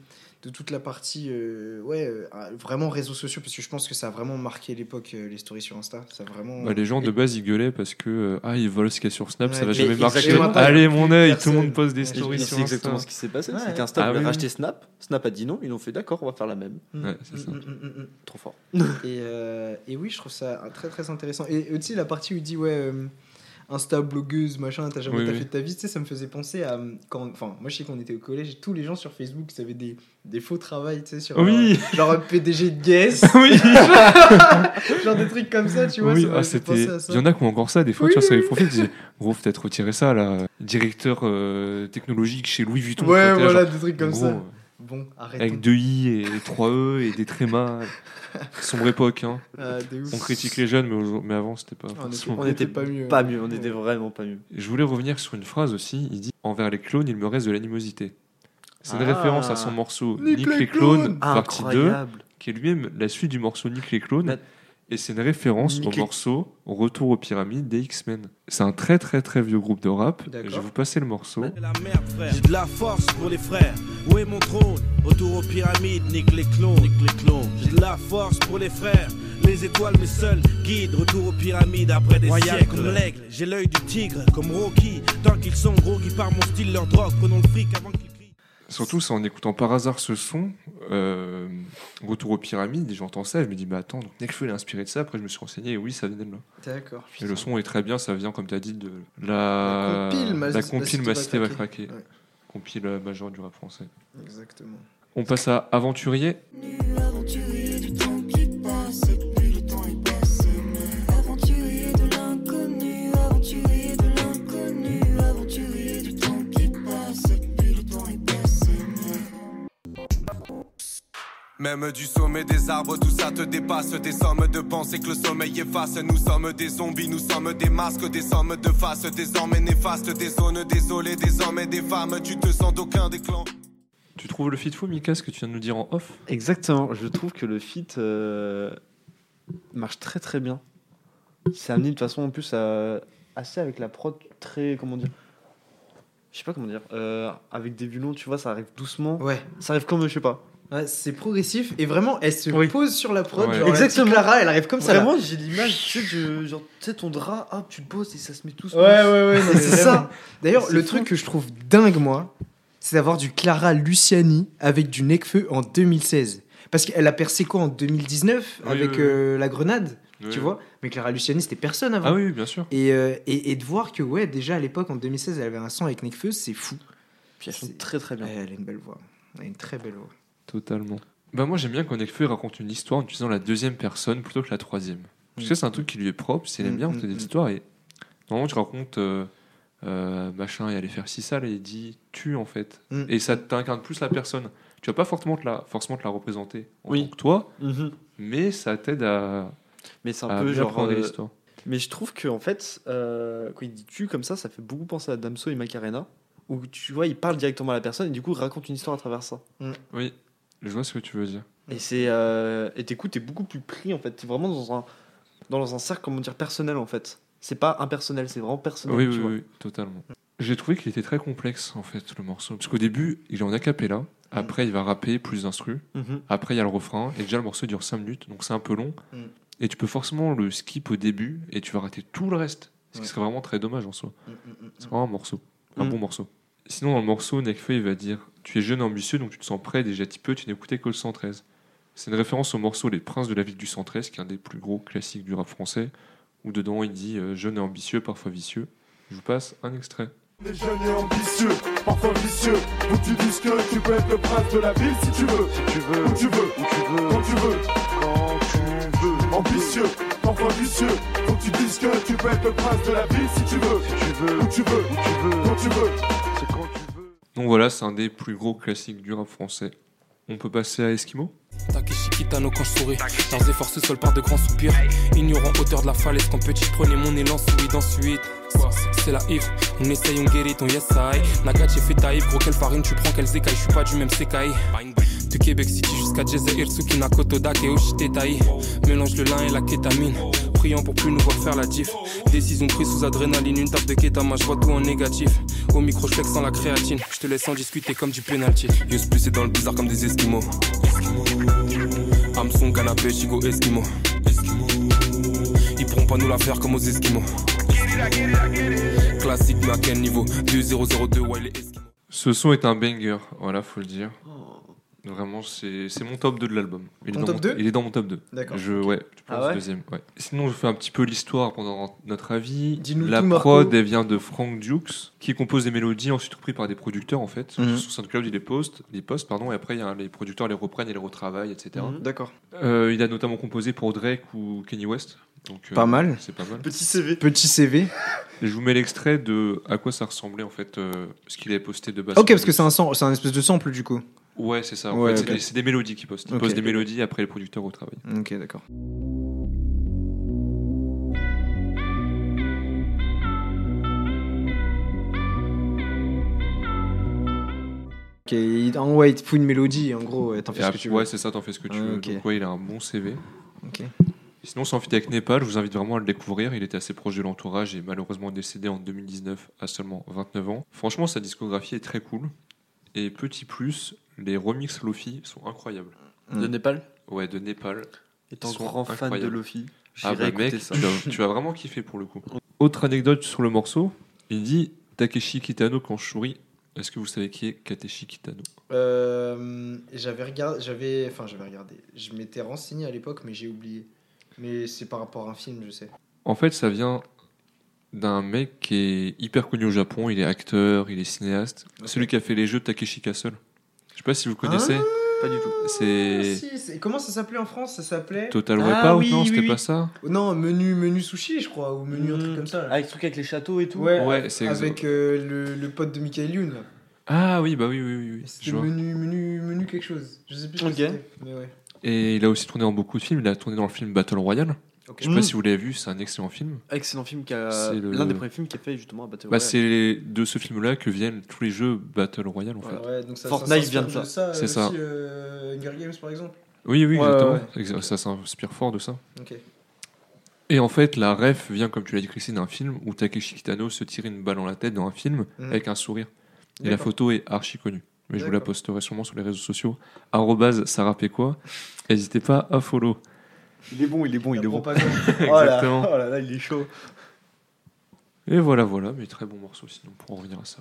[SPEAKER 2] de toute la partie, euh, ouais, euh, vraiment réseaux sociaux, parce que je pense que ça a vraiment marqué l'époque euh, les stories sur Insta. Ça a vraiment.
[SPEAKER 1] Bah, les gens de base ils gueulaient parce que euh, ah ils volent ce qu'il y a sur Snap,
[SPEAKER 2] Ouais,
[SPEAKER 1] ça va
[SPEAKER 2] mais
[SPEAKER 1] jamais marcher.
[SPEAKER 2] exactement.
[SPEAKER 1] Allez mon œil, tout
[SPEAKER 2] Personne.
[SPEAKER 1] le monde pose des
[SPEAKER 2] Ouais,
[SPEAKER 3] Et- et
[SPEAKER 1] stories sur
[SPEAKER 3] c'est
[SPEAKER 1] Insta.
[SPEAKER 3] exactement ce qui s'est passé.
[SPEAKER 2] Ouais.
[SPEAKER 3] C'est qu'Insta
[SPEAKER 1] Ah
[SPEAKER 3] voulait
[SPEAKER 1] oui,
[SPEAKER 3] racheter Snap. Snap a dit non. Ils ont fait d'accord, on va faire la même.
[SPEAKER 2] Mm,
[SPEAKER 1] Ouais, c'est
[SPEAKER 2] mm,
[SPEAKER 1] ça.
[SPEAKER 2] mm, mm, mm, mm.
[SPEAKER 3] Trop fort.
[SPEAKER 2] Et, euh, et oui, je trouve ça euh, très très intéressant. Et aussi la partie où il dit ouais, euh, Insta blogueuse machin, t'as jamais
[SPEAKER 1] Oui,
[SPEAKER 2] t'as
[SPEAKER 1] oui.
[SPEAKER 2] fait de ta vie, tu sais, ça me faisait penser à euh, quand, enfin, moi je sais qu'on était au collège, tous les gens sur Facebook, ils avaient des, des faux travails, tu sais, sur
[SPEAKER 1] Oui.
[SPEAKER 2] euh, genre euh, PDG de Guess, *laughs*
[SPEAKER 1] *laughs* oui,
[SPEAKER 2] genre des trucs comme ça, tu vois.
[SPEAKER 1] oui.
[SPEAKER 2] ça
[SPEAKER 1] Ah,
[SPEAKER 2] m'avait fait
[SPEAKER 1] c'était.
[SPEAKER 2] penser à ça.
[SPEAKER 1] Il y en a qui ont encore ça des fois.
[SPEAKER 2] Oui,
[SPEAKER 1] tu vois, ça
[SPEAKER 2] oui,
[SPEAKER 1] les profils, ils disaient, gros, faut peut-être retirer ça là. Directeur euh, technologique chez Louis Vuitton. tu vois, t'es
[SPEAKER 2] Ouais,
[SPEAKER 1] là,
[SPEAKER 2] voilà,
[SPEAKER 1] genre,
[SPEAKER 2] des trucs comme
[SPEAKER 1] gros,
[SPEAKER 2] ça.
[SPEAKER 1] euh,
[SPEAKER 2] Bon, arrêtons.
[SPEAKER 1] Avec deux i et trois e et des
[SPEAKER 2] *laughs*
[SPEAKER 1] trémas. Sombre époque. Hein.
[SPEAKER 2] Ah, de ouf.
[SPEAKER 1] On critique les jeunes, mais, aujourd'hui- mais avant c'était pas.
[SPEAKER 2] Ah, on
[SPEAKER 1] forcément-
[SPEAKER 2] On
[SPEAKER 3] On
[SPEAKER 2] était
[SPEAKER 3] était
[SPEAKER 2] pas mieux. hein.
[SPEAKER 3] Pas mieux. On était vraiment pas mieux.
[SPEAKER 1] Je voulais revenir sur une phrase aussi. Il dit Envers les clones, il me reste de l'animosité. C'est une
[SPEAKER 3] Ah.
[SPEAKER 1] référence à son morceau
[SPEAKER 2] Nique
[SPEAKER 1] Nick
[SPEAKER 2] les
[SPEAKER 1] les clones,
[SPEAKER 2] clones
[SPEAKER 1] partie 2, qui est lui-même la suite du morceau Nick les clones.
[SPEAKER 3] Bah-
[SPEAKER 1] Et c'est une référence
[SPEAKER 3] Nique
[SPEAKER 1] au
[SPEAKER 3] les-
[SPEAKER 1] morceau Retour aux pyramides des X-Men. C'est un très très très vieux groupe de rap. Je
[SPEAKER 2] D'accord.
[SPEAKER 1] vais vous passer le morceau.
[SPEAKER 8] C'est la merde, frère. J'ai de la force pour les frères. Où est mon trône Autour aux pyramides, nique les clones. Nique les clones. J'ai de la force pour les frères. Les étoiles, mes seuls guides. Retour aux pyramides après des
[SPEAKER 9] Royal
[SPEAKER 8] siècles.
[SPEAKER 9] comme
[SPEAKER 8] comme l'aigle, j'ai l'œil du tigre. Comme Rocky, tant qu'ils sont gros, qui par mon style leur drogue. Prenons le fric avant qu'ils crient.
[SPEAKER 1] Surtout, c'est en écoutant par hasard ce son, euh, Retour aux pyramides, et j'entends ça, et je me dis, bah attends, donc Nekfeu, il est inspiré de ça. Après, je me suis renseigné, et oui, ça venait de là.
[SPEAKER 2] D'accord.
[SPEAKER 1] Et le
[SPEAKER 2] putain.
[SPEAKER 1] son est très bien, ça vient, comme tu as dit, de la,
[SPEAKER 2] La compile, ma-
[SPEAKER 1] la
[SPEAKER 2] euh, la
[SPEAKER 1] compile
[SPEAKER 2] cité
[SPEAKER 1] Ma
[SPEAKER 2] va
[SPEAKER 1] Cité va
[SPEAKER 2] craquer.
[SPEAKER 1] craquer.
[SPEAKER 2] Ouais.
[SPEAKER 1] Compile euh, major du rap français.
[SPEAKER 2] Exactement.
[SPEAKER 1] On passe à Aventurier.
[SPEAKER 10] Aventurier du temps qui passe, et plus le temps est passé. Mais aventurier de l'inconnu, aventurier de l'inconnu, aventurier du temps qui passe, et plus le temps est passé.
[SPEAKER 5] Même du sommet des arbres, tout ça te dépasse. Des sommes de pensée que le sommeil efface. Nous sommes des zombies, nous sommes des masques, des sommes de face, des hommes et néfastes, des zones désolées, des hommes et des femmes. Tu te sens d'aucun des clans.
[SPEAKER 1] Tu trouves le fit fou, Mika, ce que tu viens de nous dire en off
[SPEAKER 3] Exactement. Je trouve que le feat euh, marche très très bien. C'est amené de façon en plus à- assez avec la prod très comment dire. Je sais pas comment dire. euh, avec des violons, tu vois, ça arrive doucement.
[SPEAKER 2] Ouais,
[SPEAKER 3] Ça arrive comme je sais pas.
[SPEAKER 2] Ouais, c'est progressif et vraiment, elle se pose sur la prod.
[SPEAKER 1] Ouais.
[SPEAKER 2] Genre, Exactement. Clara, elle arrive comme ça. là.
[SPEAKER 3] Vraiment, j'ai l'image, tu sais, de- genre, tu sais, ton drap, hop, tu le poses et ça se met tout.
[SPEAKER 2] Ouais, ouais, ouais, non, mais
[SPEAKER 3] *laughs* C'est
[SPEAKER 2] vraiment.
[SPEAKER 3] ça.
[SPEAKER 2] D'ailleurs,
[SPEAKER 3] C'est
[SPEAKER 2] le
[SPEAKER 3] fou.
[SPEAKER 2] truc que je trouve dingue, moi, c'est d'avoir du Clara Luciani avec du Necfeu en 2016. Parce qu'elle a percé quoi en 2019
[SPEAKER 1] Oui,
[SPEAKER 2] avec
[SPEAKER 1] oui, oui.
[SPEAKER 2] euh, la Grenade,
[SPEAKER 1] Oui.
[SPEAKER 2] tu vois Mais Clara Luciani, c'était personne avant.
[SPEAKER 1] Ah oui, oui, bien sûr.
[SPEAKER 2] Et, euh, et, et de voir que, ouais, déjà à l'époque, en 2016, elle avait un son avec Necfeu, c'est fou.
[SPEAKER 3] Puis elles sont
[SPEAKER 2] C'est-
[SPEAKER 3] très très bien.
[SPEAKER 2] Ouais, Elle a une belle voix. Elle a une très belle voix.
[SPEAKER 1] Totalement. Bah moi, j'aime bien quand Nekfeu il raconte une histoire en utilisant la deuxième personne plutôt que la troisième. Parce que c'est un truc qui lui est propre, c'est il aime
[SPEAKER 2] Mm,
[SPEAKER 1] bien
[SPEAKER 2] mm,
[SPEAKER 1] raconter des
[SPEAKER 2] mm.
[SPEAKER 1] histoires. Et normalement, tu racontes euh, euh, machin et aller faire ci, ça, et il dit tu en fait.
[SPEAKER 2] Mm.
[SPEAKER 1] Et ça t'incarne plus la personne. Tu vas pas forcément te la, forcément te la représenter en
[SPEAKER 3] Oui.
[SPEAKER 1] tant que toi,
[SPEAKER 3] Mhm.
[SPEAKER 1] mais ça t'aide à,
[SPEAKER 3] Mais c'est un
[SPEAKER 1] à
[SPEAKER 3] peu
[SPEAKER 1] mieux
[SPEAKER 3] genre.
[SPEAKER 1] appréhender
[SPEAKER 3] euh,
[SPEAKER 1] l'histoire.
[SPEAKER 3] Mais je trouve que en fait, euh, quand il dit tu comme ça, ça fait beaucoup penser à Damso et Macarena, où tu vois, il parle directement à la personne et du coup raconte une histoire à travers ça.
[SPEAKER 1] Oui, je vois ce que tu veux dire.
[SPEAKER 3] Et c'est euh, et t'écoutes, t'es beaucoup plus pris en fait. T'es vraiment dans un dans un cercle comment dire personnel en fait. C'est pas impersonnel, c'est vraiment personnel.
[SPEAKER 1] Oui,
[SPEAKER 3] tu
[SPEAKER 1] oui,
[SPEAKER 3] vois.
[SPEAKER 1] oui, totalement. J'ai trouvé qu'il était très complexe, en fait, le morceau. Parce qu'au début, il est en acapella. Après, il va rapper, plus d'instru.
[SPEAKER 3] Mhm.
[SPEAKER 1] Après, il y a le refrain. Et déjà, le morceau dure 5 minutes, donc c'est un peu long.
[SPEAKER 2] Mm.
[SPEAKER 1] Et tu peux forcément le skip au début et tu vas rater tout le reste. Ce
[SPEAKER 2] Ouais.
[SPEAKER 1] qui serait vraiment très dommage en soi.
[SPEAKER 2] Mm, mm, mm, mm.
[SPEAKER 1] C'est vraiment un morceau. Un
[SPEAKER 3] Mm.
[SPEAKER 1] bon morceau. Sinon, dans le morceau, Nekfeu, il va dire Tu es jeune, ambitieux, donc tu te sens prêt, déjà petit peu, tu n'écoutais que le 113. C'est une référence au morceau Les Princes de la Ville du 113, qui est un des plus gros classiques du rap français, où dedans il dit euh, Jeune et ambitieux, parfois vicieux. Je vous passe un extrait.
[SPEAKER 5] Des jeunes et ambitieux, parfois vicieux. Où tu dis que tu peux être le prince de la ville si tu veux.
[SPEAKER 6] Si tu veux,
[SPEAKER 5] Où tu veux,
[SPEAKER 6] où tu veux,
[SPEAKER 5] quand tu veux.
[SPEAKER 6] quand tu veux.
[SPEAKER 5] Ambitieux, parfois vicieux. Où tu dis que tu peux être le prince de la ville si tu veux.
[SPEAKER 6] Si tu veux,
[SPEAKER 5] Où tu veux,
[SPEAKER 6] où tu veux,
[SPEAKER 5] quand tu veux.
[SPEAKER 6] c'est quand tu veux.
[SPEAKER 1] Donc voilà, c'est un des plus gros classiques du rap français. On peut passer à Eskimo
[SPEAKER 9] Takeshi Kitano quand je souris. Leurs efforts se solent par de grands soupirs. Ignorant hauteur de la falaise quand petit prenez mon élan, souris ensuite. C'est la ivre, on essaye, on guérit, on yes I. Nagachi fait taïf, gros quelle farine tu prends, quelles écailles, je suis pas du même sécaille. De Québec City jusqu'à Jezer, Tsukinakoto, Dak et Oshitetai. Mélange le lin et la kétamine, priant pour plus nous voir faire la diff. Décision prise sous adrénaline, une table de kétama, je vois tout en négatif. Au micro, je flex sans la créatine, je te laisse en discuter comme du penalty. Yus plus c'est dans le bizarre comme des esquimaux. Hamson, canapé, chigo, esquimaux. Ils pourront pas nous la faire comme aux esquimaux. Classique, mais à quel niveau 2002, ouais, les esquimaux.
[SPEAKER 1] Ce son est un banger, voilà, faut le dire.
[SPEAKER 3] Oh.
[SPEAKER 1] Vraiment, c'est c'est mon top 2 de l'album. Il, est
[SPEAKER 2] Ton
[SPEAKER 1] dans
[SPEAKER 2] top
[SPEAKER 1] mon-
[SPEAKER 2] 2?
[SPEAKER 1] il est dans mon top 2.
[SPEAKER 2] D'accord.
[SPEAKER 1] Je, ouais, je pense
[SPEAKER 3] Ah ouais
[SPEAKER 1] deuxième. ouais. Sinon, je fais un petit peu l'histoire pendant notre avis.
[SPEAKER 2] Dis-nous
[SPEAKER 1] La
[SPEAKER 2] tout, Marco.
[SPEAKER 1] prod, elle vient de Frank Dukes, qui compose des mélodies ensuite reprises par des producteurs, en fait.
[SPEAKER 2] Mhm.
[SPEAKER 1] Sur SoundCloud, il les poste, les poste, pardon, et après, il y a- les producteurs les reprennent et les retravaillent, etc.
[SPEAKER 3] Mhm.
[SPEAKER 2] mm. D'accord.
[SPEAKER 1] Euh, il a notamment composé pour Drake ou Kenny West. Donc, euh,
[SPEAKER 2] Pas mal.
[SPEAKER 1] C'est pas mal.
[SPEAKER 3] Petit CV.
[SPEAKER 2] Petit CV.
[SPEAKER 1] Et je vous mets l'extrait de à quoi ça ressemblait, en fait, euh, ce qu'il avait posté de base.
[SPEAKER 2] Ok, parce que c'est un, sam- c'est un espèce de sample du coup.
[SPEAKER 1] Ouais, c'est ça. En
[SPEAKER 2] Ouais,
[SPEAKER 1] fait, c'est
[SPEAKER 2] ok.
[SPEAKER 1] des- c'est des mélodies qu'il poste. Il
[SPEAKER 2] Ok,
[SPEAKER 1] poste des
[SPEAKER 2] ok.
[SPEAKER 1] mélodies, après, les producteurs retravaillent.
[SPEAKER 2] Ok, d'accord. Ok, il- en ouais, il te fout une mélodie, en gros, ouais, t'en
[SPEAKER 1] Et
[SPEAKER 2] fais ce que
[SPEAKER 1] après-
[SPEAKER 2] tu
[SPEAKER 1] ouais,
[SPEAKER 2] veux.
[SPEAKER 1] c'est ça, t'en fais ce que tu
[SPEAKER 2] Ah,
[SPEAKER 1] veux.
[SPEAKER 2] ok.
[SPEAKER 1] Donc, ouais, il a un bon CV.
[SPEAKER 2] Ok.
[SPEAKER 1] Et sinon, c'est en feat avec Népal, je vous invite vraiment à le découvrir. Il était assez proche de l'entourage et malheureusement décédé en 2019 à seulement 29 ans. Franchement, sa discographie est très cool. Et petit plus, les remixes Lofi sont incroyables.
[SPEAKER 2] Mm.
[SPEAKER 3] De Népal.
[SPEAKER 1] Ouais, de Népal.
[SPEAKER 3] Étant
[SPEAKER 1] Ils sont
[SPEAKER 3] grand fan de
[SPEAKER 1] incroyables.
[SPEAKER 3] Lofi,
[SPEAKER 1] Ah
[SPEAKER 3] j'irai
[SPEAKER 1] bah
[SPEAKER 3] écouter
[SPEAKER 1] mec,
[SPEAKER 3] ça.
[SPEAKER 1] tu vas, tu vas vraiment kiffer pour le coup. Autre anecdote sur le morceau, il dit Takeshi Kitano quand je souris. Est-ce que vous savez qui est Takeshi Kitano
[SPEAKER 2] Euh, j'avais regardé, j'avais, enfin j'avais regardé. Je m'étais renseigné à l'époque, mais j'ai oublié. Mais c'est par rapport à un film, je sais.
[SPEAKER 1] En fait, ça vient d'un mec qui est hyper connu au Japon. Il est acteur, il est cinéaste.
[SPEAKER 2] Ok.
[SPEAKER 1] Celui qui a fait les jeux de Takeshi Castle. Je sais pas si vous connaissez.
[SPEAKER 3] Pas du tout.
[SPEAKER 2] Ah,
[SPEAKER 1] c'est
[SPEAKER 2] si, c'est- comment ça s'appelait en France Ça s'appelait
[SPEAKER 1] Total
[SPEAKER 2] Ah,
[SPEAKER 1] Wipeout,
[SPEAKER 2] oui,
[SPEAKER 1] non
[SPEAKER 2] oui,
[SPEAKER 1] C'était
[SPEAKER 2] oui.
[SPEAKER 1] pas ça
[SPEAKER 2] Non, menu menu sushi, je crois, ou menu un truc
[SPEAKER 3] Mm.
[SPEAKER 2] comme ça. là.
[SPEAKER 3] Avec truc avec les châteaux et tout.
[SPEAKER 2] Ouais,
[SPEAKER 1] Ouais, Ah, c'est
[SPEAKER 2] avec euh, le, le pote de Michael Youn. là.
[SPEAKER 1] Ah oui, bah oui, oui, oui. oui, je
[SPEAKER 2] C'était
[SPEAKER 1] vois.
[SPEAKER 2] menu, menu, menu quelque chose. Je sais plus ce que
[SPEAKER 3] Ok.
[SPEAKER 2] c'était, mais ouais.
[SPEAKER 1] Et il a aussi tourné dans beaucoup de films. Il a tourné dans le film Battle Royale.
[SPEAKER 2] Ok.
[SPEAKER 1] Je sais pas si vous l'avez vu, c'est un excellent film.
[SPEAKER 3] Excellent film qui a
[SPEAKER 1] C'est le-
[SPEAKER 3] l'un des premiers films qui a fait justement à Battle
[SPEAKER 1] Bah,
[SPEAKER 3] Royale.
[SPEAKER 1] c'est de ce film-là que viennent tous les jeux Battle Royale, en fait.
[SPEAKER 2] Ouais, donc ça,
[SPEAKER 3] Fortnite
[SPEAKER 2] s'inspire
[SPEAKER 3] vient de ça.
[SPEAKER 1] C'est
[SPEAKER 2] aussi,
[SPEAKER 1] ça.
[SPEAKER 2] euh, Hunger Games par exemple.
[SPEAKER 1] Oui, oui,
[SPEAKER 3] Ouais,
[SPEAKER 1] exactement.
[SPEAKER 3] ouais,
[SPEAKER 1] Exa- Ça s'inspire fort de ça.
[SPEAKER 2] Ok.
[SPEAKER 1] Et en fait, la ref vient, comme tu l'as dit, Christine, d'un film où Takeshi Kitano se tire une balle dans la tête dans un film
[SPEAKER 2] Mhm.
[SPEAKER 1] avec un sourire. Et la
[SPEAKER 2] D'accord.
[SPEAKER 1] photo est archi connue. Mais je vous la
[SPEAKER 2] D'accord.
[SPEAKER 1] posterai sûrement sur les réseaux sociaux. Arrobase Sarah Pécois. N'hésitez pas à follow.
[SPEAKER 3] Il est bon, il est bon,
[SPEAKER 2] La
[SPEAKER 3] il est bon.
[SPEAKER 2] propagande.
[SPEAKER 3] *laughs* Oh là,
[SPEAKER 1] Exactement.
[SPEAKER 3] oh là là, il est chaud.
[SPEAKER 1] Et voilà, voilà. Mais très bon morceau, sinon, pour en revenir à ça.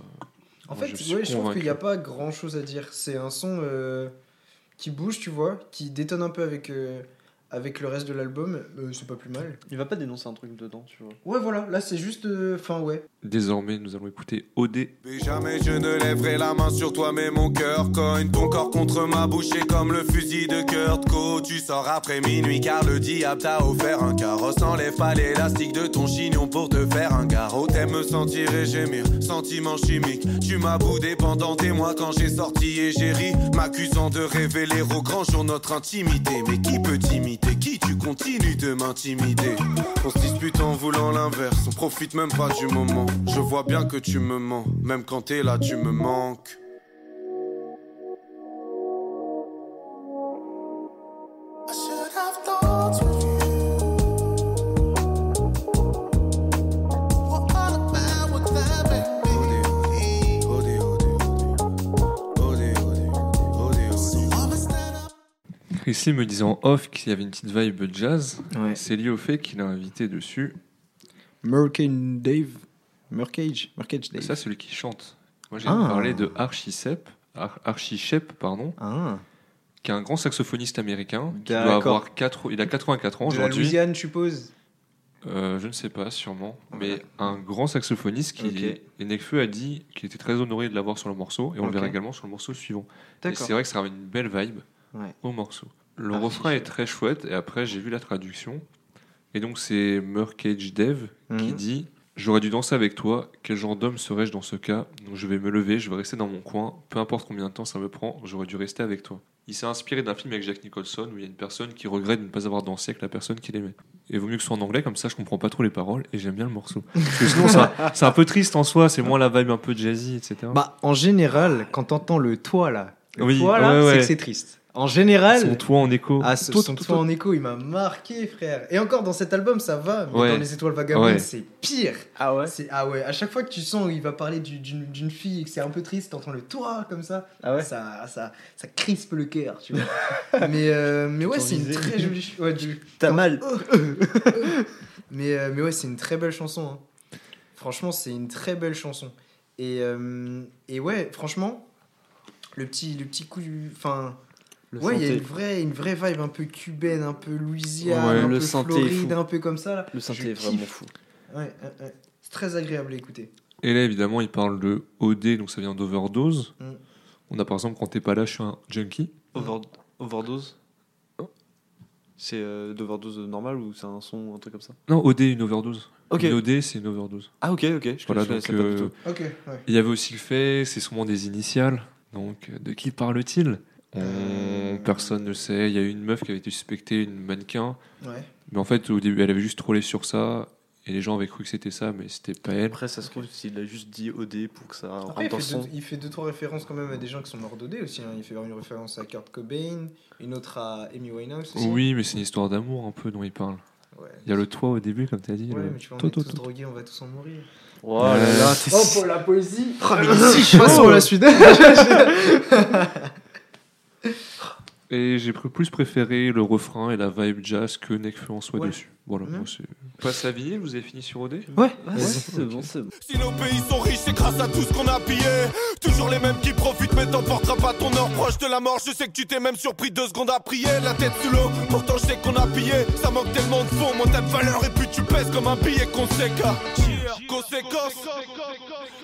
[SPEAKER 2] En
[SPEAKER 1] Moi,
[SPEAKER 2] fait,
[SPEAKER 1] je suis
[SPEAKER 2] ouais, je, trouve
[SPEAKER 1] convaincu.
[SPEAKER 2] qu'il n'y a pas grand chose à dire. C'est un son euh, qui bouge, tu vois, qui détonne un peu avec, euh, avec le reste de l'album. Euh, c'est pas plus mal.
[SPEAKER 3] Il va pas dénoncer un truc dedans, tu vois.
[SPEAKER 2] Ouais, voilà, là c'est juste. euh, Enfin, ouais.
[SPEAKER 1] Désormais, nous allons écouter OD.
[SPEAKER 6] Plus jamais je ne lèverai la main sur toi, mais mon cœur cogne. Ton corps contre ma bouche est comme le fusil de Kurt Co. Tu sors après minuit car le diable t'a offert un carrosse. Enlève pas l'élastique de ton chignon pour te faire un garrot. T'aimes me sentir et gémir, sentiment chimique. Tu m'as boudé pendant des mois quand j'ai sorti et j'ai ri, m'accusant de révéler au grand jour notre intimité. Mais qui peut t'imiter Qui tu continues de m'intimider On se dispute en voulant l'inverse, on profite même pas du moment. Je vois bien que tu me mens, même quand t'es là, tu me manques.
[SPEAKER 1] Christine me disait en off qu'il y avait une petite vibe jazz.
[SPEAKER 2] Ouais.
[SPEAKER 1] C'est lié au fait qu'il a invité dessus.
[SPEAKER 2] Murkage Dave. Murkage. Murkage Dave.
[SPEAKER 1] Ça, celui qui chante. Moi, j'ai
[SPEAKER 2] Ah.
[SPEAKER 1] parlé de Archie Shepp, Ar- Archie Shepp, pardon,
[SPEAKER 2] Ah.
[SPEAKER 1] qui est un grand saxophoniste américain. Qui doit
[SPEAKER 2] D'accord.
[SPEAKER 1] avoir quatre, il a 84 ans
[SPEAKER 2] De la
[SPEAKER 1] aujourd'hui.
[SPEAKER 2] Louisiane, je suppose.
[SPEAKER 1] Euh, je ne sais pas, sûrement. Mais un grand saxophoniste qui.
[SPEAKER 2] Ok.
[SPEAKER 1] Et Nekfeu a dit qu'il était très honoré de l'avoir sur le morceau, et on le
[SPEAKER 2] Ok.
[SPEAKER 1] verra également sur le morceau suivant. Et
[SPEAKER 2] D'accord.
[SPEAKER 1] c'est vrai que ça ramène une belle vibe
[SPEAKER 2] Ouais.
[SPEAKER 1] au morceau. Le
[SPEAKER 2] Archi
[SPEAKER 1] refrain est très chouette, et après j'ai vu la traduction. Et donc c'est Murkage Dev qui
[SPEAKER 2] Mhm.
[SPEAKER 1] dit J'aurais dû danser avec toi, quel genre d'homme serais-je dans ce cas Donc je vais me lever, je vais rester dans mon coin, peu importe combien de temps ça me prend, j'aurais dû rester avec toi. Il s'est inspiré d'un film avec Jack Nicholson où il y a une personne qui regrette de ne pas avoir dansé avec la personne qu'il aimait. Et vaut mieux que ce soit en anglais, comme ça je comprends pas trop les paroles et j'aime bien le
[SPEAKER 2] *laughs*
[SPEAKER 1] morceau. Parce que sinon, ça- c'est un peu triste en soi, c'est moins la vibe un peu jazzy, etc.
[SPEAKER 2] Bah, en général, quand t'entends le toit là, le
[SPEAKER 1] Oui,
[SPEAKER 2] toit là,
[SPEAKER 1] ouais,
[SPEAKER 2] c'est
[SPEAKER 1] ouais.
[SPEAKER 2] que c'est triste. En général,
[SPEAKER 1] Son toit en écho.
[SPEAKER 2] Ah, ce-
[SPEAKER 1] Tout-
[SPEAKER 2] son
[SPEAKER 1] tout-
[SPEAKER 2] toit en écho, il m'a marqué, frère. Et encore dans cet album, ça va, mais
[SPEAKER 1] Ouais.
[SPEAKER 2] dans Les Étoiles Vagabondes,
[SPEAKER 1] Ouais.
[SPEAKER 2] c'est pire. Ah ouais Ah ouais, à chaque fois que tu sens où il va parler du- d'une d'une fille et que c'est un peu triste, t'entends le toit comme ça. Ah ouais Ça, ça, ça crispe le cœur, tu
[SPEAKER 3] *laughs*
[SPEAKER 2] vois. mais, euh, mais ouais, c'est une
[SPEAKER 3] Autorisé.
[SPEAKER 2] très jolie. ch- Ouais,
[SPEAKER 3] *laughs*
[SPEAKER 2] du-
[SPEAKER 3] T'as mal.
[SPEAKER 2] mais, euh, mais ouais, c'est une très belle chanson. hein. Franchement, c'est une très belle chanson. Et, euh, et ouais, franchement, le petit, le petit coup. Enfin.
[SPEAKER 3] Le
[SPEAKER 2] ouais, il y a
[SPEAKER 3] synthé.
[SPEAKER 2] une vraie, une vraie vibe un peu cubaine, un peu Louisiane,
[SPEAKER 3] Ouais,
[SPEAKER 2] un
[SPEAKER 3] le
[SPEAKER 2] peu
[SPEAKER 3] synthé est
[SPEAKER 2] Floride,
[SPEAKER 3] fou.
[SPEAKER 2] un peu comme ça. Là.
[SPEAKER 3] Le synthé
[SPEAKER 2] Je
[SPEAKER 3] est vraiment
[SPEAKER 2] kiffe.
[SPEAKER 3] fou.
[SPEAKER 2] Ouais, ouais, ouais. C'est très agréable à écouter.
[SPEAKER 1] Et là, évidemment, il parle de OD, donc ça vient d'overdose.
[SPEAKER 2] Mm.
[SPEAKER 1] On a par exemple Quand t'es pas là, je suis un junkie.
[SPEAKER 3] Over- Overdose Oh. C'est euh, d'overdose normale ou c'est un son, un truc comme ça
[SPEAKER 1] Non, OD, une overdose.
[SPEAKER 3] Ok.
[SPEAKER 1] Une OD, c'est une overdose.
[SPEAKER 3] Ah ok, ok, je
[SPEAKER 1] Voilà,
[SPEAKER 3] connais
[SPEAKER 1] donc
[SPEAKER 3] ça pas du
[SPEAKER 1] euh,
[SPEAKER 3] tout.
[SPEAKER 2] Ok, ouais.
[SPEAKER 1] il y avait aussi le fait, c'est souvent des initiales. Donc, euh, de qui parle-t-il On-
[SPEAKER 2] Euh.
[SPEAKER 1] Personne ne sait. Il y a eu une meuf qui avait été suspectée, une mannequin.
[SPEAKER 2] Ouais.
[SPEAKER 1] Mais en fait, au début, elle avait juste trollé sur ça. Et les gens avaient cru que c'était ça, mais c'était pas elle.
[SPEAKER 3] Après, ça se trouve, s'il a juste dit OD pour que ça rentre
[SPEAKER 2] Après, il
[SPEAKER 3] dans le
[SPEAKER 2] fait,
[SPEAKER 3] son.
[SPEAKER 2] deux, il fait deux, trois références quand même à des gens qui sont morts d'OD aussi. hein. Il fait une référence à Kurt Cobain, une autre à Amy Winehouse aussi.
[SPEAKER 1] Oui, mais c'est une histoire d'amour un peu dont il parle.
[SPEAKER 2] Ouais.
[SPEAKER 1] Il y a le toit au début, comme t'as dit.
[SPEAKER 2] Ouais,
[SPEAKER 1] le
[SPEAKER 2] mais tu vois, on
[SPEAKER 1] to-
[SPEAKER 2] est
[SPEAKER 1] to-
[SPEAKER 2] tous
[SPEAKER 1] to-
[SPEAKER 2] drogués, on va tous en mourir.
[SPEAKER 3] Oh là là, t'es- *laughs*
[SPEAKER 2] Oh, pour la *laughs* poésie Euh,
[SPEAKER 3] Passons à la
[SPEAKER 2] suite
[SPEAKER 1] Et j'ai pr- plus préféré le refrain et la vibe jazz que Nekfeu en soi
[SPEAKER 2] Ouais.
[SPEAKER 1] dessus. Voilà,
[SPEAKER 2] Mhm.
[SPEAKER 1] moi, c'est. Passe la vinyle, vous avez fini sur OD
[SPEAKER 2] *laughs* Ouais,
[SPEAKER 3] Ouais, c'est bon, c'est bon.
[SPEAKER 5] Si nos pays sont riches, c'est grâce à tout ce qu'on a pillé. Toujours les mêmes qui profitent, mais t'emporteras pas ton or proche de la mort. Je sais que tu t'es même surpris deux secondes à prier. La tête sous l'eau, pourtant je sais qu'on a pillé. Ça manque tellement de fonds, mon tas de valeur. Et puis tu pèses comme un billet conséquent. Conséquence.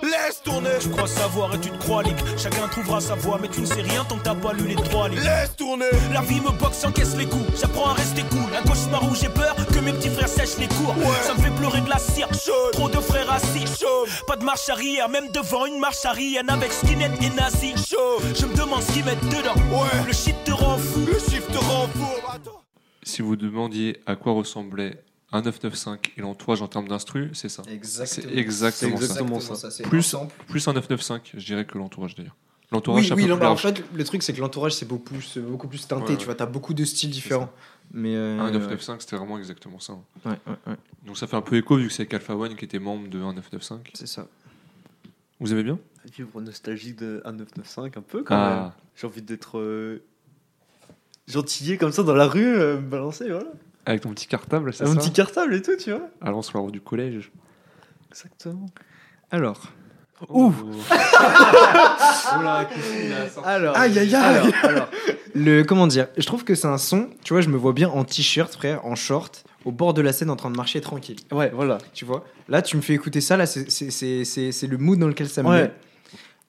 [SPEAKER 5] Laisse tourner,
[SPEAKER 11] Tu crois savoir et tu te crois libre. Chacun trouvera sa voie, mais tu ne sais rien tant que t'as pas lu les trois livres.
[SPEAKER 5] laisse tourner.
[SPEAKER 11] La vie me boxe, j'encaisse les coups. J'apprends à rester cool. Un cauchemar où j'ai peur que mes petits frères sèchent les cours. Ça me fait pleurer de la cire. Trop de frères assis. Pas de marche arrière, même devant une marche arrière. Avec skinhead et nazi. Je me demande ce qu'ils mettent dedans.
[SPEAKER 5] Ouais.
[SPEAKER 11] Le shit te rend fou.
[SPEAKER 5] Le chiffre te rend fou. Attends.
[SPEAKER 1] Si vous demandiez à quoi ressemblait un 995 et l'entourage en termes d'instru, c'est ça.
[SPEAKER 2] Exactement.
[SPEAKER 1] C'est exactement
[SPEAKER 3] C'est exactement
[SPEAKER 2] ça. c'est
[SPEAKER 1] Plus,
[SPEAKER 2] ensemble.
[SPEAKER 1] plus un 995, je dirais que l'entourage d'ailleurs. L'entourage,
[SPEAKER 2] Oui,
[SPEAKER 1] c'est un
[SPEAKER 2] oui
[SPEAKER 1] peu
[SPEAKER 2] non,
[SPEAKER 1] plus
[SPEAKER 2] bah, en
[SPEAKER 1] large.
[SPEAKER 2] fait, le truc, c'est que l'entourage, c'est beaucoup, c'est beaucoup plus teinté.
[SPEAKER 1] Ouais, Ah,
[SPEAKER 2] Tu
[SPEAKER 1] ouais.
[SPEAKER 2] vois, t'as beaucoup de styles différents. Mais. euh,
[SPEAKER 1] Un 995, c'était vraiment exactement ça. hein.
[SPEAKER 2] ouais, ouais, ouais,
[SPEAKER 1] Donc ça fait un peu écho vu que c'est Alpha One qui était membre de 1995.
[SPEAKER 2] c'est ça.
[SPEAKER 1] Vous aimez bien
[SPEAKER 3] Vivre nostalgique de 1995 un peu quand
[SPEAKER 1] Ah.
[SPEAKER 3] même. J'ai envie d'être euh, gentillé comme ça dans la rue, euh, me balancer, voilà.
[SPEAKER 1] Avec ton petit cartable, c'est ça
[SPEAKER 3] Un
[SPEAKER 1] Ah,
[SPEAKER 3] petit cartable et tout, tu vois.
[SPEAKER 1] Allons sur la route du collège.
[SPEAKER 3] Exactement.
[SPEAKER 2] Alors.
[SPEAKER 1] Ouh
[SPEAKER 3] Ah, Oh
[SPEAKER 2] Alors. Aïe, aïe, aïe *laughs* Le, comment dire Je trouve que c'est un son. Tu vois, je me vois bien en t-shirt, frère, en short, au bord de la scène en train de marcher tranquille.
[SPEAKER 3] Ouais, voilà.
[SPEAKER 2] Tu vois Là, tu me fais écouter ça. Là, c'est- c'est c'est- c'est- c'est le mood dans lequel ça me
[SPEAKER 3] Ouais.
[SPEAKER 2] met.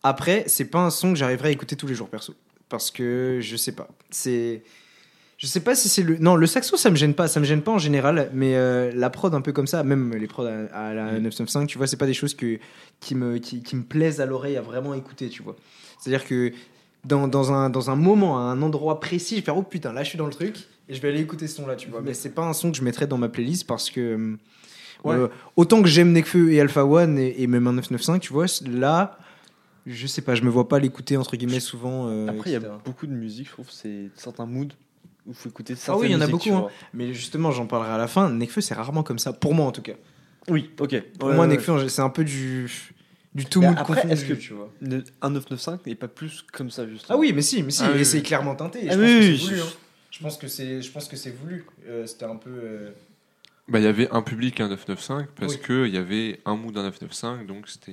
[SPEAKER 2] Après, c'est pas un son que j'arriverai à écouter tous les jours, perso. Parce que je sais pas. C'est. Je sais pas si c'est le. Non, le saxo, ça me gêne pas. Ça me gêne pas en général. Mais euh, la prod, un peu comme ça, même les prods à, à la
[SPEAKER 3] Mm.
[SPEAKER 2] 995, tu vois, c'est pas des choses que, qui, me, qui, qui me plaisent à l'oreille à vraiment écouter, tu vois. C'est-à-dire que dans, dans, un, dans un moment, à un endroit précis, je vais faire oh putain, là je suis dans le truc et je vais aller écouter ce son là, tu vois. Mais c'est pas un son que je mettrais dans ma playlist parce que. euh,
[SPEAKER 3] Ouais.
[SPEAKER 2] euh, autant que j'aime Nekfeu et Alpha One et, et même un 995, tu vois, là, je sais pas, je me vois pas l'écouter entre guillemets souvent. euh,
[SPEAKER 3] Après, il y a
[SPEAKER 2] etc.
[SPEAKER 3] beaucoup de musique, je trouve, c'est certains moods où il faut écouter
[SPEAKER 2] Ah
[SPEAKER 3] certaines
[SPEAKER 2] oui, il y en a
[SPEAKER 3] musiques, tu
[SPEAKER 2] beaucoup, hein.
[SPEAKER 3] vois.
[SPEAKER 2] Mais justement, j'en parlerai à la fin. Nekfeu, c'est rarement comme ça, pour moi en tout cas.
[SPEAKER 3] Oui, ok. Euh,
[SPEAKER 2] Pour
[SPEAKER 3] Ouais,
[SPEAKER 2] moi,
[SPEAKER 3] ouais,
[SPEAKER 2] Nekfeu, c'est un peu du. Du tout
[SPEAKER 3] Mais
[SPEAKER 2] mood
[SPEAKER 3] après,
[SPEAKER 2] confondu,
[SPEAKER 3] est-ce que-
[SPEAKER 2] tu vois.
[SPEAKER 3] ouais. Un 995 n'est pas plus comme ça, justement.
[SPEAKER 2] Ah oui, mais si, mais si,
[SPEAKER 1] Ah oui,
[SPEAKER 2] et
[SPEAKER 1] oui.
[SPEAKER 2] c'est clairement teinté. et
[SPEAKER 3] Ah
[SPEAKER 2] je,
[SPEAKER 3] oui,
[SPEAKER 2] pense
[SPEAKER 3] oui,
[SPEAKER 2] que c'est voulu,
[SPEAKER 3] je-
[SPEAKER 2] hein. je pense que c'est, je pense que c'est voulu. Euh, c'était un peu. euh,
[SPEAKER 1] Bah, il y avait un public, un 995, parce
[SPEAKER 2] Oui.
[SPEAKER 1] que qu'il y avait un mood, un 995, donc c'était.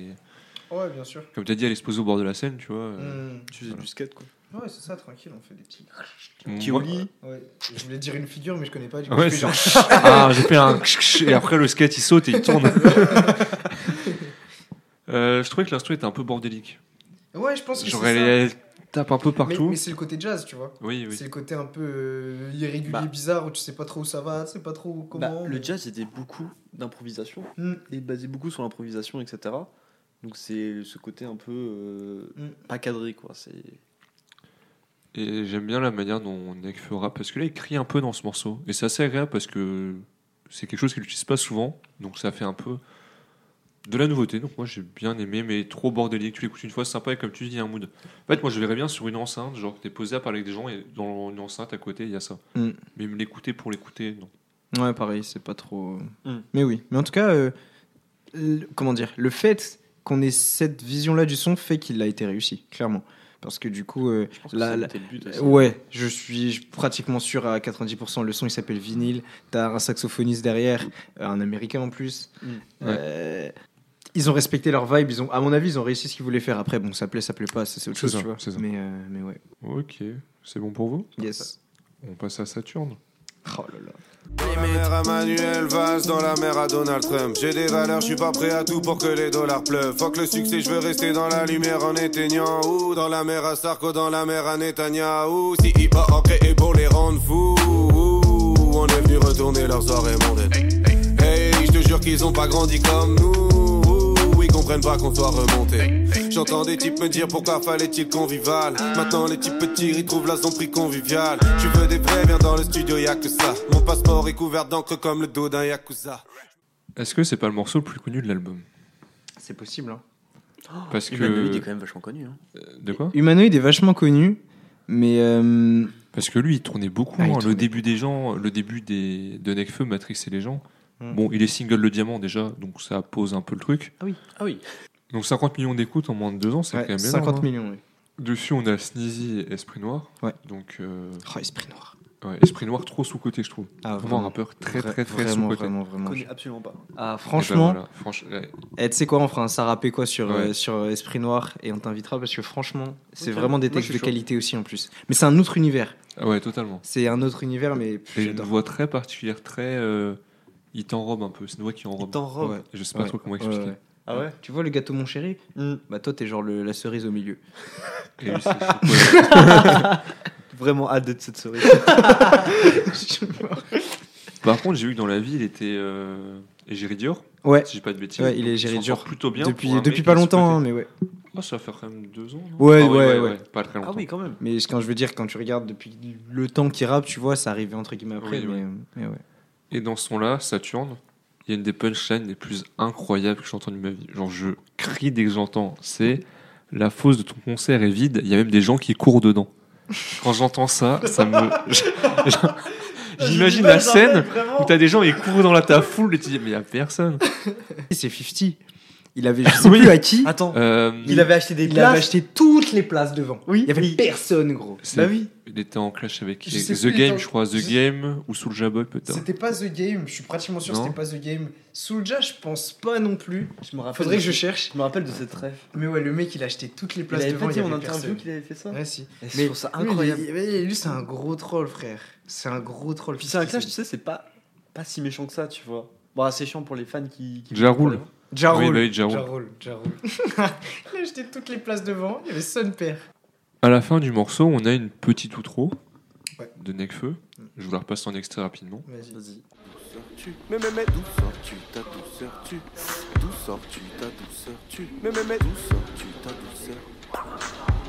[SPEAKER 2] Ouais, bien sûr.
[SPEAKER 1] Comme tu as dit, elle est exposée au bord de la Seine, tu vois. euh,
[SPEAKER 2] Mm.
[SPEAKER 1] Tu faisais du
[SPEAKER 3] skate, quoi.
[SPEAKER 2] Ouais, c'est ça, tranquille, on fait des petits.
[SPEAKER 1] Moi- Kioli.
[SPEAKER 2] Ouais, je voulais dire une figure, mais je connais pas. Du coup,
[SPEAKER 1] Ouais,
[SPEAKER 2] je fais
[SPEAKER 1] c'est-
[SPEAKER 2] genre-
[SPEAKER 1] ah, j'ai
[SPEAKER 2] *laughs*
[SPEAKER 1] fait un et après le skate il saute et il tourne. Euh, je trouvais que l'instru était un peu bordélique.
[SPEAKER 2] Ouais, je pense que
[SPEAKER 1] Genre
[SPEAKER 2] c'est
[SPEAKER 1] elle,
[SPEAKER 2] ça.
[SPEAKER 1] elle tape un peu partout.
[SPEAKER 2] Mais, mais c'est le côté jazz, tu vois.
[SPEAKER 1] Oui, oui.
[SPEAKER 2] C'est le côté un peu euh, irrégulier,
[SPEAKER 3] Bah.
[SPEAKER 2] bizarre, où tu sais pas trop où ça va, tu sais pas trop
[SPEAKER 3] Bah,
[SPEAKER 2] comment.
[SPEAKER 3] le
[SPEAKER 2] mais-
[SPEAKER 3] jazz était beaucoup d'improvisation
[SPEAKER 2] Mm.
[SPEAKER 3] et basé beaucoup sur l'improvisation, etc. Donc c'est ce côté un peu euh,
[SPEAKER 2] Mm.
[SPEAKER 3] pas cadré, quoi. C'est
[SPEAKER 1] Et j'aime bien la manière dont Nekfeu rappe parce que là il crie un peu dans ce morceau et c'est assez agréable parce que c'est quelque chose qu'il n'utilise pas souvent donc ça fait un peu de la nouveauté. Donc moi j'ai bien aimé mais trop bordélique. Tu l'écoutes une fois c'est sympa et comme tu dis il y a un mood. En fait moi je verrais bien sur une enceinte genre que t'es posé à parler avec des gens et dans une enceinte à côté il y a ça.
[SPEAKER 2] Mm.
[SPEAKER 1] Mais me l'écouter pour l'écouter non.
[SPEAKER 2] Ouais, pareil, c'est pas trop.
[SPEAKER 3] Hmm.
[SPEAKER 2] Mais oui. Mais en tout cas, euh, le- comment dire Le fait qu'on ait cette vision-là du son fait qu'il a été réussi, clairement. Parce que du coup, euh,
[SPEAKER 3] pense que
[SPEAKER 2] la-
[SPEAKER 3] ça a
[SPEAKER 2] la-
[SPEAKER 3] été le but aussi.
[SPEAKER 2] ouais, je suis pratiquement sûr à 90%. Le son, il s'appelle vinyle. T'as un saxophoniste derrière, euh, un américain en plus. Euh, ils ont respecté leur vibe. Ils ont, à mon avis, ils ont réussi ce qu'ils voulaient faire. Après, bon, ça plaît, ça plaît pas, ça, c'est autre
[SPEAKER 1] C'est
[SPEAKER 2] chose,
[SPEAKER 1] ça,
[SPEAKER 2] tu vois.
[SPEAKER 1] c'est ça.
[SPEAKER 2] Mais, euh, mais ouais.
[SPEAKER 1] Ok c'est bon pour vous.
[SPEAKER 2] Yes.
[SPEAKER 1] On passe à Saturne.
[SPEAKER 2] Oh là là.
[SPEAKER 12] La mer à Manuel Valls, dans la mer à Donald Trump. J'ai des valeurs, je suis pas prêt à tout pour que les dollars pleuvent. Fuck le succès, je veux rester dans la lumière en éteignant. Ou dans la mer à Sarko, dans la mer à Netanyahu. Si il va en créer pour les rendre fous. Ouh, On est venu retourner leurs oreilles mondaines. Hey, je te jure qu'ils ont pas grandi comme nous. Ouh, Ils comprennent pas qu'on soit remonté. J'entends des types me dire pourquoi fallait-il qu'on vivale. Maintenant les types petits ils trouvent la zone prix conviviale. Tu veux des vrais, viens dans le studio, y'a que ça. Mon passeport est couvert d'encre comme le dos d'un yakuza.
[SPEAKER 1] Est-ce que c'est pas le morceau le plus connu de l'album
[SPEAKER 2] C'est possible. Hein.
[SPEAKER 1] Parce que
[SPEAKER 3] Humanoid est quand même vachement connu. Hein.
[SPEAKER 1] Euh, De quoi
[SPEAKER 2] Humanoid est vachement connu, mais. euh,
[SPEAKER 1] Parce que lui, il tournait beaucoup.
[SPEAKER 2] Ah, il
[SPEAKER 1] hein,
[SPEAKER 2] tournait
[SPEAKER 1] Le début des gens, le début des, de Necfeu, Matrix et les gens.
[SPEAKER 2] Mm.
[SPEAKER 1] Bon, il est single le diamant déjà, donc ça pose un peu le truc.
[SPEAKER 2] Ah oui.
[SPEAKER 3] Ah oui.
[SPEAKER 1] Donc 50 millions d'écoutes en moins de deux ans, c'est
[SPEAKER 2] Ouais,
[SPEAKER 1] quand même énorme.
[SPEAKER 2] 50
[SPEAKER 1] hein.
[SPEAKER 2] millions, oui.
[SPEAKER 1] Dessus, on a Sneezy et Esprit Noir.
[SPEAKER 2] Ouais.
[SPEAKER 1] Donc, euh,
[SPEAKER 2] Oh, Esprit Noir.
[SPEAKER 1] ouais, Esprit Noir trop sous-côté, je trouve. vraiment
[SPEAKER 2] Ah,
[SPEAKER 1] un
[SPEAKER 2] vraiment.
[SPEAKER 1] rappeur très,
[SPEAKER 2] Vra-
[SPEAKER 1] très, très
[SPEAKER 2] vraiment,
[SPEAKER 1] sous-côté.
[SPEAKER 2] vraiment, vraiment.
[SPEAKER 3] Connu absolument pas.
[SPEAKER 2] Ah,
[SPEAKER 1] Et ben
[SPEAKER 2] franchement,
[SPEAKER 1] voilà, franch- ouais.
[SPEAKER 2] eh, tu sais quoi, on fera un sarapé quoi sur,
[SPEAKER 1] Ouais.
[SPEAKER 2] euh, sur euh, Esprit Noir et on t'invitera parce que franchement, c'est
[SPEAKER 3] Ok.
[SPEAKER 2] vraiment des
[SPEAKER 3] Moi, je
[SPEAKER 2] textes
[SPEAKER 3] suis
[SPEAKER 2] de
[SPEAKER 3] chaud.
[SPEAKER 2] qualité aussi en plus. Mais c'est un autre univers.
[SPEAKER 1] Ah ouais, totalement.
[SPEAKER 2] C'est un autre univers, mais pff,
[SPEAKER 1] Et une
[SPEAKER 2] j'adore.
[SPEAKER 1] voix très particulière, très. euh, il t'enrobe un peu, c'est une voix qui enrobe.
[SPEAKER 3] T'enrobe.
[SPEAKER 2] Ouais.
[SPEAKER 1] Je sais pas
[SPEAKER 2] Ouais.
[SPEAKER 1] trop comment
[SPEAKER 2] Ouais,
[SPEAKER 1] expliquer.
[SPEAKER 2] ouais.
[SPEAKER 3] Ah ouais
[SPEAKER 2] Tu vois le gâteau, mon chéri
[SPEAKER 3] Mm.
[SPEAKER 2] Bah, toi, t'es genre le- la cerise au
[SPEAKER 3] *laughs*
[SPEAKER 2] milieu.
[SPEAKER 1] Et c'est- c'est
[SPEAKER 2] *laughs*
[SPEAKER 1] quoi
[SPEAKER 3] Vraiment hâte de cette cerise.
[SPEAKER 1] Par contre, j'ai vu que dans la vie, il était euh, Égérie Dior.
[SPEAKER 2] Ouais.
[SPEAKER 1] Si j'ai pas de bêtises.
[SPEAKER 2] Ouais, il est
[SPEAKER 1] s'en
[SPEAKER 2] Jerry
[SPEAKER 1] sort
[SPEAKER 2] Dior.
[SPEAKER 1] plutôt bien. pour
[SPEAKER 2] Depuis,
[SPEAKER 1] un
[SPEAKER 2] depuis
[SPEAKER 1] mec
[SPEAKER 2] pas
[SPEAKER 1] qui se
[SPEAKER 2] longtemps, hein,
[SPEAKER 1] mettait-
[SPEAKER 2] mais ouais.
[SPEAKER 1] Ah, ça fait quand même deux ans. non
[SPEAKER 2] Ouais,
[SPEAKER 1] Ah
[SPEAKER 2] ouais, ouais.
[SPEAKER 1] Pas très longtemps.
[SPEAKER 3] ah oui, quand même.
[SPEAKER 2] Mais quand je veux dire, quand tu regardes depuis le temps qu'il rappe, tu vois, ça arrivait entre guillemets après.
[SPEAKER 1] Oui,
[SPEAKER 2] mais,
[SPEAKER 1] oui.
[SPEAKER 2] euh, mais ouais.
[SPEAKER 1] Et dans ce son-là, Saturne, il y a une des punchlines les plus incroyables que j'ai entendues de ma vie. Genre, je crie dès que j'entends. C'est la fosse de ton concert est vide, il y a même des gens qui courent dedans. Quand j'entends ça, ça me. *laughs* J'imagine la scène où t'as des gens, ils courent dans la ta foule et tu dis, mais il y a personne.
[SPEAKER 2] C'est 50. Il
[SPEAKER 1] *laughs*
[SPEAKER 2] avait, je sais
[SPEAKER 1] Oui.
[SPEAKER 2] plus à qui.
[SPEAKER 3] Attends,
[SPEAKER 1] Euh,
[SPEAKER 3] il avait acheté des
[SPEAKER 2] Il avait
[SPEAKER 3] places.
[SPEAKER 2] acheté toutes les places devant.
[SPEAKER 3] Oui,
[SPEAKER 2] Il y avait
[SPEAKER 3] oui.
[SPEAKER 2] personne, gros.
[SPEAKER 1] c'est-
[SPEAKER 3] Bah oui.
[SPEAKER 1] Il était en clash avec
[SPEAKER 2] Je
[SPEAKER 1] qui
[SPEAKER 2] sais
[SPEAKER 1] The
[SPEAKER 2] plus,
[SPEAKER 1] Game,
[SPEAKER 2] attends,
[SPEAKER 1] je crois. The
[SPEAKER 2] je-
[SPEAKER 1] Game ou Soulja Boy, peut-être.
[SPEAKER 2] C'était pas The Game, je suis pratiquement sûr que
[SPEAKER 1] Non.
[SPEAKER 2] c'était pas The Game. Soulja, je pense pas non plus.
[SPEAKER 3] Je me rappelle.
[SPEAKER 2] Faudrait
[SPEAKER 3] de
[SPEAKER 2] que je
[SPEAKER 3] ce-
[SPEAKER 2] cherche.
[SPEAKER 3] Je me rappelle de cette rêve.
[SPEAKER 2] Mais ouais, le mec, il a acheté toutes les
[SPEAKER 3] Il
[SPEAKER 2] places
[SPEAKER 3] avait
[SPEAKER 2] devant.
[SPEAKER 3] pas
[SPEAKER 2] Il
[SPEAKER 3] dit
[SPEAKER 2] y
[SPEAKER 3] en
[SPEAKER 2] avait
[SPEAKER 3] interview
[SPEAKER 2] personne.
[SPEAKER 3] qu'il avait fait ça.
[SPEAKER 2] Ouais, si.
[SPEAKER 3] Et je trouve
[SPEAKER 13] Ah,
[SPEAKER 3] ça incroyable.
[SPEAKER 2] Lui, il- il- lui, c'est un gros troll, frère. C'est un gros troll.
[SPEAKER 3] Puis c'est un clash, tu sais, c'est pas pas si méchant que ça, tu vois. Bon, c'est chiant pour les fans qui. qui
[SPEAKER 1] Ja Rule.
[SPEAKER 2] Ja
[SPEAKER 1] Oui,
[SPEAKER 2] Rule.
[SPEAKER 1] bah oui, Ja Rule.
[SPEAKER 2] Ja Rule, Ja Rule. *laughs* Il a acheté toutes les places devant. Il y avait son père.
[SPEAKER 1] À la fin du morceau, on a une petite outro
[SPEAKER 2] Ouais.
[SPEAKER 1] de Necfeu. Je vous la repasse en extrait rapidement.
[SPEAKER 2] Vas-y.
[SPEAKER 3] Vas-y.
[SPEAKER 6] sors-tu Mais mais mais d'où sors-tu Ta douceur tu D'où sors-tu Ta douceur tu Mais mais mais d'où sors-tu Ta douceur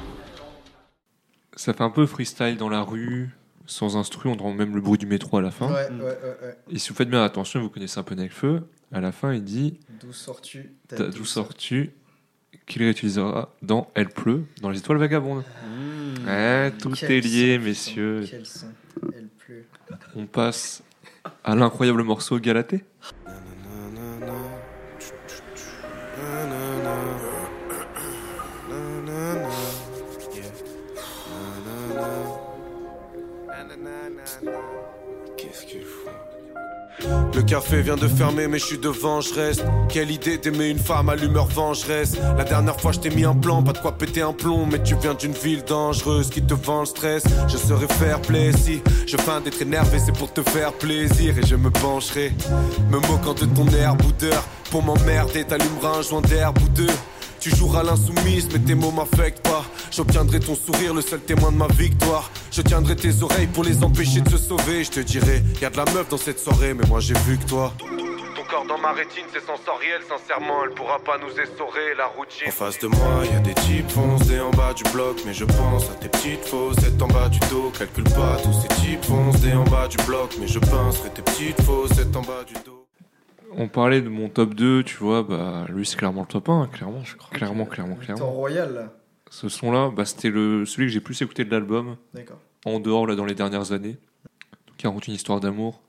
[SPEAKER 1] Ça fait un peu freestyle dans la rue, sans instru, on rend même le bruit du métro à la fin.
[SPEAKER 2] Ouais,
[SPEAKER 13] Hmm.
[SPEAKER 3] Mm.
[SPEAKER 2] ouais, ouais, ouais.
[SPEAKER 1] Et si vous faites bien attention, vous connaissez un peu Necfeu, à la fin il dit
[SPEAKER 2] D'où sors-tu
[SPEAKER 1] « T'as d'où sors-tu ?» qu'il réutilisera dans « Elle pleut », dans « Les étoiles vagabondes
[SPEAKER 3] Mmh.
[SPEAKER 1] Ouais, tout
[SPEAKER 2] Quel
[SPEAKER 1] est lié,
[SPEAKER 2] son,
[SPEAKER 1] messieurs.
[SPEAKER 2] Quel son. Elle pleut.
[SPEAKER 1] On passe à l'incroyable morceau « Galatée
[SPEAKER 6] Nanana. Nanana. Nanana. Yeah. Nanana. Qu'est-ce qu'il faut
[SPEAKER 12] Le café vient de fermer, mais je suis devant, je reste. Quelle idée d'aimer une femme à l'humeur vengeresse. La dernière fois, je t'ai mis un plan, pas de quoi péter un plomb. Mais tu viens d'une ville dangereuse qui te vend le stress. Je serai fair play si je feins d'être énervé, c'est pour te faire plaisir. Et je me pencherai, me moquant de ton air boudeur. Pour m'emmerder, t'allumeras un joint d'herbe ou deux. Tu joueras l'insoumise, mais tes mots m'affectent pas. J'obtiendrai ton sourire, le seul témoin de ma victoire. Je tiendrai tes oreilles pour les empêcher de se sauver. Je te dirai, y a de la meuf dans cette soirée, mais moi j'ai vu que toi.
[SPEAKER 6] Ton corps dans ma rétine, c'est sensoriel, sincèrement, elle pourra pas nous essorer la routine.
[SPEAKER 12] En face de moi, y a des types foncés en bas du bloc, mais je pense à tes petites faussettes en bas du dos. Calcule pas tous ces types foncés en bas du bloc, mais je pense que tes petites faussettes en bas du dos.
[SPEAKER 1] On parlait de mon top 2, tu vois, bah lui c'est clairement le top 1, hein, clairement, je crois. Clairement, clairement,
[SPEAKER 2] Temps
[SPEAKER 1] clairement.
[SPEAKER 2] royal, là.
[SPEAKER 1] Ce son-là, bah, c'était le, celui que j'ai plus écouté de l'album,
[SPEAKER 2] D'accord.
[SPEAKER 1] en dehors là dans les dernières années. Donc il raconte une histoire d'amour,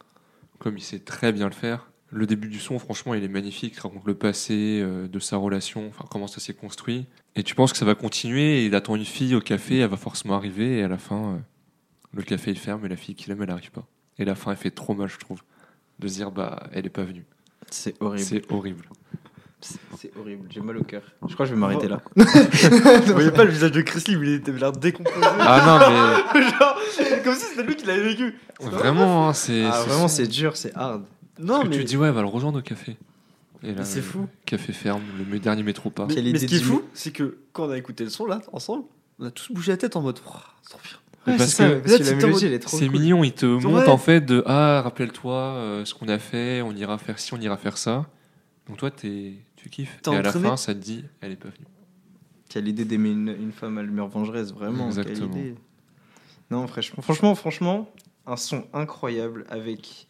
[SPEAKER 1] comme il sait très bien le faire. Le début du son, franchement, il est magnifique, il raconte le passé euh, de sa relation, enfin comment ça s'est construit. Et tu penses que ça va continuer, et il attend une fille au café, elle va forcément arriver, et à la fin, euh, le café il ferme, et la fille qu'il aime, elle arrive pas. Et la fin, elle fait trop mal, je trouve, de se dire, bah, elle est pas venue.
[SPEAKER 13] C'est horrible.
[SPEAKER 1] C'est horrible.
[SPEAKER 13] C'est- C'est horrible, j'ai mal au cœur. Je crois que je vais m'arrêter là.
[SPEAKER 3] Vous voyez pas le visage de Chrisley, mais il était l'air *laughs* décomposé.
[SPEAKER 1] Ah
[SPEAKER 13] *laughs*
[SPEAKER 3] non, mais. Genre, comme si c'était lui qui l'avait vécu.
[SPEAKER 1] Vraiment, hein, c'est.
[SPEAKER 13] Ah, vraiment, c'est
[SPEAKER 2] dur, c'est hard.
[SPEAKER 3] Non,
[SPEAKER 1] mais.
[SPEAKER 3] mais-
[SPEAKER 1] Tu te dis, ouais, va le rejoindre au café. Et là,
[SPEAKER 3] Mais c'est
[SPEAKER 1] le
[SPEAKER 3] fou.
[SPEAKER 1] Café ferme, le mé- dernier métro part.
[SPEAKER 3] Mais, mais ce qui est fou, c'est que quand on a écouté le son là, ensemble, on a tous bougé la tête en mode. Oh, c'est trop bien.
[SPEAKER 1] Mais parce que c'est mignon, il te montre en fait de ah rappelle-toi euh, ce qu'on a fait, on ira faire ci, on ira faire ça. Donc toi t'es tu kiffes.
[SPEAKER 13] T'es
[SPEAKER 1] Et à la
[SPEAKER 13] entraîné.
[SPEAKER 1] fin ça te dit elle est pas venue.
[SPEAKER 13] Quelle idée d'aimer une, une femme à l'humeur vengeresse, vraiment. quelle
[SPEAKER 1] Exactement.
[SPEAKER 13] idée.
[SPEAKER 2] Non, franchement, franchement, franchement, un son incroyable avec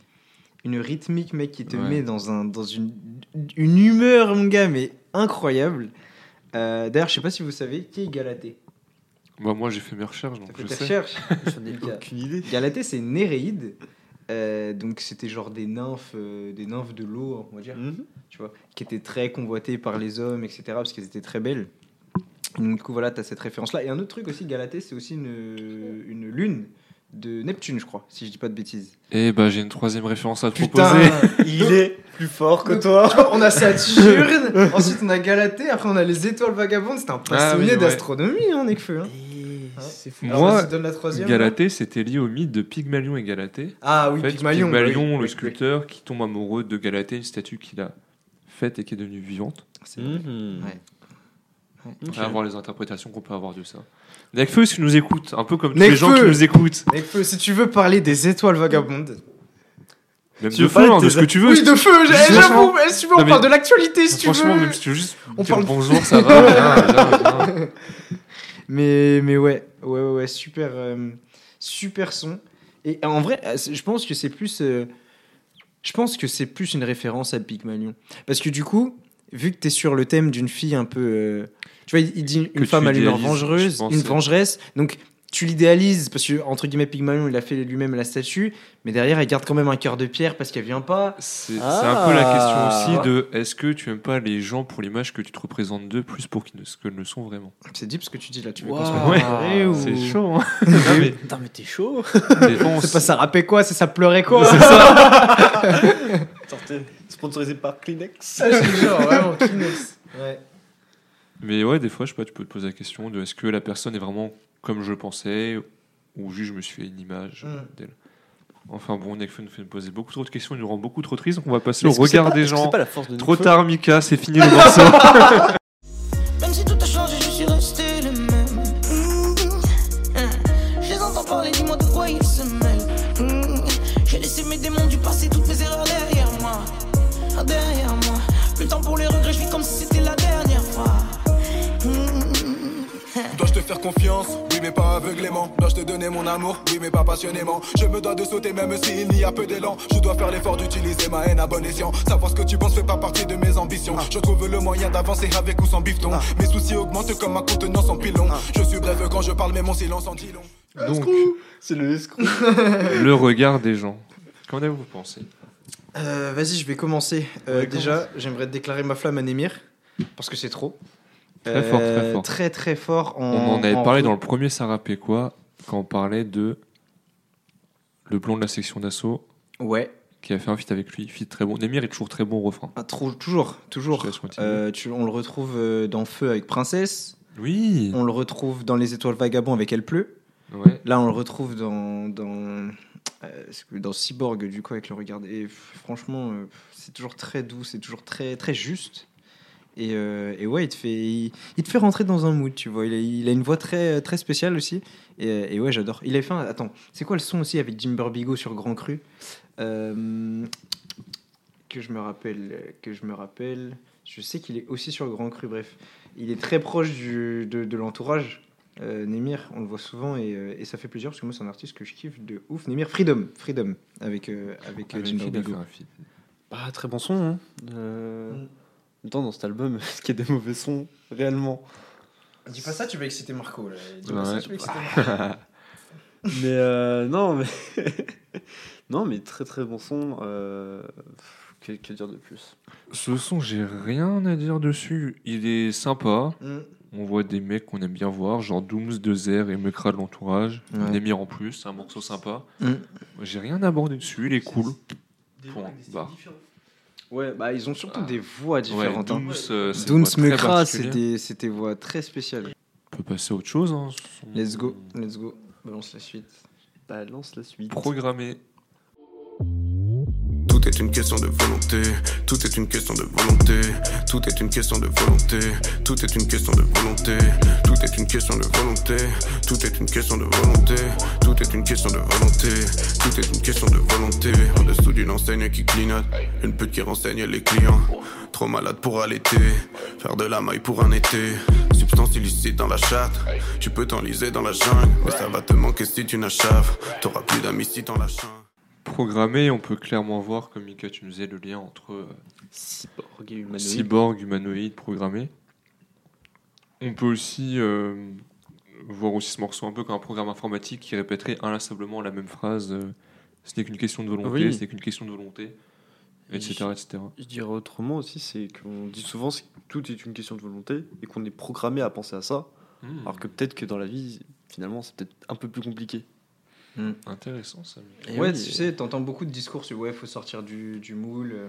[SPEAKER 2] une rythmique, mec, qui te
[SPEAKER 13] Ouais.
[SPEAKER 2] met dans, un, dans une, une humeur, mon gars, mais incroyable. Euh, D'ailleurs, je sais pas si vous savez qui est Galatée.
[SPEAKER 1] Bah moi j'ai fait mes recherches donc
[SPEAKER 2] Fais
[SPEAKER 1] je
[SPEAKER 2] tes
[SPEAKER 1] sais.
[SPEAKER 2] recherches. aucune
[SPEAKER 3] *laughs*
[SPEAKER 2] idée. Galatée, c'est Néréide. Euh, donc c'était genre des nymphes, euh, des nymphes de l'eau, on va dire,
[SPEAKER 1] Mhm.
[SPEAKER 2] tu vois, qui étaient très convoitées par les hommes, etc. Parce qu'elles étaient très belles. Donc du coup voilà, t'as cette référence-là. Et un autre truc aussi, Galatée, c'est aussi une, une lune de Neptune, je crois, si je dis pas de bêtises.
[SPEAKER 1] Et bah j'ai une troisième référence à te
[SPEAKER 2] Putain,
[SPEAKER 1] proposer.
[SPEAKER 2] il est
[SPEAKER 3] plus fort
[SPEAKER 2] que toi. *laughs* on a Saturne, ensuite on a Galatée, après on a les étoiles vagabondes. C'est un passionné
[SPEAKER 1] Ah oui, ouais. Eh,
[SPEAKER 2] d'astronomie, hein, Nekfeu. hein. Hein
[SPEAKER 3] C'est
[SPEAKER 2] fou. Alors,
[SPEAKER 1] Moi,
[SPEAKER 2] vas-y, donne la troisième.
[SPEAKER 1] Galatée, c'était lié au mythe de Pygmalion et Galatée.
[SPEAKER 2] Ah oui,
[SPEAKER 1] En fait,
[SPEAKER 2] Pygmalion, oui,
[SPEAKER 1] le
[SPEAKER 2] oui,
[SPEAKER 1] sculpteur qui tombe amoureux de Galatée, une statue qu'il a faite et qui est devenue vivante.
[SPEAKER 2] C'est
[SPEAKER 3] Mhm.
[SPEAKER 1] On va voir les interprétations qu'on peut avoir de ça. Nekfeu, si tu nous écoutes, un peu comme tous
[SPEAKER 2] Nekfeu.
[SPEAKER 1] les gens qui nous écoutent.
[SPEAKER 2] Nekfeu, si tu veux parler des étoiles vagabondes.
[SPEAKER 1] Même
[SPEAKER 2] Tu
[SPEAKER 1] de
[SPEAKER 2] veux
[SPEAKER 1] feu,
[SPEAKER 2] parler
[SPEAKER 1] hein,
[SPEAKER 2] de
[SPEAKER 1] de
[SPEAKER 2] tes-
[SPEAKER 1] ce que tu veux.
[SPEAKER 2] Oui, de feu, j'ai-
[SPEAKER 1] Franchement.
[SPEAKER 2] j'avoue, mais si tu veux, on
[SPEAKER 1] Non, mais-
[SPEAKER 2] parle de l'actualité, si tu
[SPEAKER 1] Franchement,
[SPEAKER 2] veux.
[SPEAKER 1] même si tu veux juste.
[SPEAKER 2] On
[SPEAKER 1] dire
[SPEAKER 2] parle-
[SPEAKER 1] Bonjour, ça
[SPEAKER 2] *laughs*
[SPEAKER 1] va. Ah, viens, viens, viens.
[SPEAKER 2] mais, mais ouais, ouais, ouais, ouais, super, euh, super son. Et en vrai, euh, c'est- je pense que c'est plus, euh, je pense que c'est plus une référence à Pygmalion, parce que du coup, vu que t'es sur le thème d'une fille un peu, euh, tu vois, il- il dit
[SPEAKER 13] Que
[SPEAKER 2] une
[SPEAKER 13] tu
[SPEAKER 2] femme à l'humeur
[SPEAKER 13] idéalises, je
[SPEAKER 2] vengereuse,
[SPEAKER 13] pense,
[SPEAKER 2] une
[SPEAKER 13] c'est-
[SPEAKER 2] vengeresse, donc tu l'idéalises parce que entre guillemets Pygmalion il a fait lui-même la statue, mais derrière elle garde quand même un cœur de pierre parce qu'elle vient pas.
[SPEAKER 1] C'est
[SPEAKER 2] Ah.
[SPEAKER 1] C'est un peu la question aussi de est-ce que tu aimes pas les gens pour l'image que tu te représentes d'eux plus pour qu'ils ne, ce que ne le sont vraiment
[SPEAKER 2] C'est deep ce que tu dis là, tu veux
[SPEAKER 1] Wow.
[SPEAKER 2] qu'on soit
[SPEAKER 1] Ouais,
[SPEAKER 2] préparé ou-
[SPEAKER 1] c'est chaud, hein.
[SPEAKER 2] Non,
[SPEAKER 1] mais-
[SPEAKER 3] *laughs*
[SPEAKER 13] Putain, mais t'es chaud.
[SPEAKER 1] Mais bon,
[SPEAKER 2] Eh oh. C'est pas ça rappait quoi, c'est ça pleurait quoi
[SPEAKER 3] C'est
[SPEAKER 2] *laughs* ça
[SPEAKER 3] Sortez, Sponsorisé par Kleenex.
[SPEAKER 2] Ah, je te jure, vraiment, Kleenex. Ouais.
[SPEAKER 1] Mais ouais, des fois, je sais pas, tu peux te poser la question de est-ce que la personne est vraiment comme je le pensais ou juste je me suis fait une image euh,
[SPEAKER 2] Mm.
[SPEAKER 1] d'elle. Enfin bon, Nekfeu nous fait nous poser beaucoup trop de questions, il nous rend beaucoup trop tristes, donc on va passer
[SPEAKER 3] Mais
[SPEAKER 1] au
[SPEAKER 3] est-ce que c'est
[SPEAKER 1] regard
[SPEAKER 3] pas-
[SPEAKER 1] des
[SPEAKER 3] est-ce que
[SPEAKER 1] gens.
[SPEAKER 3] c'est pas la force de
[SPEAKER 1] trop
[SPEAKER 3] Nekfeu
[SPEAKER 1] tard, Mika, c'est fini le
[SPEAKER 3] *laughs*
[SPEAKER 1] morceau.
[SPEAKER 14] Même si tout a changé, je suis resté le même. Mmh, hein. Je les entends parler, dis-moi de quoi ils se mêlent. Mmh, J'ai laissé mes démons du passé, toutes mes erreurs derrière moi. Ah, Derrière moi. Plus le temps pour les regrets, je vis comme si c'était la dernière fois. Mm.
[SPEAKER 15] Dois-je te faire confiance Oui, mais pas aveuglément. Dois-je te donner mon amour Oui, mais pas passionnément. Je me dois de sauter même s'il n'y a peu d'élan. Je dois faire l'effort d'utiliser ma haine à bon escient. Savoir ce que tu penses fait pas partie de mes ambitions. Je trouve le moyen d'avancer avec ou sans bifton. Mes soucis augmentent comme ma contenance en pilon. Je suis bref quand je parle, mais mon silence en dit long.
[SPEAKER 1] Donc,
[SPEAKER 3] C'est le escroc.
[SPEAKER 1] le regard des gens. Qu'en avez-vous pensé
[SPEAKER 2] Euh, Vas-y, je vais commencer. Euh,
[SPEAKER 1] Ouais,
[SPEAKER 2] déjà,
[SPEAKER 1] commence.
[SPEAKER 2] j'aimerais déclarer ma flamme à Némir, parce que c'est trop.
[SPEAKER 1] Très fort, très
[SPEAKER 2] Euh,
[SPEAKER 1] fort.
[SPEAKER 2] Très, très fort. En,
[SPEAKER 1] On en avait parlé
[SPEAKER 2] en-
[SPEAKER 1] dans le premier Sarapé quoi, quand on parlait de le blond de la section d'assaut.
[SPEAKER 2] Ouais.
[SPEAKER 1] qui a fait un feat avec lui. Feat très bon. Nemir est toujours très bon au refrain.
[SPEAKER 2] Ah, trop, toujours, toujours. Euh, tu- on le retrouve euh, dans Feu avec Princesse.
[SPEAKER 1] Oui.
[SPEAKER 2] On le retrouve dans Les Étoiles Vagabonds avec Elle pleut.
[SPEAKER 1] Ouais.
[SPEAKER 2] Là, on le retrouve dans dans, euh, c'est que- dans Cyborg du coup avec le regard. Et f- franchement, euh, c'est toujours très doux, c'est toujours très très juste. Et, euh, et ouais, il te fait il, il te fait rentrer dans un mood, tu vois. Il a, il a une voix très très spéciale aussi. Et, euh, et ouais, j'adore. Il avait fait. un- attends, c'est quoi le son aussi avec Jim Burbigo sur Grand Cru Euh, que je me rappelle, que je me rappelle. Je sais qu'il est aussi sur Grand Cru. Bref, il est très proche du, de, de l'entourage. Euh, Nemir, on le voit souvent et, euh, et ça fait plaisir parce que moi c'est un artiste que je kiffe de ouf. Nemir, Freedom, Freedom avec euh, avec, euh,
[SPEAKER 3] Avec
[SPEAKER 2] Jim
[SPEAKER 3] qui il a
[SPEAKER 2] Burbigo.
[SPEAKER 3] fait un feat Bah, très bon son. Hein. Euh, en même temps, dans cet album, *laughs* est-ce qu'il y a des mauvais sons réellement
[SPEAKER 2] Dis pas ça, tu vas exciter Marco. Là. Dis pas ça,
[SPEAKER 3] Ouais.
[SPEAKER 2] tu vas exciter *laughs* Marco.
[SPEAKER 3] mais euh, non, mais *laughs* non, mais très très bon son. euh, pff, que, que dire de plus
[SPEAKER 1] Ce son, j'ai rien à dire dessus. Il est sympa.
[SPEAKER 2] Mm.
[SPEAKER 1] On voit des mecs qu'on aime bien voir, genre Dooms, Dezer et Mekra de l'entourage.
[SPEAKER 2] Ouais.
[SPEAKER 1] Nemir en plus, c'est un morceau sympa.
[SPEAKER 2] Mm.
[SPEAKER 1] J'ai rien abordé dessus, il est cool. Point. Bah.
[SPEAKER 2] Ouais, bah ils ont surtout des voix différentes.
[SPEAKER 1] ouais,
[SPEAKER 2] hein.
[SPEAKER 1] Dooms, euh, c'est
[SPEAKER 2] Dooms,
[SPEAKER 1] une voix très
[SPEAKER 2] Mekra,
[SPEAKER 1] particulière.
[SPEAKER 2] c'était c'était voix très spéciale.
[SPEAKER 1] On peut passer à autre chose. hein.
[SPEAKER 2] Let's go, let's go. Balance la suite.
[SPEAKER 3] Balance Bah, la suite.
[SPEAKER 1] Programmé.
[SPEAKER 16] Tout est une question de volonté, tout est une question de volonté, tout est une question de volonté, tout est une question de volonté, tout est une question de volonté, tout est une question de volonté, tout est une question de volonté, tout est une question de volonté, en dessous d'une enseigne qui clignote, une pute qui renseigne les clients, trop malade pour allaiter, faire de la maille pour un été, substance illicite dans la chatte, tu peux t'enliser dans la jungle, mais ça va te manquer si tu n'achaves, t'auras plus d'amis si t'en lâches un.
[SPEAKER 1] Programmé, on peut clairement voir, comme Mika, tu nous disais, le lien entre euh, cyborg
[SPEAKER 3] et humanoïde.
[SPEAKER 1] programmé. On peut aussi euh, voir aussi ce morceau un peu comme un programme informatique qui répéterait inlassablement la même phrase euh, ce n'est qu'une question de volonté,
[SPEAKER 3] Oui.
[SPEAKER 1] ce n'est qu'une question de volonté, etc. etc.
[SPEAKER 3] Je dirais autrement aussi, c'est qu'on dit souvent que tout est une question de volonté et qu'on est programmé à penser à ça,
[SPEAKER 1] Hmm.
[SPEAKER 3] alors que peut-être que dans la vie, finalement, c'est peut-être un peu plus compliqué.
[SPEAKER 1] Intéressant ça.
[SPEAKER 3] Et
[SPEAKER 2] ouais,
[SPEAKER 3] oui,
[SPEAKER 2] tu
[SPEAKER 3] et-
[SPEAKER 2] sais, t'entends beaucoup de discours sur ouais, faut sortir du, du moule, euh,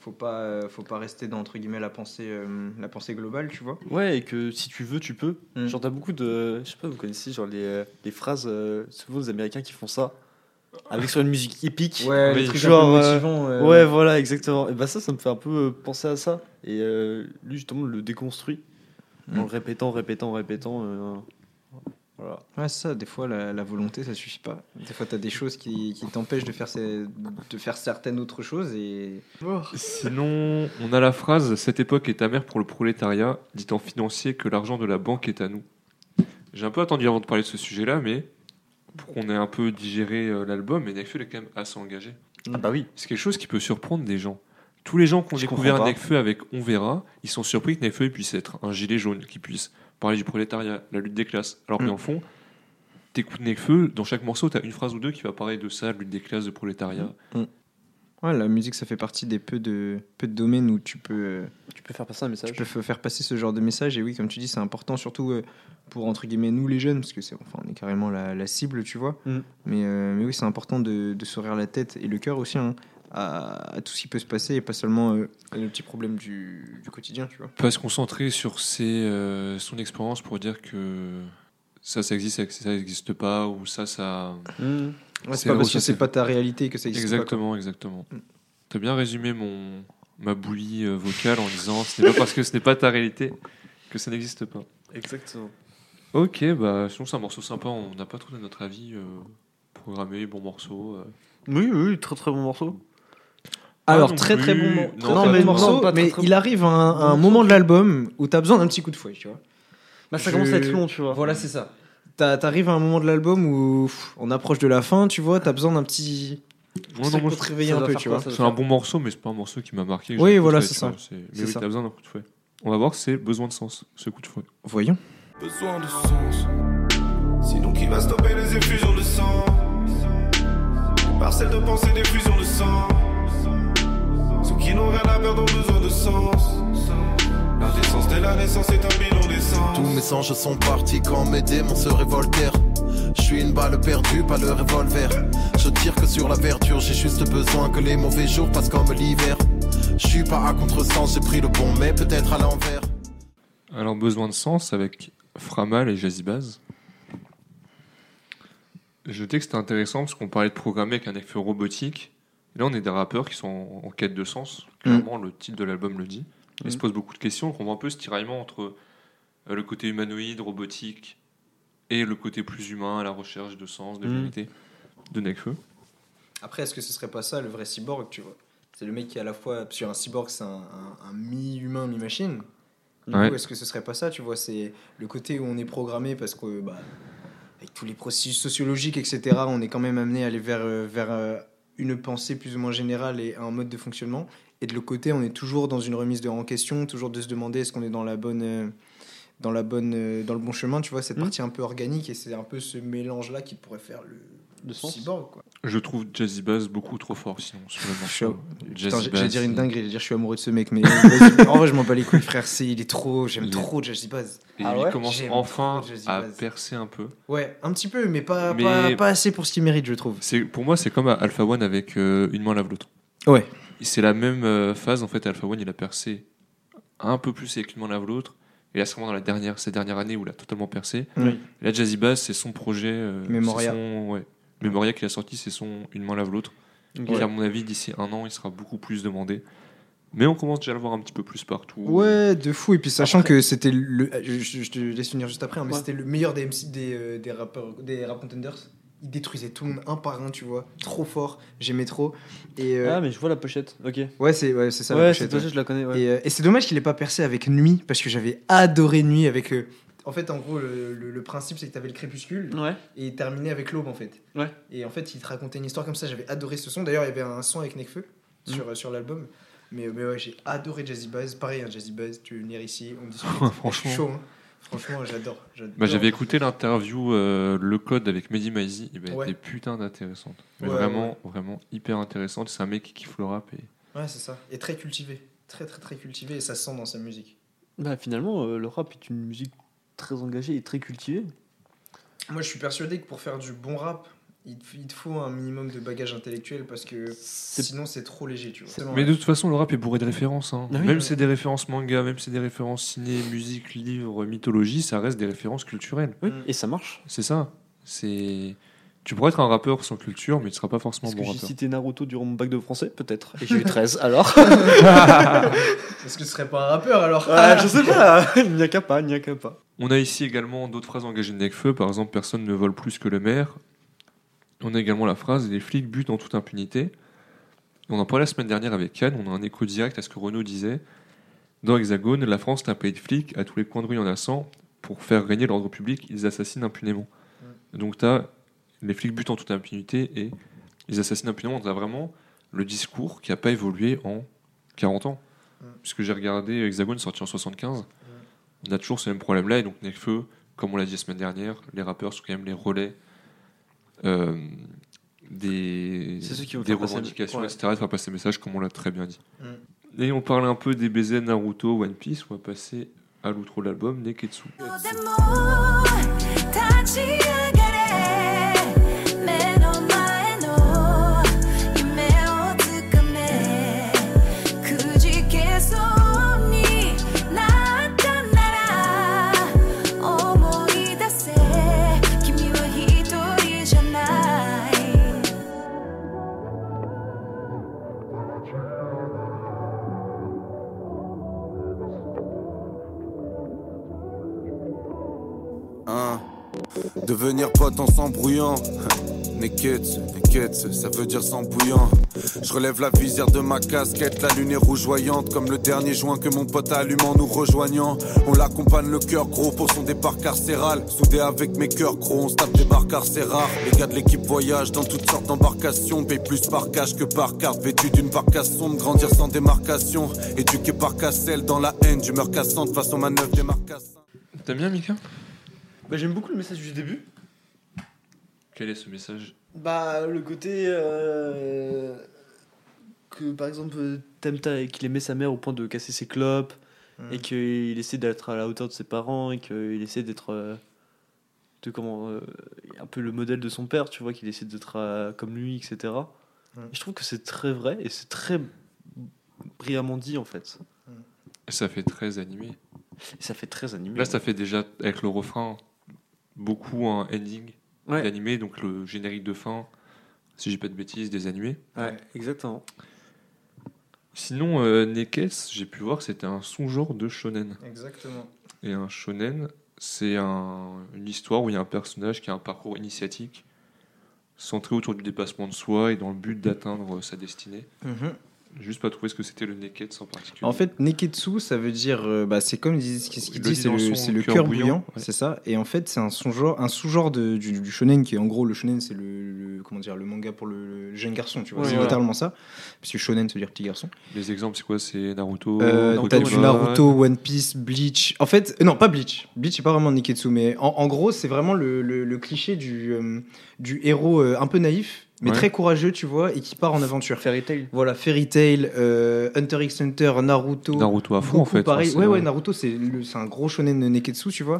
[SPEAKER 2] faut pas, euh, faut pas rester dans entre guillemets la pensée, euh, la pensée globale, tu vois.
[SPEAKER 3] Ouais, et que si tu veux, tu peux.
[SPEAKER 2] Hmm.
[SPEAKER 3] Genre, t'as beaucoup de. Je sais pas, vous connaissez, genre, les, euh, les phrases, euh, souvent les Américains qui font ça. Avec sur une musique épique.
[SPEAKER 2] Ouais, les
[SPEAKER 3] Oui.
[SPEAKER 2] trucs un peu motivants, euh.
[SPEAKER 3] Ouais, voilà, exactement. Et bah, ça, ça me fait un peu euh, penser à ça. Et euh, lui, justement, le déconstruit. En le répétant, répétant, répétant. euh, voilà.
[SPEAKER 2] Ouais, c'est ça, des fois la, la volonté ça suffit pas. Des fois t'as des choses qui, qui t'empêchent de faire, ces- de faire certaines autres choses et.
[SPEAKER 1] Sinon, on a la phrase Cette époque est amère pour le prolétariat, dit en financier que l'argent de la banque est à nous. J'ai un peu attendu avant de parler de ce sujet-là, mais pour qu'on ait un peu digéré euh, l'album, et Nekfeu il est quand même assez engagé.
[SPEAKER 2] Mm.
[SPEAKER 3] Ah bah oui.
[SPEAKER 1] C'est quelque chose qui peut surprendre des gens. Tous les gens qui ont
[SPEAKER 3] Je
[SPEAKER 1] découvert
[SPEAKER 3] comprends pas.
[SPEAKER 1] Nekfeu avec On verra, ils sont surpris que Nekfeu puisse être un gilet jaune, qui puisse parler du prolétariat, la lutte des classes. Alors que
[SPEAKER 3] Mm.
[SPEAKER 1] dans le fond, t'écoutes Nekfeu, dans chaque morceau, t'as une phrase ou deux qui va parler de ça, lutte des classes, de prolétariat.
[SPEAKER 3] Mm.
[SPEAKER 2] Ouais, la musique ça fait partie des peu de, peu de domaines où tu peux. euh,
[SPEAKER 3] Tu peux faire passer un message.
[SPEAKER 2] Tu peux f- faire passer ce genre de message et oui, comme tu dis, c'est important surtout euh, pour entre guillemets nous les jeunes parce que c'est enfin on est carrément la, la cible, tu vois.
[SPEAKER 3] Mm.
[SPEAKER 2] Mais, euh, mais oui, c'est important de, de s'ouvrir la tête et le cœur aussi hein, à, à tout ce qui peut se passer et pas seulement euh, les petits problèmes du, du quotidien, tu vois.
[SPEAKER 1] pas se concentrer sur ses, euh, son expérience pour dire que ça, ça existe, ça, ça n'existe pas, ou ça, ça.
[SPEAKER 3] Hmm.
[SPEAKER 2] Mm. Ouais, c'est pas parce que c'est pas ta réalité que ça existe pas,
[SPEAKER 1] Exactement, exactement.
[SPEAKER 3] Mm.
[SPEAKER 1] T'as bien résumé mon, ma bouillie euh, vocale en disant ce n'est pas parce que ce n'est pas ta réalité que ça n'existe pas.
[SPEAKER 3] Exactement.
[SPEAKER 1] Ok, bah sinon c'est un morceau sympa, on n'a pas trop de notre avis euh, programmé, bon morceau. euh.
[SPEAKER 3] Oui, oui, très très bon morceau. Ah,
[SPEAKER 2] Alors,
[SPEAKER 1] non
[SPEAKER 2] très, très
[SPEAKER 1] plus.
[SPEAKER 2] bon mo-
[SPEAKER 1] Non,
[SPEAKER 2] très,
[SPEAKER 1] pas
[SPEAKER 2] très bon
[SPEAKER 1] très bon.
[SPEAKER 2] morceau,
[SPEAKER 1] Non, pas très,
[SPEAKER 2] mais
[SPEAKER 1] très
[SPEAKER 2] il
[SPEAKER 1] bon.
[SPEAKER 2] arrive à un, à un
[SPEAKER 1] Bon
[SPEAKER 2] moment de l'album où t'as besoin d'un petit coup de fouet, tu vois.
[SPEAKER 3] Bah, ça commence à être long, tu vois.
[SPEAKER 2] Voilà, c'est ça. T'as- T'arrives à un moment de l'album où pff, on approche de la fin, tu vois, t'as besoin d'un petit.
[SPEAKER 1] Ouais,
[SPEAKER 2] ça
[SPEAKER 1] non, moi,
[SPEAKER 2] peut te
[SPEAKER 1] je-
[SPEAKER 2] réveiller
[SPEAKER 1] ça
[SPEAKER 2] un
[SPEAKER 1] doit
[SPEAKER 2] peu,
[SPEAKER 1] faire
[SPEAKER 2] tu
[SPEAKER 1] quoi,
[SPEAKER 2] vois.
[SPEAKER 1] ça doit C'est un bon morceau, mais c'est pas un morceau qui m'a marqué. que
[SPEAKER 2] Oui,
[SPEAKER 1] j'ai un coup de
[SPEAKER 2] voilà,
[SPEAKER 1] fouet,
[SPEAKER 2] c'est
[SPEAKER 1] tu vois,
[SPEAKER 2] ça. C'est
[SPEAKER 1] Mais oui,
[SPEAKER 2] ça.
[SPEAKER 1] t'as besoin d'un coup de fouet. On va voir, c'est besoin de sens, ce coup de fouet.
[SPEAKER 2] Voyons.
[SPEAKER 16] Besoin de sens. Sinon, qui va stopper les effusions de sang Parcelles de pensée, des fusions de sang. Ceux qui n'ont rien à perdre ont besoin de sens. L'indécence dès la naissance est un bilan d'essence.
[SPEAKER 17] Tous mes anges sont partis quand mes démons se révoltèrent. Je suis une balle perdue, pas le revolver. Je tire que sur la verdure, j'ai juste besoin que les mauvais jours passent comme l'hiver. Je suis pas à contresens, j'ai pris le bon, mais peut-être à l'envers.
[SPEAKER 1] Alors, besoin de sens avec Framal et Jazibaz. Je dis que c'était intéressant parce qu'on parlait de programmer avec un effet robotique. Et là, on est des rappeurs qui sont en, en quête de sens.
[SPEAKER 2] Mm.
[SPEAKER 1] Clairement, le titre de l'album le dit. Ils
[SPEAKER 13] Mm.
[SPEAKER 1] se posent beaucoup de questions. Donc, on voit un peu ce tiraillement entre euh, le côté humanoïde, robotique, et le côté plus humain, la recherche de sens, de
[SPEAKER 2] Mm.
[SPEAKER 1] vérité, de Nekfeu.
[SPEAKER 2] Après, est-ce que ce serait pas ça le vrai cyborg, tu vois C'est le mec qui est à la fois. Parce qu'un cyborg, c'est un, un- un mi-humain, mi-machine. Du
[SPEAKER 1] Ouais.
[SPEAKER 2] coup, est-ce que ce serait pas ça, tu vois C'est le côté où on est programmé parce que, bah, avec tous les processus sociologiques, etc., on est quand même amené à aller vers, euh, vers euh, une pensée plus ou moins générale et un mode de fonctionnement. Et de l'autre côté, on est toujours dans une remise de en question, toujours de se demander est-ce qu'on est dans la bonne. euh, dans, la bonne, euh, dans le bon chemin, tu vois, cette partie un peu organique, et c'est un peu ce mélange-là qui pourrait faire le, cyborg. Quoi.
[SPEAKER 1] Je trouve Jazzy Bass beaucoup trop fort, sinon, sur
[SPEAKER 2] *laughs*
[SPEAKER 1] le morceau.
[SPEAKER 2] Putain,
[SPEAKER 1] Jazzy
[SPEAKER 2] j'ai- j'allais
[SPEAKER 1] Bass,
[SPEAKER 2] dire une
[SPEAKER 1] il-
[SPEAKER 2] dinguerie, j'allais dire je suis amoureux de ce mec, mais vas-y, en vrai, je m'en bats les couilles, frère. C'est, il est trop, j'aime
[SPEAKER 1] Il est-
[SPEAKER 2] trop Jazzy Baz.
[SPEAKER 1] Et il commence enfin à percer un peu.
[SPEAKER 2] Ouais, un petit peu, mais pas,
[SPEAKER 1] Mais-
[SPEAKER 2] pas, pas assez pour ce qu'il mérite, je trouve.
[SPEAKER 1] C'est pour moi c'est comme Alpha One avec euh, une main lave l'autre.
[SPEAKER 2] Ouais.
[SPEAKER 1] C'est la même euh, phase en fait. Alpha One il a percé un peu plus avec une main lave l'autre. Et là c'est vraiment dans la dernière cette dernière année où il a totalement percé.
[SPEAKER 2] Oui.
[SPEAKER 1] Et Là Jazzy Bass c'est son projet. euh,
[SPEAKER 2] Memoria.
[SPEAKER 1] c'est son- ouais. Memoria qu'il a sorti c'est son une main lave l'autre.
[SPEAKER 2] Ok.
[SPEAKER 1] Qui à mon avis d'ici un an il sera beaucoup plus demandé. Mais on commence déjà à le voir un petit peu plus partout.
[SPEAKER 2] Ouais, de fou. Et puis sachant que c'était le. euh, Je, je- je te laisse finir juste après, hein, mais
[SPEAKER 1] Ouais.
[SPEAKER 2] c'était le meilleur des MC, des, euh, des rappeurs, des rap contenders. Il détruisait tout le monde un par un, tu vois. Trop fort, j'aimais trop. Et, euh,
[SPEAKER 3] Ah, mais je vois la pochette, ok.
[SPEAKER 2] Ouais, c'est ouais, c'est ça.
[SPEAKER 3] Ouais,
[SPEAKER 2] la
[SPEAKER 3] cette
[SPEAKER 2] pochette, ouais.
[SPEAKER 3] pochette, je la connais, ouais.
[SPEAKER 2] Et, euh, et c'est dommage qu'il ait pas percé avec Nuit, parce que j'avais adoré Nuit avec. euh, en fait, en gros, le, le- le principe, c'est que t'avais le crépuscule et il terminait avec l'aube, en fait.
[SPEAKER 3] Ouais.
[SPEAKER 2] Et en fait, il te racontait une histoire comme ça. J'avais adoré ce son. D'ailleurs, il y avait un son avec Nekfeu sur, euh, sur l'album. Mais, euh, mais ouais, j'ai adoré Jazzy Bass. Pareil, hein, Jazzy Bass, tu veux venir ici, on discute.
[SPEAKER 1] *laughs* Franchement.
[SPEAKER 2] Chaud, hein. Franchement, j'adore. j'adore.
[SPEAKER 1] Bah, j'avais écouté l'interview euh, Le Code avec Mehdi Maizi, et ben, elle
[SPEAKER 2] Ouais.
[SPEAKER 1] était putain d'intéressante. Mais
[SPEAKER 2] Ouais,
[SPEAKER 1] vraiment, vraiment hyper intéressante. C'est un mec qui kiffe le rap. Et...
[SPEAKER 2] Ouais, c'est ça. Et très cultivé. Très, très, très cultivé. Et ça se sent dans sa musique.
[SPEAKER 3] Bah, finalement, euh, le rap est une musique très engagée et très cultivée.
[SPEAKER 2] Moi, je suis persuadé que pour faire du bon rap, il te, il te faut un minimum de bagage intellectuel parce que sinon, c'est trop léger, tu vois.
[SPEAKER 1] Mais de toute façon, le rap est bourré de références. hein.
[SPEAKER 2] Ah oui,
[SPEAKER 1] même
[SPEAKER 2] ouais.
[SPEAKER 1] si c'est des références manga, même si c'est des références ciné, musique, livre, mythologie, ça reste des références culturelles.
[SPEAKER 3] Et ça marche.
[SPEAKER 1] C'est ça. C'est. Tu pourrais être un rappeur sans culture, mais tu seras pas forcément
[SPEAKER 3] Est-ce que
[SPEAKER 1] bon
[SPEAKER 3] j'ai
[SPEAKER 1] rappeur.
[SPEAKER 3] cité Naruto durant mon bac de français Peut-être. Et j'ai eu 13, alors
[SPEAKER 2] Est-ce que ce serait pas un rappeur alors *laughs*
[SPEAKER 3] Ah, Je sais pas, *laughs* il n'y a qu'à pas, il n'y a qu'à pas.
[SPEAKER 1] On a ici également d'autres phrases engagées de Nekfeu, par exemple personne ne vole plus que le maire. On a également la phrase les flics butent en toute impunité. On en parlait la semaine dernière avec Cannes, on a un écho direct à ce que Renaud disait. Dans l'Hexagone, la France est un pays de flics, à tous les coins de rue il y en a 100. Pour faire régner l'ordre public, ils assassinent impunément.
[SPEAKER 3] Mm.
[SPEAKER 1] Donc tu as les flics butent en toute impunité et ils assassinent impunément. Tu as vraiment le discours qui n'a pas évolué en 40 ans.
[SPEAKER 3] Mm.
[SPEAKER 1] Puisque j'ai regardé Hexagone sorti en 75
[SPEAKER 3] Mm.
[SPEAKER 1] on a toujours ce même problème là et donc Nekfeu comme on l'a dit la semaine dernière les rappeurs sont quand même les relais euh, des,
[SPEAKER 3] C'est ceux qui vont
[SPEAKER 1] des
[SPEAKER 3] faire passer le-
[SPEAKER 1] revendications
[SPEAKER 3] ouais.
[SPEAKER 1] etc de faire passer le message comme on l'a très bien dit
[SPEAKER 3] Mm.
[SPEAKER 1] et on parle un peu des BZ Naruto One Piece on va passer à l'outro de l'album Neketsu
[SPEAKER 10] 立ち上がれ目の前の夢をつかめくじけそうになったなら思い出せ君は一人じゃない
[SPEAKER 12] Hein. Devenir pote en s'embrouillant. *laughs* Neketsu, neketsu, ça veut dire sans bouillant. Je relève la visière de ma casquette, la lune est rougeoyante, comme le dernier joint que mon pote allume en nous rejoignant. On l'accompagne le cœur gros pour son départ carcéral. Soudé avec mes cœurs gros, on se tape des barres car c'est rare. Les gars de l'équipe voyage dans toutes sortes d'embarcations. Paye plus par cash que par carte, vêtu d'une barque à sombre, grandir sans démarcation. Éduqué par Cassel dans la haine, j'humeur cassante face aux manœuvres des marques à
[SPEAKER 1] T'aimes bien Mika
[SPEAKER 3] Bah, j'aime beaucoup le message du début.
[SPEAKER 1] quel est ce message
[SPEAKER 3] Bah, le côté. euh, que par exemple, euh, Temta et qu'il aimait sa mère au point de casser ses clopes, Hmm. et qu'il essaie d'être à la hauteur de ses parents, et qu'il essaie d'être. euh, de comment euh, un peu le modèle de son père, tu vois, qu'il essaie d'être euh, comme lui, etc.
[SPEAKER 18] Ouais.
[SPEAKER 3] Et je trouve que c'est très vrai et c'est très brillamment dit en fait.
[SPEAKER 1] Ça fait très animé.
[SPEAKER 3] Ça fait très animé.
[SPEAKER 1] Là, ça fait déjà, avec le refrain, beaucoup un ending
[SPEAKER 3] Ouais.
[SPEAKER 1] d'animé, donc le générique de fin, si j'ai pas de bêtises, des animés.
[SPEAKER 3] Ouais, exactement.
[SPEAKER 1] Sinon, euh, Neketsu, j'ai pu voir que c'était un sous-genre de shonen.
[SPEAKER 18] Exactement.
[SPEAKER 1] Et un shonen, c'est un- une histoire où il y a un personnage qui a un parcours initiatique centré autour du dépassement de soi et dans le but d'atteindre euh, sa destinée.
[SPEAKER 18] Mhm.
[SPEAKER 1] Juste pas trouvé ce que c'était le Neketsu en particulier.
[SPEAKER 2] En fait, Neketsu, ça veut dire, euh, bah, c'est comme il dit- ce qu'il ce qu'il
[SPEAKER 1] Le
[SPEAKER 2] dit,
[SPEAKER 1] dit
[SPEAKER 2] c'est
[SPEAKER 1] dans
[SPEAKER 2] le,
[SPEAKER 1] son
[SPEAKER 2] c'est le
[SPEAKER 1] cœur
[SPEAKER 2] cœur
[SPEAKER 1] bouillant,
[SPEAKER 2] bouillant,
[SPEAKER 1] ouais.
[SPEAKER 2] c'est ça. Et en fait, c'est un sous-genre, un sous-genre de- du, du shonen qui est en gros le shonen, c'est le, le- comment dire, le manga pour le, le jeune garçon, tu vois.
[SPEAKER 1] Ouais,
[SPEAKER 2] c'est
[SPEAKER 1] voilà.
[SPEAKER 2] littéralement ça, parce que shonen, ça veut dire petit garçon.
[SPEAKER 1] Les exemples, c'est quoi C'est Oh, Naruto
[SPEAKER 2] Euh,
[SPEAKER 1] Tokyo
[SPEAKER 2] T'as du
[SPEAKER 1] Ghoul
[SPEAKER 2] Naruto, One Piece, Bleach. En fait, euh, non, pas Bleach. Bleach, c'est pas vraiment Niketsu, mais en, en gros, c'est vraiment le, le- le cliché du, euh, du héros euh, un peu naïf, mais
[SPEAKER 18] Ouais.
[SPEAKER 2] très courageux, tu vois, et qui part en aventure. Fairy Tail. Voilà, Fairy Tail, euh, Hunter x Hunter, Naruto.
[SPEAKER 1] Naruto à fond,
[SPEAKER 2] Goku,
[SPEAKER 1] en fait.
[SPEAKER 2] Pareil.
[SPEAKER 1] Enfin, c'est-
[SPEAKER 2] ouais, ouais, Naruto, c'est le- c'est un gros shonen de Neketsu, tu vois.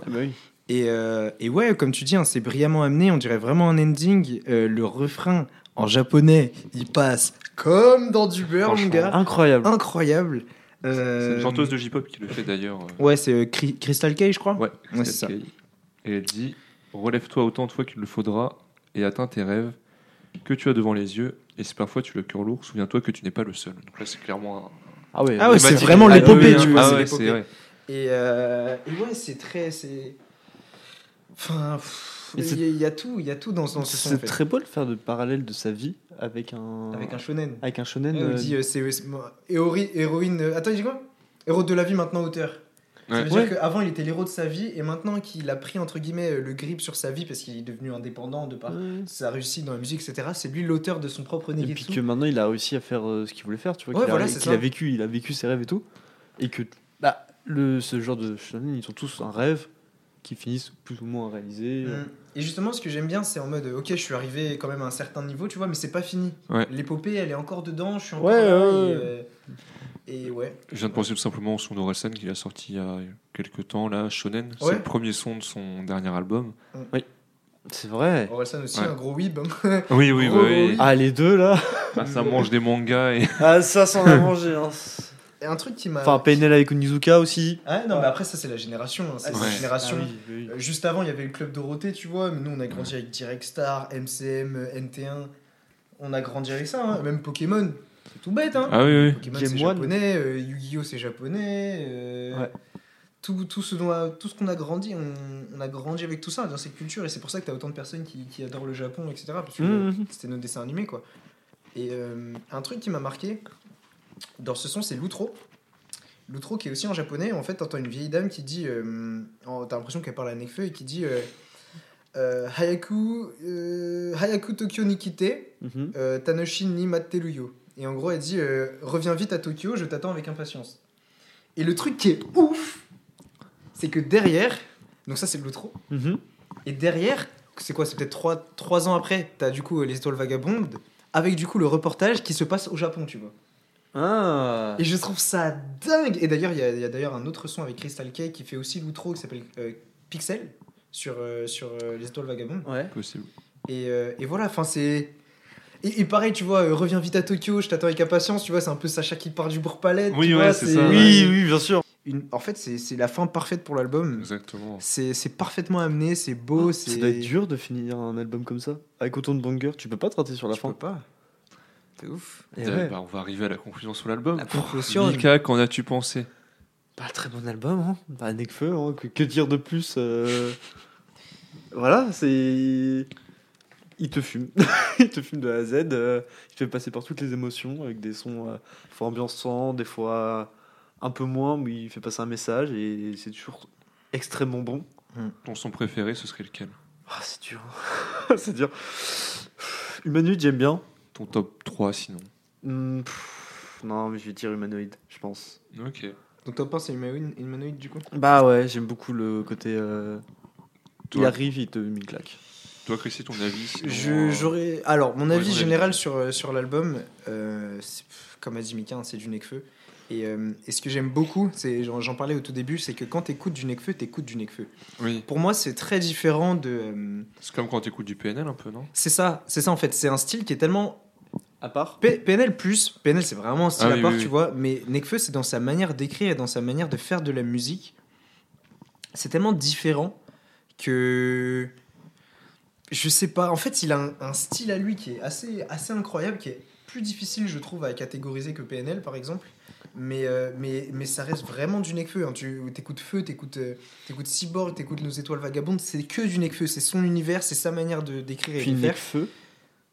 [SPEAKER 2] et, euh, et ouais, comme tu dis, hein, c'est brillamment amené, on dirait vraiment un ending. Euh, le refrain en japonais, il passe comme dans du beurre, mon
[SPEAKER 1] Franchement,
[SPEAKER 3] Ah.
[SPEAKER 2] gars.
[SPEAKER 3] Incroyable.
[SPEAKER 2] Incroyable.
[SPEAKER 1] C'est
[SPEAKER 2] Euh,
[SPEAKER 1] une chanteuse de J-pop qui le fait d'ailleurs. euh,
[SPEAKER 2] Ouais, c'est euh, Cri- Crystal Cage, je crois. Ouais, c'est ça.
[SPEAKER 1] Christelle Kay. Et elle dit Relève-toi autant de fois qu'il le faudra et atteins tes rêves que tu as devant les yeux. Et si parfois tu as le cœur lourd, souviens-toi que tu n'es pas le seul. Donc là, c'est clairement. un-
[SPEAKER 3] Ah ouais,
[SPEAKER 2] Ah ouais,
[SPEAKER 1] Bah,
[SPEAKER 2] c'est
[SPEAKER 1] tu-
[SPEAKER 2] vraiment
[SPEAKER 1] ah
[SPEAKER 2] l'épopée,
[SPEAKER 1] oui,
[SPEAKER 2] tu
[SPEAKER 1] hein,
[SPEAKER 2] vois.
[SPEAKER 1] ah
[SPEAKER 2] c'est
[SPEAKER 1] ouais,
[SPEAKER 2] l'épopée.
[SPEAKER 1] c'est vrai.
[SPEAKER 2] Et, euh, et ouais, c'est très. c'est- Enfin, pff,
[SPEAKER 3] Et c'est-
[SPEAKER 2] il y, a- il y a tout, il y a tout dans, dans ce son. en
[SPEAKER 3] C'est
[SPEAKER 2] fait.
[SPEAKER 3] très beau de faire de parallèle de sa vie avec un
[SPEAKER 2] Avec un shonen.
[SPEAKER 3] Avec un shonen.
[SPEAKER 2] Ouais, où il
[SPEAKER 3] euh,
[SPEAKER 2] dit, euh, c'est euh, c'est- héroï- héroïne. euh, attends, il dit quoi Héros de la vie, maintenant auteur. Ça
[SPEAKER 3] Ouais.
[SPEAKER 2] veut dire
[SPEAKER 3] Ouais.
[SPEAKER 2] qu'avant il était l'héros de sa vie et maintenant qu'il a pris entre guillemets euh, le grip sur sa vie parce qu'il est devenu indépendant de par sa réussite dans la musique, etc. C'est lui l'auteur de son propre
[SPEAKER 3] Et puis
[SPEAKER 2] Neketsu.
[SPEAKER 3] que maintenant il a réussi à faire euh, ce qu'il voulait faire, tu vois.
[SPEAKER 2] Ouais,
[SPEAKER 3] qu'il
[SPEAKER 2] voilà,
[SPEAKER 3] a,
[SPEAKER 2] c'est
[SPEAKER 3] qu'il
[SPEAKER 2] ça.
[SPEAKER 3] a vécu, il a vécu ses rêves et tout. Et que bah, le, ce genre de shonen, ils ont tous un rêve qui finissent plus ou moins à réaliser.
[SPEAKER 2] Mm. Et justement, ce que j'aime bien, c'est en mode, ok, je suis arrivé quand même à un certain niveau, tu vois, mais c'est pas fini.
[SPEAKER 1] Ouais.
[SPEAKER 2] L'épopée, elle est encore dedans, je suis encore
[SPEAKER 3] Ouais,
[SPEAKER 2] là, et,
[SPEAKER 3] ouais, ouais.
[SPEAKER 2] euh, Et, ouais.
[SPEAKER 1] Je viens de penser tout simplement au son d'Orelsan qu'il a sorti il y a quelques temps, là, Shonen.
[SPEAKER 2] Ouais.
[SPEAKER 1] C'est le premier son de son dernier album.
[SPEAKER 3] Oui. C'est vrai.
[SPEAKER 2] Orelsan aussi,
[SPEAKER 1] Ouais.
[SPEAKER 2] un gros weeb. hein.
[SPEAKER 1] Oui, oui,
[SPEAKER 2] Gros,
[SPEAKER 1] bah
[SPEAKER 2] gros
[SPEAKER 1] oui.
[SPEAKER 2] weeb.
[SPEAKER 3] Ah, les deux là
[SPEAKER 1] Ah, ça mange des mangas et.
[SPEAKER 3] Ah, ça, ça en a mangé. hein.
[SPEAKER 2] *laughs* Et un truc qui m'a.
[SPEAKER 3] Enfin, PNL avec Onizuka aussi.
[SPEAKER 2] Ah non, mais après, ça, c'est la génération. hein, C'est
[SPEAKER 3] Ah,
[SPEAKER 2] la
[SPEAKER 3] ouais.
[SPEAKER 2] génération.
[SPEAKER 3] Ah oui, oui, oui.
[SPEAKER 2] Euh, Juste avant, il y avait le Club Dorothée, tu vois, mais nous, on a grandi avec Direct Star, MCM, euh, NT1. On a grandi avec ça, hein. même Pokémon. C'est tout bête, hein.
[SPEAKER 1] Ah oui, oui.
[SPEAKER 2] Pokémon,
[SPEAKER 1] Game
[SPEAKER 2] c'est
[SPEAKER 1] One.
[SPEAKER 2] japonais, euh, Yu-Gi-Oh, c'est japonais. euh, Tout, tout ce dont a- tout ce qu'on a grandi, on, on a grandi avec tout ça, dans cette culture, et c'est pour ça que t'as autant de personnes qui, qui adorent le Japon, etc. Parce que
[SPEAKER 1] Mmh,
[SPEAKER 3] Mhm.
[SPEAKER 2] euh, c'était nos dessins animés, quoi. Et euh, un truc qui m'a marqué dans ce son, c'est l'outro. L'outro qui est aussi en japonais, en fait, t'entends une vieille dame qui dit. euh, en- T'as l'impression qu'elle parle à Nekfeu et qui dit. euh, euh, Hayaku, euh, Hayaku Tokyo Nikite,
[SPEAKER 3] Mhm.
[SPEAKER 2] euh, Tanoshi ni Materuyo. Et en gros, elle dit euh, Reviens vite à Tokyo, je t'attends avec impatience. Et le truc qui est ouf, c'est que derrière, donc ça c'est de l'outro,
[SPEAKER 3] Mhm.
[SPEAKER 2] et derrière, c'est quoi C'est peut-être 3, ans après, t'as du coup euh, Les Étoiles Vagabondes, avec du coup le reportage qui se passe au Japon, tu vois.
[SPEAKER 3] Ah.
[SPEAKER 2] Et je trouve ça dingue. Et d'ailleurs, il y a, il y a d'ailleurs un autre son avec Crystal Kay qui fait aussi l'outro qui s'appelle euh, Pixel sur, euh, sur euh, Les Étoiles Vagabondes.
[SPEAKER 1] Possible.
[SPEAKER 2] Et, euh, et voilà, enfin c'est. Et, et pareil, tu vois, euh, reviens vite à Tokyo, je t'attends avec impatience, tu vois, c'est un peu Sacha qui part du bourg-palais.
[SPEAKER 1] Oui,
[SPEAKER 2] tu
[SPEAKER 1] ouais,
[SPEAKER 2] vois,
[SPEAKER 1] c'est ça,
[SPEAKER 3] Oui, oui, bien sûr.
[SPEAKER 2] Une- En fait, c'est c'est la fin parfaite pour l'album.
[SPEAKER 1] Exactement.
[SPEAKER 2] C'est c'est parfaitement amené, c'est beau, c'est.
[SPEAKER 3] Ah, Ça doit être dur de finir un album comme ça. Avec autant de bangers, tu peux pas te rater sur la fin. Ah, Tu
[SPEAKER 2] peux pas. C'est ouf.
[SPEAKER 3] Et
[SPEAKER 1] Euh,
[SPEAKER 3] ouais.
[SPEAKER 1] bah, on va arriver à la conclusion sur l'album.
[SPEAKER 2] La conclusion.
[SPEAKER 1] Mika, qu'en as-tu pensé
[SPEAKER 3] Bah, très bon album, hein. Bah, Nekfeu, hein. Que, que dire de plus euh, Voilà, c'est. Il te fume. *laughs* il te fume de A à Z. euh, il te fait passer par toutes les émotions avec des sons, euh, des fois ambiançants, des fois un peu moins, mais il fait passer un message et c'est toujours extrêmement bon.
[SPEAKER 1] Ton son préféré, ce serait lequel
[SPEAKER 3] Ah, c'est dur. *laughs* c'est dur. Humanoïde, j'aime bien.
[SPEAKER 1] Ton top 3 sinon.
[SPEAKER 3] Hmm, pff, non, mais je vais dire humanoïde, je pense.
[SPEAKER 1] Ok.
[SPEAKER 2] Donc top 1 c'est humanoïde, humanoïde, du coup
[SPEAKER 3] Bah ouais, j'aime beaucoup le côté. euh, Il
[SPEAKER 1] Toi.
[SPEAKER 3] arrive, il te met une claque.
[SPEAKER 1] Toi, Chrissy, ton avis sinon,
[SPEAKER 2] Je-
[SPEAKER 1] euh,
[SPEAKER 2] J'aurais. Alors, mon
[SPEAKER 1] Ouais,
[SPEAKER 2] avis
[SPEAKER 1] j'aurais-
[SPEAKER 2] général sur, euh, sur l'album, euh, c'est- pff, comme a dit Mika, hein, c'est du Nekfeu. Et, euh, et ce que j'aime beaucoup, c'est j'en j'en parlais au tout début, c'est que quand t'écoutes du Necfeu, t'écoutes du Necfeu.
[SPEAKER 1] Oui.
[SPEAKER 2] Pour moi, c'est très différent de. euh,
[SPEAKER 1] C'est comme quand tu écoutes du PNL un peu, non
[SPEAKER 2] c'est ça, c'est ça en fait. C'est un style qui est tellement
[SPEAKER 3] à part.
[SPEAKER 2] PNL plus, PNL c'est vraiment un style
[SPEAKER 1] Ah
[SPEAKER 2] à
[SPEAKER 1] oui,
[SPEAKER 2] part,
[SPEAKER 1] oui,
[SPEAKER 2] tu
[SPEAKER 1] oui.
[SPEAKER 2] vois. Mais Nekfeu, c'est dans sa manière d'écrire et dans sa manière de faire de la musique. C'est tellement différent que je sais pas. En fait, il a un, un style à lui qui est assez assez incroyable, qui est plus difficile, je trouve, à catégoriser que PNL par exemple. Mais, euh, mais, mais ça reste vraiment du Nekfeu. Hein. Tu écoutes Feu, t'écoutes euh, t'écoutes Cyborg, t'écoutes Nos Étoiles Vagabondes, c'est que du Nekfeu. C'est son univers, c'est sa manière de- d'écrire et
[SPEAKER 3] Puis
[SPEAKER 2] de faire.
[SPEAKER 3] Necfeu,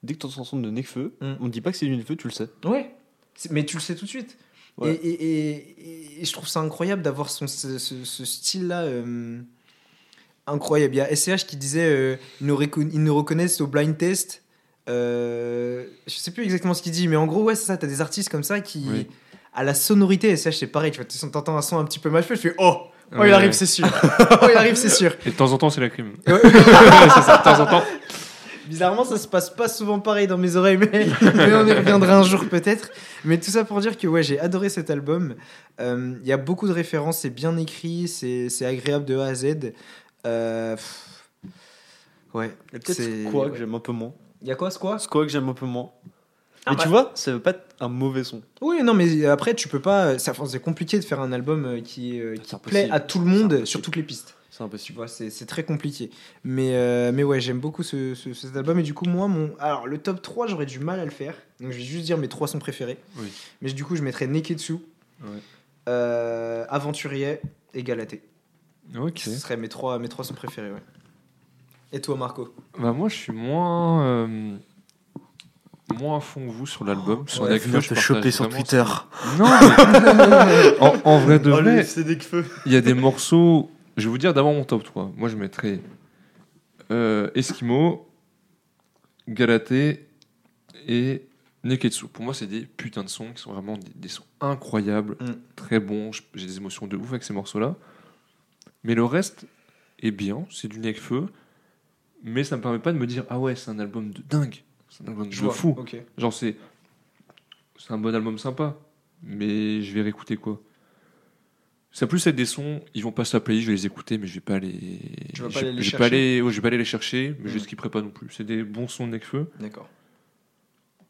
[SPEAKER 3] dès que t'entends son son de Necfeu,
[SPEAKER 2] Hmm.
[SPEAKER 3] on te dit pas que c'est du Necfeu, tu le sais.
[SPEAKER 2] Ouais, C'est- mais tu le sais tout de suite.
[SPEAKER 3] Ouais.
[SPEAKER 2] Et, et- et- et je trouve ça incroyable d'avoir son, ce, ce- ce style-là. euh, incroyable. Il y a SCH qui disait euh, ils, nous recon- ils nous reconnaissent au blind test. Euh, je sais plus exactement ce qu'il dit, mais en gros, ouais, c'est ça. T'as des artistes comme ça qui.
[SPEAKER 1] Oui.
[SPEAKER 2] À la sonorité, SCH, c'est pareil. Tu vois, tu- t'entends un son un petit peu mâcheux, je fais Oh Oh,
[SPEAKER 1] Ouais.
[SPEAKER 2] il arrive,
[SPEAKER 1] *laughs*
[SPEAKER 2] c'est sûr. oh, il arrive, c'est sûr.
[SPEAKER 1] Et de temps en temps, c'est la crime.
[SPEAKER 2] Ouais.
[SPEAKER 1] *laughs* c'est ça, de temps en temps.
[SPEAKER 2] Bizarrement, ça se passe pas souvent pareil dans mes oreilles, mais, *laughs* mais on y reviendra un jour peut-être. Mais tout ça pour dire que ouais, j'ai adoré cet album. Euh, Il y a beaucoup de références, c'est bien écrit, c'est c'est agréable de A à Z. Euh, pff, ouais.
[SPEAKER 3] Et peut-être
[SPEAKER 2] c'est-
[SPEAKER 3] quoi que
[SPEAKER 2] ouais.
[SPEAKER 3] j'aime un peu moins.
[SPEAKER 2] Il y a quoi, quoi
[SPEAKER 3] Quoi que j'aime un peu moins.
[SPEAKER 2] Ah
[SPEAKER 3] Mais
[SPEAKER 2] bah-
[SPEAKER 3] tu vois, ça veut pas être un mauvais son.
[SPEAKER 2] Oui, non, mais après, tu peux pas. ça- enfin, C'est compliqué de faire un album euh, qui, euh, qui plaît
[SPEAKER 3] impossible.
[SPEAKER 2] à tout le monde sur toutes les pistes.
[SPEAKER 3] C'est impossible.
[SPEAKER 2] c'est c'est très compliqué. Mais, euh, mais ouais, j'aime beaucoup ce, ce- cet album. Et du coup, moi, mon. Alors, le top 3, j'aurais du mal à le faire. Donc, je vais juste dire mes trois sons préférés.
[SPEAKER 1] Oui.
[SPEAKER 2] Mais du coup, je mettrais Neketsu, euh, Aventurier et Galaté.
[SPEAKER 1] Ok.
[SPEAKER 2] Ce seraient mes trois, mes trois sons préférés, ouais. Et toi, Marco
[SPEAKER 1] Bah moi je suis moins euh, moins à fond que vous sur l'album. sur
[SPEAKER 3] Oh, ouais,
[SPEAKER 1] Nekfeu,
[SPEAKER 3] faut
[SPEAKER 1] je
[SPEAKER 3] te
[SPEAKER 1] partage
[SPEAKER 3] choper sur
[SPEAKER 1] vraiment-
[SPEAKER 3] Twitter.
[SPEAKER 1] Non.
[SPEAKER 3] *laughs*
[SPEAKER 1] mais- en, en vrai de
[SPEAKER 3] Oh, le
[SPEAKER 1] vrai,
[SPEAKER 3] FC Nekfeu.
[SPEAKER 1] il y a des morceaux. Je vais vous dire d'abord mon top 3. Moi je mettrais euh, Eskimo, Galaté et Neketsu. Pour moi c'est des putains de sons qui sont vraiment des, des sons incroyables,
[SPEAKER 2] Mm.
[SPEAKER 1] très bons. Je- J'ai des émotions de ouf avec ces morceaux là. Mais le reste est bien, c'est du Nekfeu mais ça me permet pas de me dire ah ouais c'est un album de dingue c'est un album de
[SPEAKER 2] Je vois,
[SPEAKER 1] fou
[SPEAKER 2] ok.
[SPEAKER 1] genre c'est c'est un bon album sympa mais je vais réécouter quoi ça va plus être des sons ils vont pas se playlist je vais les écouter mais je vais pas les
[SPEAKER 2] Tu vas pas
[SPEAKER 1] je,
[SPEAKER 2] aller les
[SPEAKER 1] je vais
[SPEAKER 2] chercher.
[SPEAKER 1] pas aller ouais, je vais pas aller les chercher mais je les
[SPEAKER 2] Mm.
[SPEAKER 1] skipperai pas non plus c'est des bons sons de Nekfeu
[SPEAKER 2] D'accord.
[SPEAKER 1] Bah.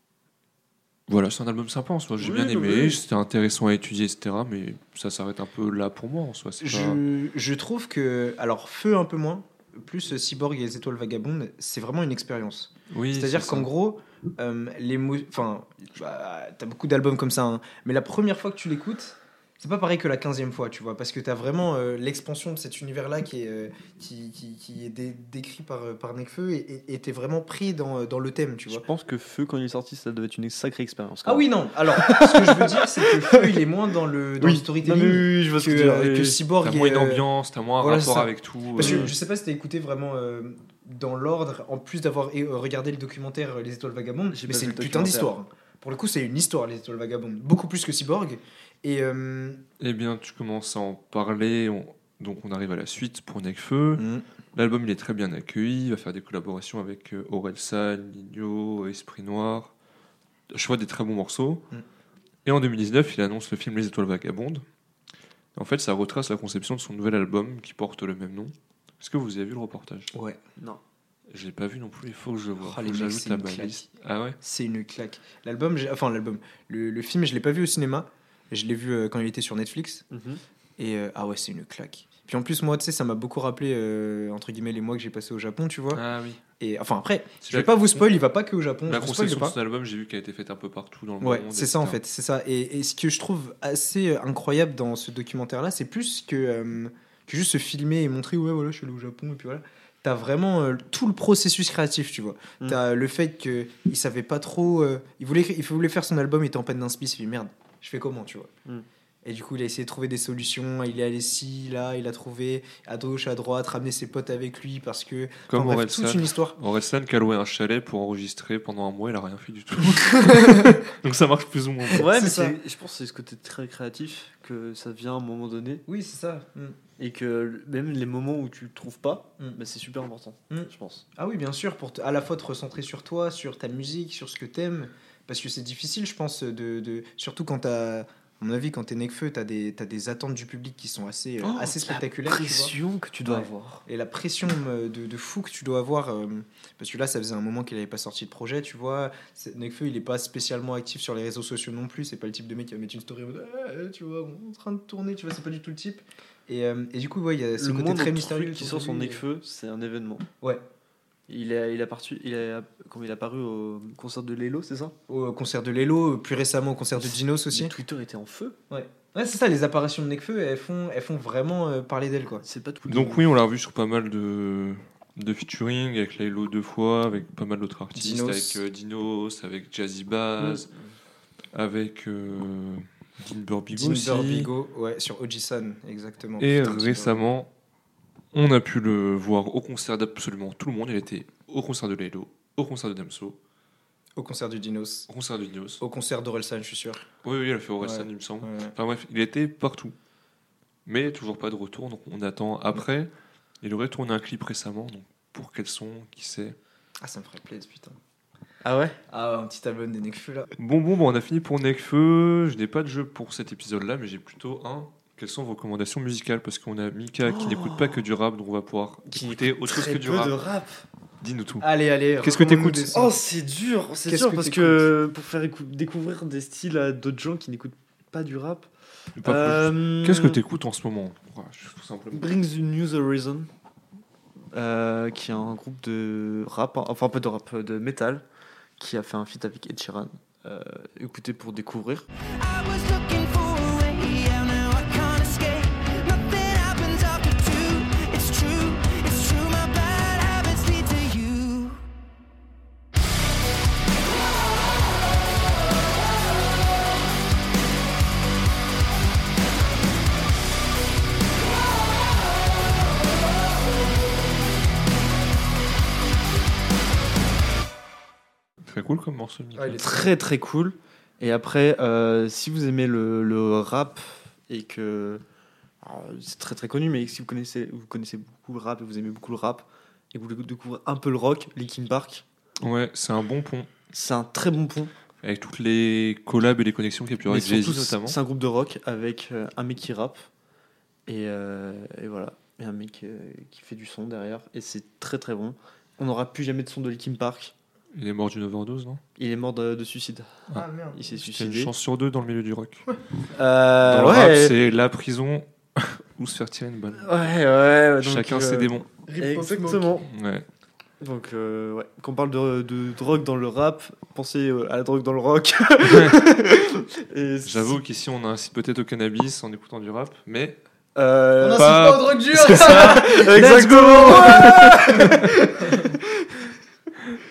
[SPEAKER 1] voilà c'est un album sympa en soi j'ai
[SPEAKER 2] Oui,
[SPEAKER 1] bien aimé
[SPEAKER 2] oui.
[SPEAKER 1] c'était intéressant à étudier etc mais ça s'arrête un peu là pour moi en soi c'est pas-
[SPEAKER 2] Je, je trouve que, alors feu un peu moins, plus euh, Cyborg et les étoiles vagabondes, c'est vraiment une expérience.
[SPEAKER 1] Oui,
[SPEAKER 2] C'est-à-dire
[SPEAKER 1] c'est
[SPEAKER 2] qu'en
[SPEAKER 1] ça.
[SPEAKER 2] gros, euh, les mots, enfin, bah, t'as beaucoup d'albums comme ça, hein, mais la première fois que tu l'écoutes, c'est pas pareil que la quinzième fois, tu vois, parce que t'as vraiment euh, l'expansion de cet univers-là qui est, euh, qui, qui- qui est dé- décrit par, euh, par Nekfeu et- et et t'es vraiment pris dans, euh, dans le thème, tu vois.
[SPEAKER 3] Je pense que Feu, quand il est sorti, ça devait être une sacrée expérience. quand
[SPEAKER 2] Ah oui,
[SPEAKER 3] même.
[SPEAKER 2] non. Alors, *laughs* ce que je veux dire, c'est que Feu, il est moins dans le, dans
[SPEAKER 3] Oui.
[SPEAKER 2] le storytelling
[SPEAKER 3] Non, mais oui, oui, je vois ce
[SPEAKER 2] que,
[SPEAKER 3] que tu veux dire,
[SPEAKER 2] euh,
[SPEAKER 3] oui,
[SPEAKER 2] que
[SPEAKER 3] oui.
[SPEAKER 2] Cyborg.
[SPEAKER 1] T'as moins
[SPEAKER 2] et,
[SPEAKER 1] une
[SPEAKER 2] euh,
[SPEAKER 1] ambiance, t'as moins un rapport
[SPEAKER 2] c'est ça.
[SPEAKER 1] avec tout,
[SPEAKER 2] Parce que
[SPEAKER 1] euh.
[SPEAKER 2] je sais pas si t'as écouté vraiment euh, dans l'ordre, en plus d'avoir euh, regardé le documentaire euh, Les Étoiles Vagabondes, mais
[SPEAKER 13] pas
[SPEAKER 2] c'est
[SPEAKER 13] vu
[SPEAKER 2] une
[SPEAKER 13] le
[SPEAKER 2] putain
[SPEAKER 13] documentaire.
[SPEAKER 2] d'histoire. Pour le coup, c'est une histoire, Les Étoiles Vagabondes. Beaucoup plus que Cyborg. Et. euh,
[SPEAKER 1] Eh bien, tu commences à en parler. on- Donc, on arrive à la suite pour Necfeu.
[SPEAKER 13] Mm.
[SPEAKER 1] L'album, il est très bien accueilli. Il va faire des collaborations avec euh, Orelsan, Nino, Esprit Noir. Je vois des très bons morceaux.
[SPEAKER 2] Mm.
[SPEAKER 1] Et en 2019, il annonce le film Les Étoiles Vagabondes. En fait, ça retrace la conception de son nouvel album qui porte le même nom. Est-ce que vous avez vu le reportage
[SPEAKER 2] Ouais.
[SPEAKER 3] Non.
[SPEAKER 1] Je l'ai pas vu non plus, il faut que je le vois.
[SPEAKER 2] Oh,
[SPEAKER 1] Faut
[SPEAKER 2] les
[SPEAKER 1] que
[SPEAKER 2] mecs,
[SPEAKER 1] j'ajoute
[SPEAKER 2] c'est
[SPEAKER 1] à
[SPEAKER 2] une
[SPEAKER 1] ma
[SPEAKER 2] claque.
[SPEAKER 1] liste. Ah ouais
[SPEAKER 2] C'est une claque. L'album, j'ai- enfin l'album, le, le film, je l'ai pas vu au cinéma. Je l'ai vu euh, quand il était sur Netflix.
[SPEAKER 3] Mhm.
[SPEAKER 2] Et euh, ah ouais, c'est une claque. Puis en plus, moi, tu sais, ça m'a beaucoup rappelé euh, entre guillemets les mois que j'ai passé au Japon, tu vois.
[SPEAKER 1] Ah oui.
[SPEAKER 2] Et enfin après,
[SPEAKER 1] C'est
[SPEAKER 2] je vais
[SPEAKER 1] la-
[SPEAKER 2] pas vous spoil, il va pas que au Japon.
[SPEAKER 1] La
[SPEAKER 2] je vous spoil
[SPEAKER 1] conception de
[SPEAKER 2] pas.
[SPEAKER 1] son album, j'ai vu qu'elle a été faite un peu partout dans le
[SPEAKER 2] Ouais,
[SPEAKER 1] monde.
[SPEAKER 2] c'est
[SPEAKER 1] etc.
[SPEAKER 2] ça en fait, c'est ça. Et, et ce que je trouve assez euh, incroyable dans ce documentaire-là, c'est plus que, euh, que juste se filmer et montrer, ouais, voilà, je suis allé au Japon, et puis voilà. T'as vraiment euh, tout le processus créatif, tu vois. T'as le fait qu'il savait pas trop. euh, il, voulait, il voulait faire son album, il était en peine d'inspiration, il s'est dit, merde, je fais comment, tu vois. Et du coup, il a essayé de trouver des solutions. Il est allé ci, là, il a trouvé à gauche, à droite, ramener ses potes avec lui parce que.
[SPEAKER 1] Comme
[SPEAKER 2] enfin, bref,
[SPEAKER 1] Orelsan.
[SPEAKER 2] toute une histoire.
[SPEAKER 1] Orelsan qui a loué un chalet pour enregistrer pendant un mois, il a rien fait du tout. Donc ça marche plus ou moins. bien.
[SPEAKER 3] Ouais, mais c'est- je pense que c'est ce côté très créatif que ça vient à un moment donné.
[SPEAKER 2] Oui, c'est ça.
[SPEAKER 3] Et que le- même les moments où tu trouves pas,
[SPEAKER 2] Mm.
[SPEAKER 3] bah, c'est super important, je pense.
[SPEAKER 2] Ah oui, bien sûr, pour te- à la fois te recentrer sur toi, sur ta musique, sur ce que t'aimes, parce que c'est difficile, je pense, de, de- surtout quand t'as à mon avis, quand t'es Necfeu, t'as des, t'as des attentes du public qui sont assez, euh,
[SPEAKER 3] Oh,
[SPEAKER 2] assez
[SPEAKER 3] la
[SPEAKER 2] spectaculaires.
[SPEAKER 3] pression que tu dois
[SPEAKER 2] avoir. Et la pression euh, de, de fou que tu dois avoir. euh, parce que là, ça faisait un moment qu'il n'avait pas sorti de projet, tu vois. C'est- Necfeu, il n'est pas spécialement actif sur les réseaux sociaux non plus. C'est pas le type de mec qui va mettre une story en mode, Ah, euh, tu vois, on est en train de tourner, tu vois, c'est pas du tout le type. Et, euh, et du coup, ouais, il y a ce
[SPEAKER 3] le
[SPEAKER 2] côté
[SPEAKER 3] moindre
[SPEAKER 2] très
[SPEAKER 3] truc
[SPEAKER 2] mystérieux
[SPEAKER 3] qui
[SPEAKER 2] autour
[SPEAKER 3] sort
[SPEAKER 2] de
[SPEAKER 3] son
[SPEAKER 2] lui. euh,
[SPEAKER 3] Necfeu, c'est un événement.
[SPEAKER 2] Ouais.
[SPEAKER 3] Il est, il a parti, il a, comment il est apparu au concert de Lelo, c'est ça
[SPEAKER 2] Au concert de Lelo, plus récemment au concert de Ginos aussi.
[SPEAKER 3] Twitter était en feu.
[SPEAKER 2] Ouais. Ouais, c'est ça, les apparitions de Necfeu, elles font, elles font vraiment euh, parler d'elle, quoi.
[SPEAKER 3] C'est pas tout.
[SPEAKER 1] Donc oui, on l'a revu sur pas mal de, de featuring, avec Laylo deux fois, avec pas mal d'autres artistes,
[SPEAKER 2] Dinos. Mm.
[SPEAKER 1] avec euh, Dinos, avec Jazzy Bass, avec euh, Dean Burbigo
[SPEAKER 2] Dean
[SPEAKER 1] aussi.
[SPEAKER 2] Burbigo, ouais, sur Ojisan, exactement.
[SPEAKER 1] Et
[SPEAKER 2] Putain,
[SPEAKER 1] récemment, on a pu le voir au concert d'absolument tout le monde. Il était au concert de Laylo, au concert de Damso.
[SPEAKER 2] Au concert du Dinos.
[SPEAKER 1] Au concert du Dinos.
[SPEAKER 2] Au concert d'Orelsan, je suis sûr.
[SPEAKER 1] Oui, oui, il a fait Orelsan,
[SPEAKER 2] Ouais,
[SPEAKER 1] il me semble.
[SPEAKER 2] ouais.
[SPEAKER 1] Enfin bref, il était partout. Mais toujours pas de retour, donc on attend après. Il aurait tourné un clip récemment, donc pour quel son, qui sait.
[SPEAKER 2] Ah, ça me ferait plaisir, putain.
[SPEAKER 3] Ah ouais
[SPEAKER 2] Ah, un petit album des Necfeu, là.
[SPEAKER 1] Bon, bon, bon, on a fini pour Necfeu. Je n'ai pas de jeu pour cet épisode-là, mais j'ai plutôt un. Quelles sont vos recommandations musicales Parce qu'on a Mika qui
[SPEAKER 2] Oh
[SPEAKER 1] n'écoute pas que du rap, donc on va pouvoir écouter autre chose
[SPEAKER 3] très
[SPEAKER 1] que du
[SPEAKER 3] peu
[SPEAKER 1] rap.
[SPEAKER 3] de Ah, rap.
[SPEAKER 1] Dis-nous tout.
[SPEAKER 2] Allez, allez,
[SPEAKER 1] Qu'est-ce que
[SPEAKER 2] recommande-nous
[SPEAKER 1] t'écoutes
[SPEAKER 2] des sons.
[SPEAKER 3] Oh, c'est dur, c'est
[SPEAKER 2] Qu'est-ce
[SPEAKER 3] dur
[SPEAKER 2] que
[SPEAKER 3] parce
[SPEAKER 2] t'écoutes
[SPEAKER 3] que pour faire écou- découvrir des styles à d'autres gens qui n'écoutent pas du rap.
[SPEAKER 1] Pas
[SPEAKER 3] Euh,
[SPEAKER 1] plus. Qu'est-ce que t'écoutes en ce moment Voilà, je- tout simplement.
[SPEAKER 3] Brings the News a Reason, euh, qui est un groupe de rap, hein, enfin pas de rap, euh, de metal, qui a fait un feat avec Ed Sheeran. Euh, écoutez pour découvrir.
[SPEAKER 10] looking for a way out, now I can't escape. Nothing happens after two. It's true, it's true. My bad habits lead to you.
[SPEAKER 1] Très cool comme morceau. Mika.
[SPEAKER 3] très très cool. Et après, euh, si vous aimez le, le rap et que alors, c'est très très connu, mais si vous connaissez, vous connaissez beaucoup le rap et vous aimez beaucoup le rap et que vous voulez découvrir un peu le rock, Linkin Park,
[SPEAKER 1] Ouais, c'est un bon pont.
[SPEAKER 3] C'est un très bon pont.
[SPEAKER 1] Avec toutes les collabs et les connexions qu'il y a pu avoir
[SPEAKER 3] mais
[SPEAKER 1] avec Jay-Z
[SPEAKER 3] surtout, c'est
[SPEAKER 1] notamment.
[SPEAKER 3] c'est un groupe de rock avec euh, un mec qui rappe et, euh, et voilà, et un mec euh, qui fait du son derrière et c'est très très bon. On n'aura plus jamais de son de Linkin Park.
[SPEAKER 1] Il est mort d'une overdose, non
[SPEAKER 3] Il est mort de, de suicide.
[SPEAKER 1] Ah,
[SPEAKER 2] merde.
[SPEAKER 3] Il s'est
[SPEAKER 1] C'est une
[SPEAKER 3] suicidé.
[SPEAKER 1] chance sur deux dans le milieu du rock.
[SPEAKER 3] Euh,
[SPEAKER 1] dans le rap,
[SPEAKER 3] ouais.
[SPEAKER 1] c'est la prison *laughs* ou se faire tirer une balle.
[SPEAKER 3] Ouais, ouais,
[SPEAKER 2] Ah,
[SPEAKER 3] ouais, donc,
[SPEAKER 1] Chacun ses
[SPEAKER 3] euh,
[SPEAKER 1] démons.
[SPEAKER 3] Exactement.
[SPEAKER 1] Ouais.
[SPEAKER 3] Donc, euh, ouais. Quand on parle de, de drogue dans le rap, pensez euh, à la drogue dans
[SPEAKER 1] *laughs*
[SPEAKER 3] le rock. Et si-
[SPEAKER 1] J'avoue qu'ici on incite peut-être au cannabis en écoutant du rap, mais.
[SPEAKER 3] Euh,
[SPEAKER 1] on
[SPEAKER 3] pas-
[SPEAKER 1] *laughs*
[SPEAKER 3] C'est ça, *laughs*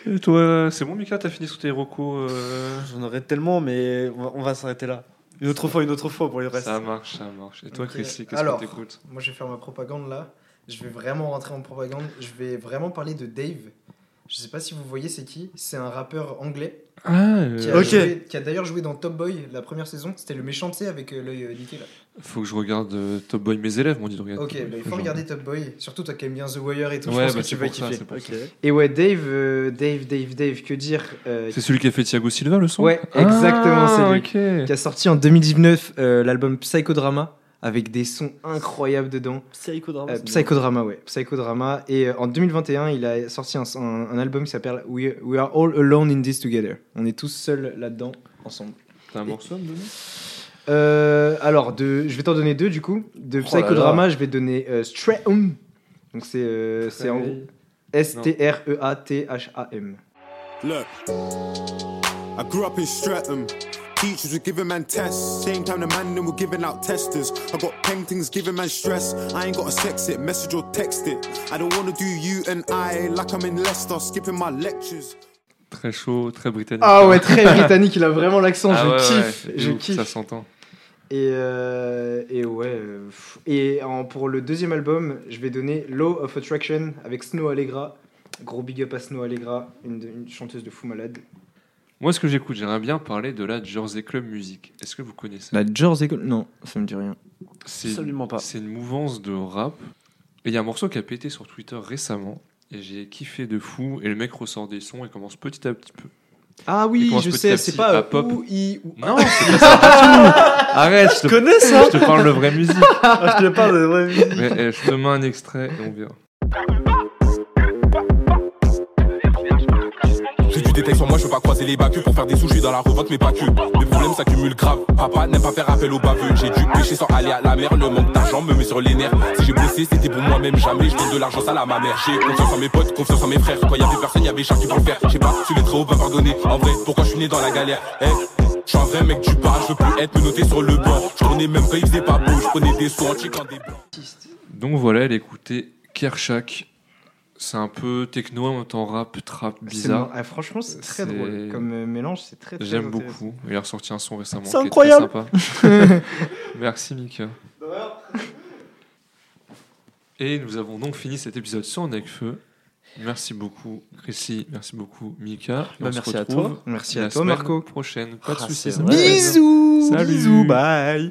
[SPEAKER 1] Et toi, c'est bon, Mika, t'as fini sous tes rocos
[SPEAKER 2] euh,
[SPEAKER 3] J'en aurais tellement, mais on va, on va s'arrêter là. Une autre fois, une autre fois pour le reste.
[SPEAKER 1] Ça marche, ça marche. Et toi,
[SPEAKER 2] Ok.
[SPEAKER 1] Chrissy, qu'est-ce
[SPEAKER 2] Alors,
[SPEAKER 1] que t'écoutes
[SPEAKER 2] Moi, je vais faire ma propagande là. Je vais vraiment rentrer en propagande. Je vais vraiment parler de Dave. Je sais pas si vous voyez c'est qui. C'est un rappeur anglais.
[SPEAKER 1] Ah, euh,
[SPEAKER 2] qui a,
[SPEAKER 1] ok.
[SPEAKER 2] joué- qui a d'ailleurs joué dans Top Boy la première saison. C'était le méchant, tu sais, avec euh, l'œil euh, niqué là.
[SPEAKER 1] Faut que je regarde euh, Top Boy, mes élèves m'ont dit de regarder.
[SPEAKER 2] Ok,
[SPEAKER 1] Top Boy,
[SPEAKER 2] bah, il
[SPEAKER 1] que
[SPEAKER 2] faut
[SPEAKER 1] je
[SPEAKER 2] regarder Top Boy, surtout toi qui aimes bien The Wire et tout,
[SPEAKER 1] Ouais,
[SPEAKER 2] je pense
[SPEAKER 1] bah,
[SPEAKER 2] que
[SPEAKER 1] c'est
[SPEAKER 2] tu vas
[SPEAKER 1] pour ça,
[SPEAKER 2] kiffer.
[SPEAKER 1] c'est pour ça.
[SPEAKER 2] Et ouais, Dave, euh, Dave, Dave, Dave, que dire euh,
[SPEAKER 1] C'est celui qui a fait Thiago Silva le son Ah,
[SPEAKER 2] Ouais, exactement, c'est lui
[SPEAKER 1] ok.
[SPEAKER 2] qui a sorti en 2019 euh, l'album Psychodrama avec des sons incroyables dedans.
[SPEAKER 3] Psychodrama.
[SPEAKER 2] Euh,
[SPEAKER 3] Oh, c'est
[SPEAKER 2] Psychodrama, ouais, Psychodrama. Et euh, en 2021, il a sorti un, un- un album qui s'appelle We, We Are All Alone in This Together. On est tous seuls là-dedans, ensemble.
[SPEAKER 1] T'as un morceau à me donner
[SPEAKER 2] Euh, alors, de, je vais t'en donner deux du coup. De
[SPEAKER 1] Oh là
[SPEAKER 2] Psychodrama,
[SPEAKER 1] là.
[SPEAKER 2] je vais donner euh, Stratum. Donc c'est euh, c'est en gros E S-T-R-E-A-T-H-A-M.
[SPEAKER 19] Look, I grew up in Streatham. Teachers were giving man tests. Same time the man them were giving out testers. I got paintings giving man stress. I ain't got to sex it, message or text it. I don't wanna do you and I like I'm in Leicester, skipping my lectures.
[SPEAKER 1] Très chaud, très britannique.
[SPEAKER 2] Ah ouais, très britannique, il a vraiment l'accent,
[SPEAKER 1] Ah
[SPEAKER 2] je
[SPEAKER 1] ouais,
[SPEAKER 2] kiffe,
[SPEAKER 1] ouais, de
[SPEAKER 2] je
[SPEAKER 1] ouf,
[SPEAKER 2] kiffe.
[SPEAKER 1] Ça s'entend.
[SPEAKER 2] Et, euh, et ouais. euh, pff. Et en, pour le deuxième album, je vais donner Law of Attraction avec Snow Allegra. Gros big up à Snow Allegra, une, une chanteuse de fou malade.
[SPEAKER 1] Moi, ce que j'écoute, j'aimerais bien parler de la Jersey Club Music. Est-ce que vous connaissez
[SPEAKER 2] La Jersey Club Non, ça me dit rien.
[SPEAKER 1] C'est-
[SPEAKER 2] Bah, Absolument pas.
[SPEAKER 1] C'est une mouvance de rap. Et il y a un morceau qui a pété sur Twitter récemment. Et j'ai kiffé de fou. Et le mec ressort des sons et commence petit à petit peu.
[SPEAKER 2] Ah
[SPEAKER 1] Il
[SPEAKER 2] oui,
[SPEAKER 1] commence
[SPEAKER 2] je
[SPEAKER 1] petit
[SPEAKER 2] sais,
[SPEAKER 1] à
[SPEAKER 2] c'est
[SPEAKER 1] petit
[SPEAKER 2] pas
[SPEAKER 1] à
[SPEAKER 2] euh,
[SPEAKER 1] pop.
[SPEAKER 2] ou i ou *laughs*
[SPEAKER 1] Non, c'est pas ça du tout. Arrête,
[SPEAKER 3] Je
[SPEAKER 1] te-
[SPEAKER 3] connais ça.
[SPEAKER 1] *laughs* Je te parle de vraie musique.
[SPEAKER 3] Ah, je te parle de vraie musique.
[SPEAKER 1] Mais, eh, je te mets un extrait et on verra.
[SPEAKER 5] J'ai du détail sur moi, je veux pas croiser les bacus Pour faire des sous, je suis dans la revoque, mais pas que Mes problèmes s'accumulent grave Papa n'aime pas faire appel aux baveux J'ai dû pêcher sans aller à la mer Le manque d'argent me met sur les nerfs Si j'ai bossé, c'était pour moi-même Jamais je donne de l'argent sale à ma mère J'ai confiance en mes potes, confiance en mes frères Quand y'avait personne, y'avait chacun qui peut le faire J'ai pas, tu les trop pas pardonner En vrai, pourquoi je suis né dans la galère Eh, je suis un vrai mec du bar, je veux plus être menotté sur le banc Je tournais même pas, il faisait pas beau Je prenais des sous en checkant des blancs
[SPEAKER 1] Donc voilà, elle écoutait Kershak. C'est un peu techno en même temps rap, trap,
[SPEAKER 2] C'est
[SPEAKER 1] bizarre.
[SPEAKER 2] mar- ah, franchement, c'est très drôle. Comme euh, mélange, c'est très, très
[SPEAKER 1] J'aime
[SPEAKER 2] intéressant.
[SPEAKER 1] beaucoup. Il a ressorti un son récemment.
[SPEAKER 2] C'est
[SPEAKER 1] qui est très
[SPEAKER 2] incroyable. *laughs*
[SPEAKER 1] sympa. Merci Mika. Et nous avons donc fini cet épisode sur Necfeu. Merci beaucoup Chrissy, merci beaucoup Mika. Et
[SPEAKER 3] Bah,
[SPEAKER 1] on se
[SPEAKER 3] merci à
[SPEAKER 1] retrouve
[SPEAKER 3] toi. Merci
[SPEAKER 1] la
[SPEAKER 3] à toi,
[SPEAKER 1] semaine
[SPEAKER 3] Marco.
[SPEAKER 1] prochaine. Pas de
[SPEAKER 3] Ah,
[SPEAKER 1] soucis.
[SPEAKER 3] c'est
[SPEAKER 1] ça
[SPEAKER 3] vrai.
[SPEAKER 1] va.
[SPEAKER 3] Bisous.
[SPEAKER 1] Salut.
[SPEAKER 3] Bisous, bye.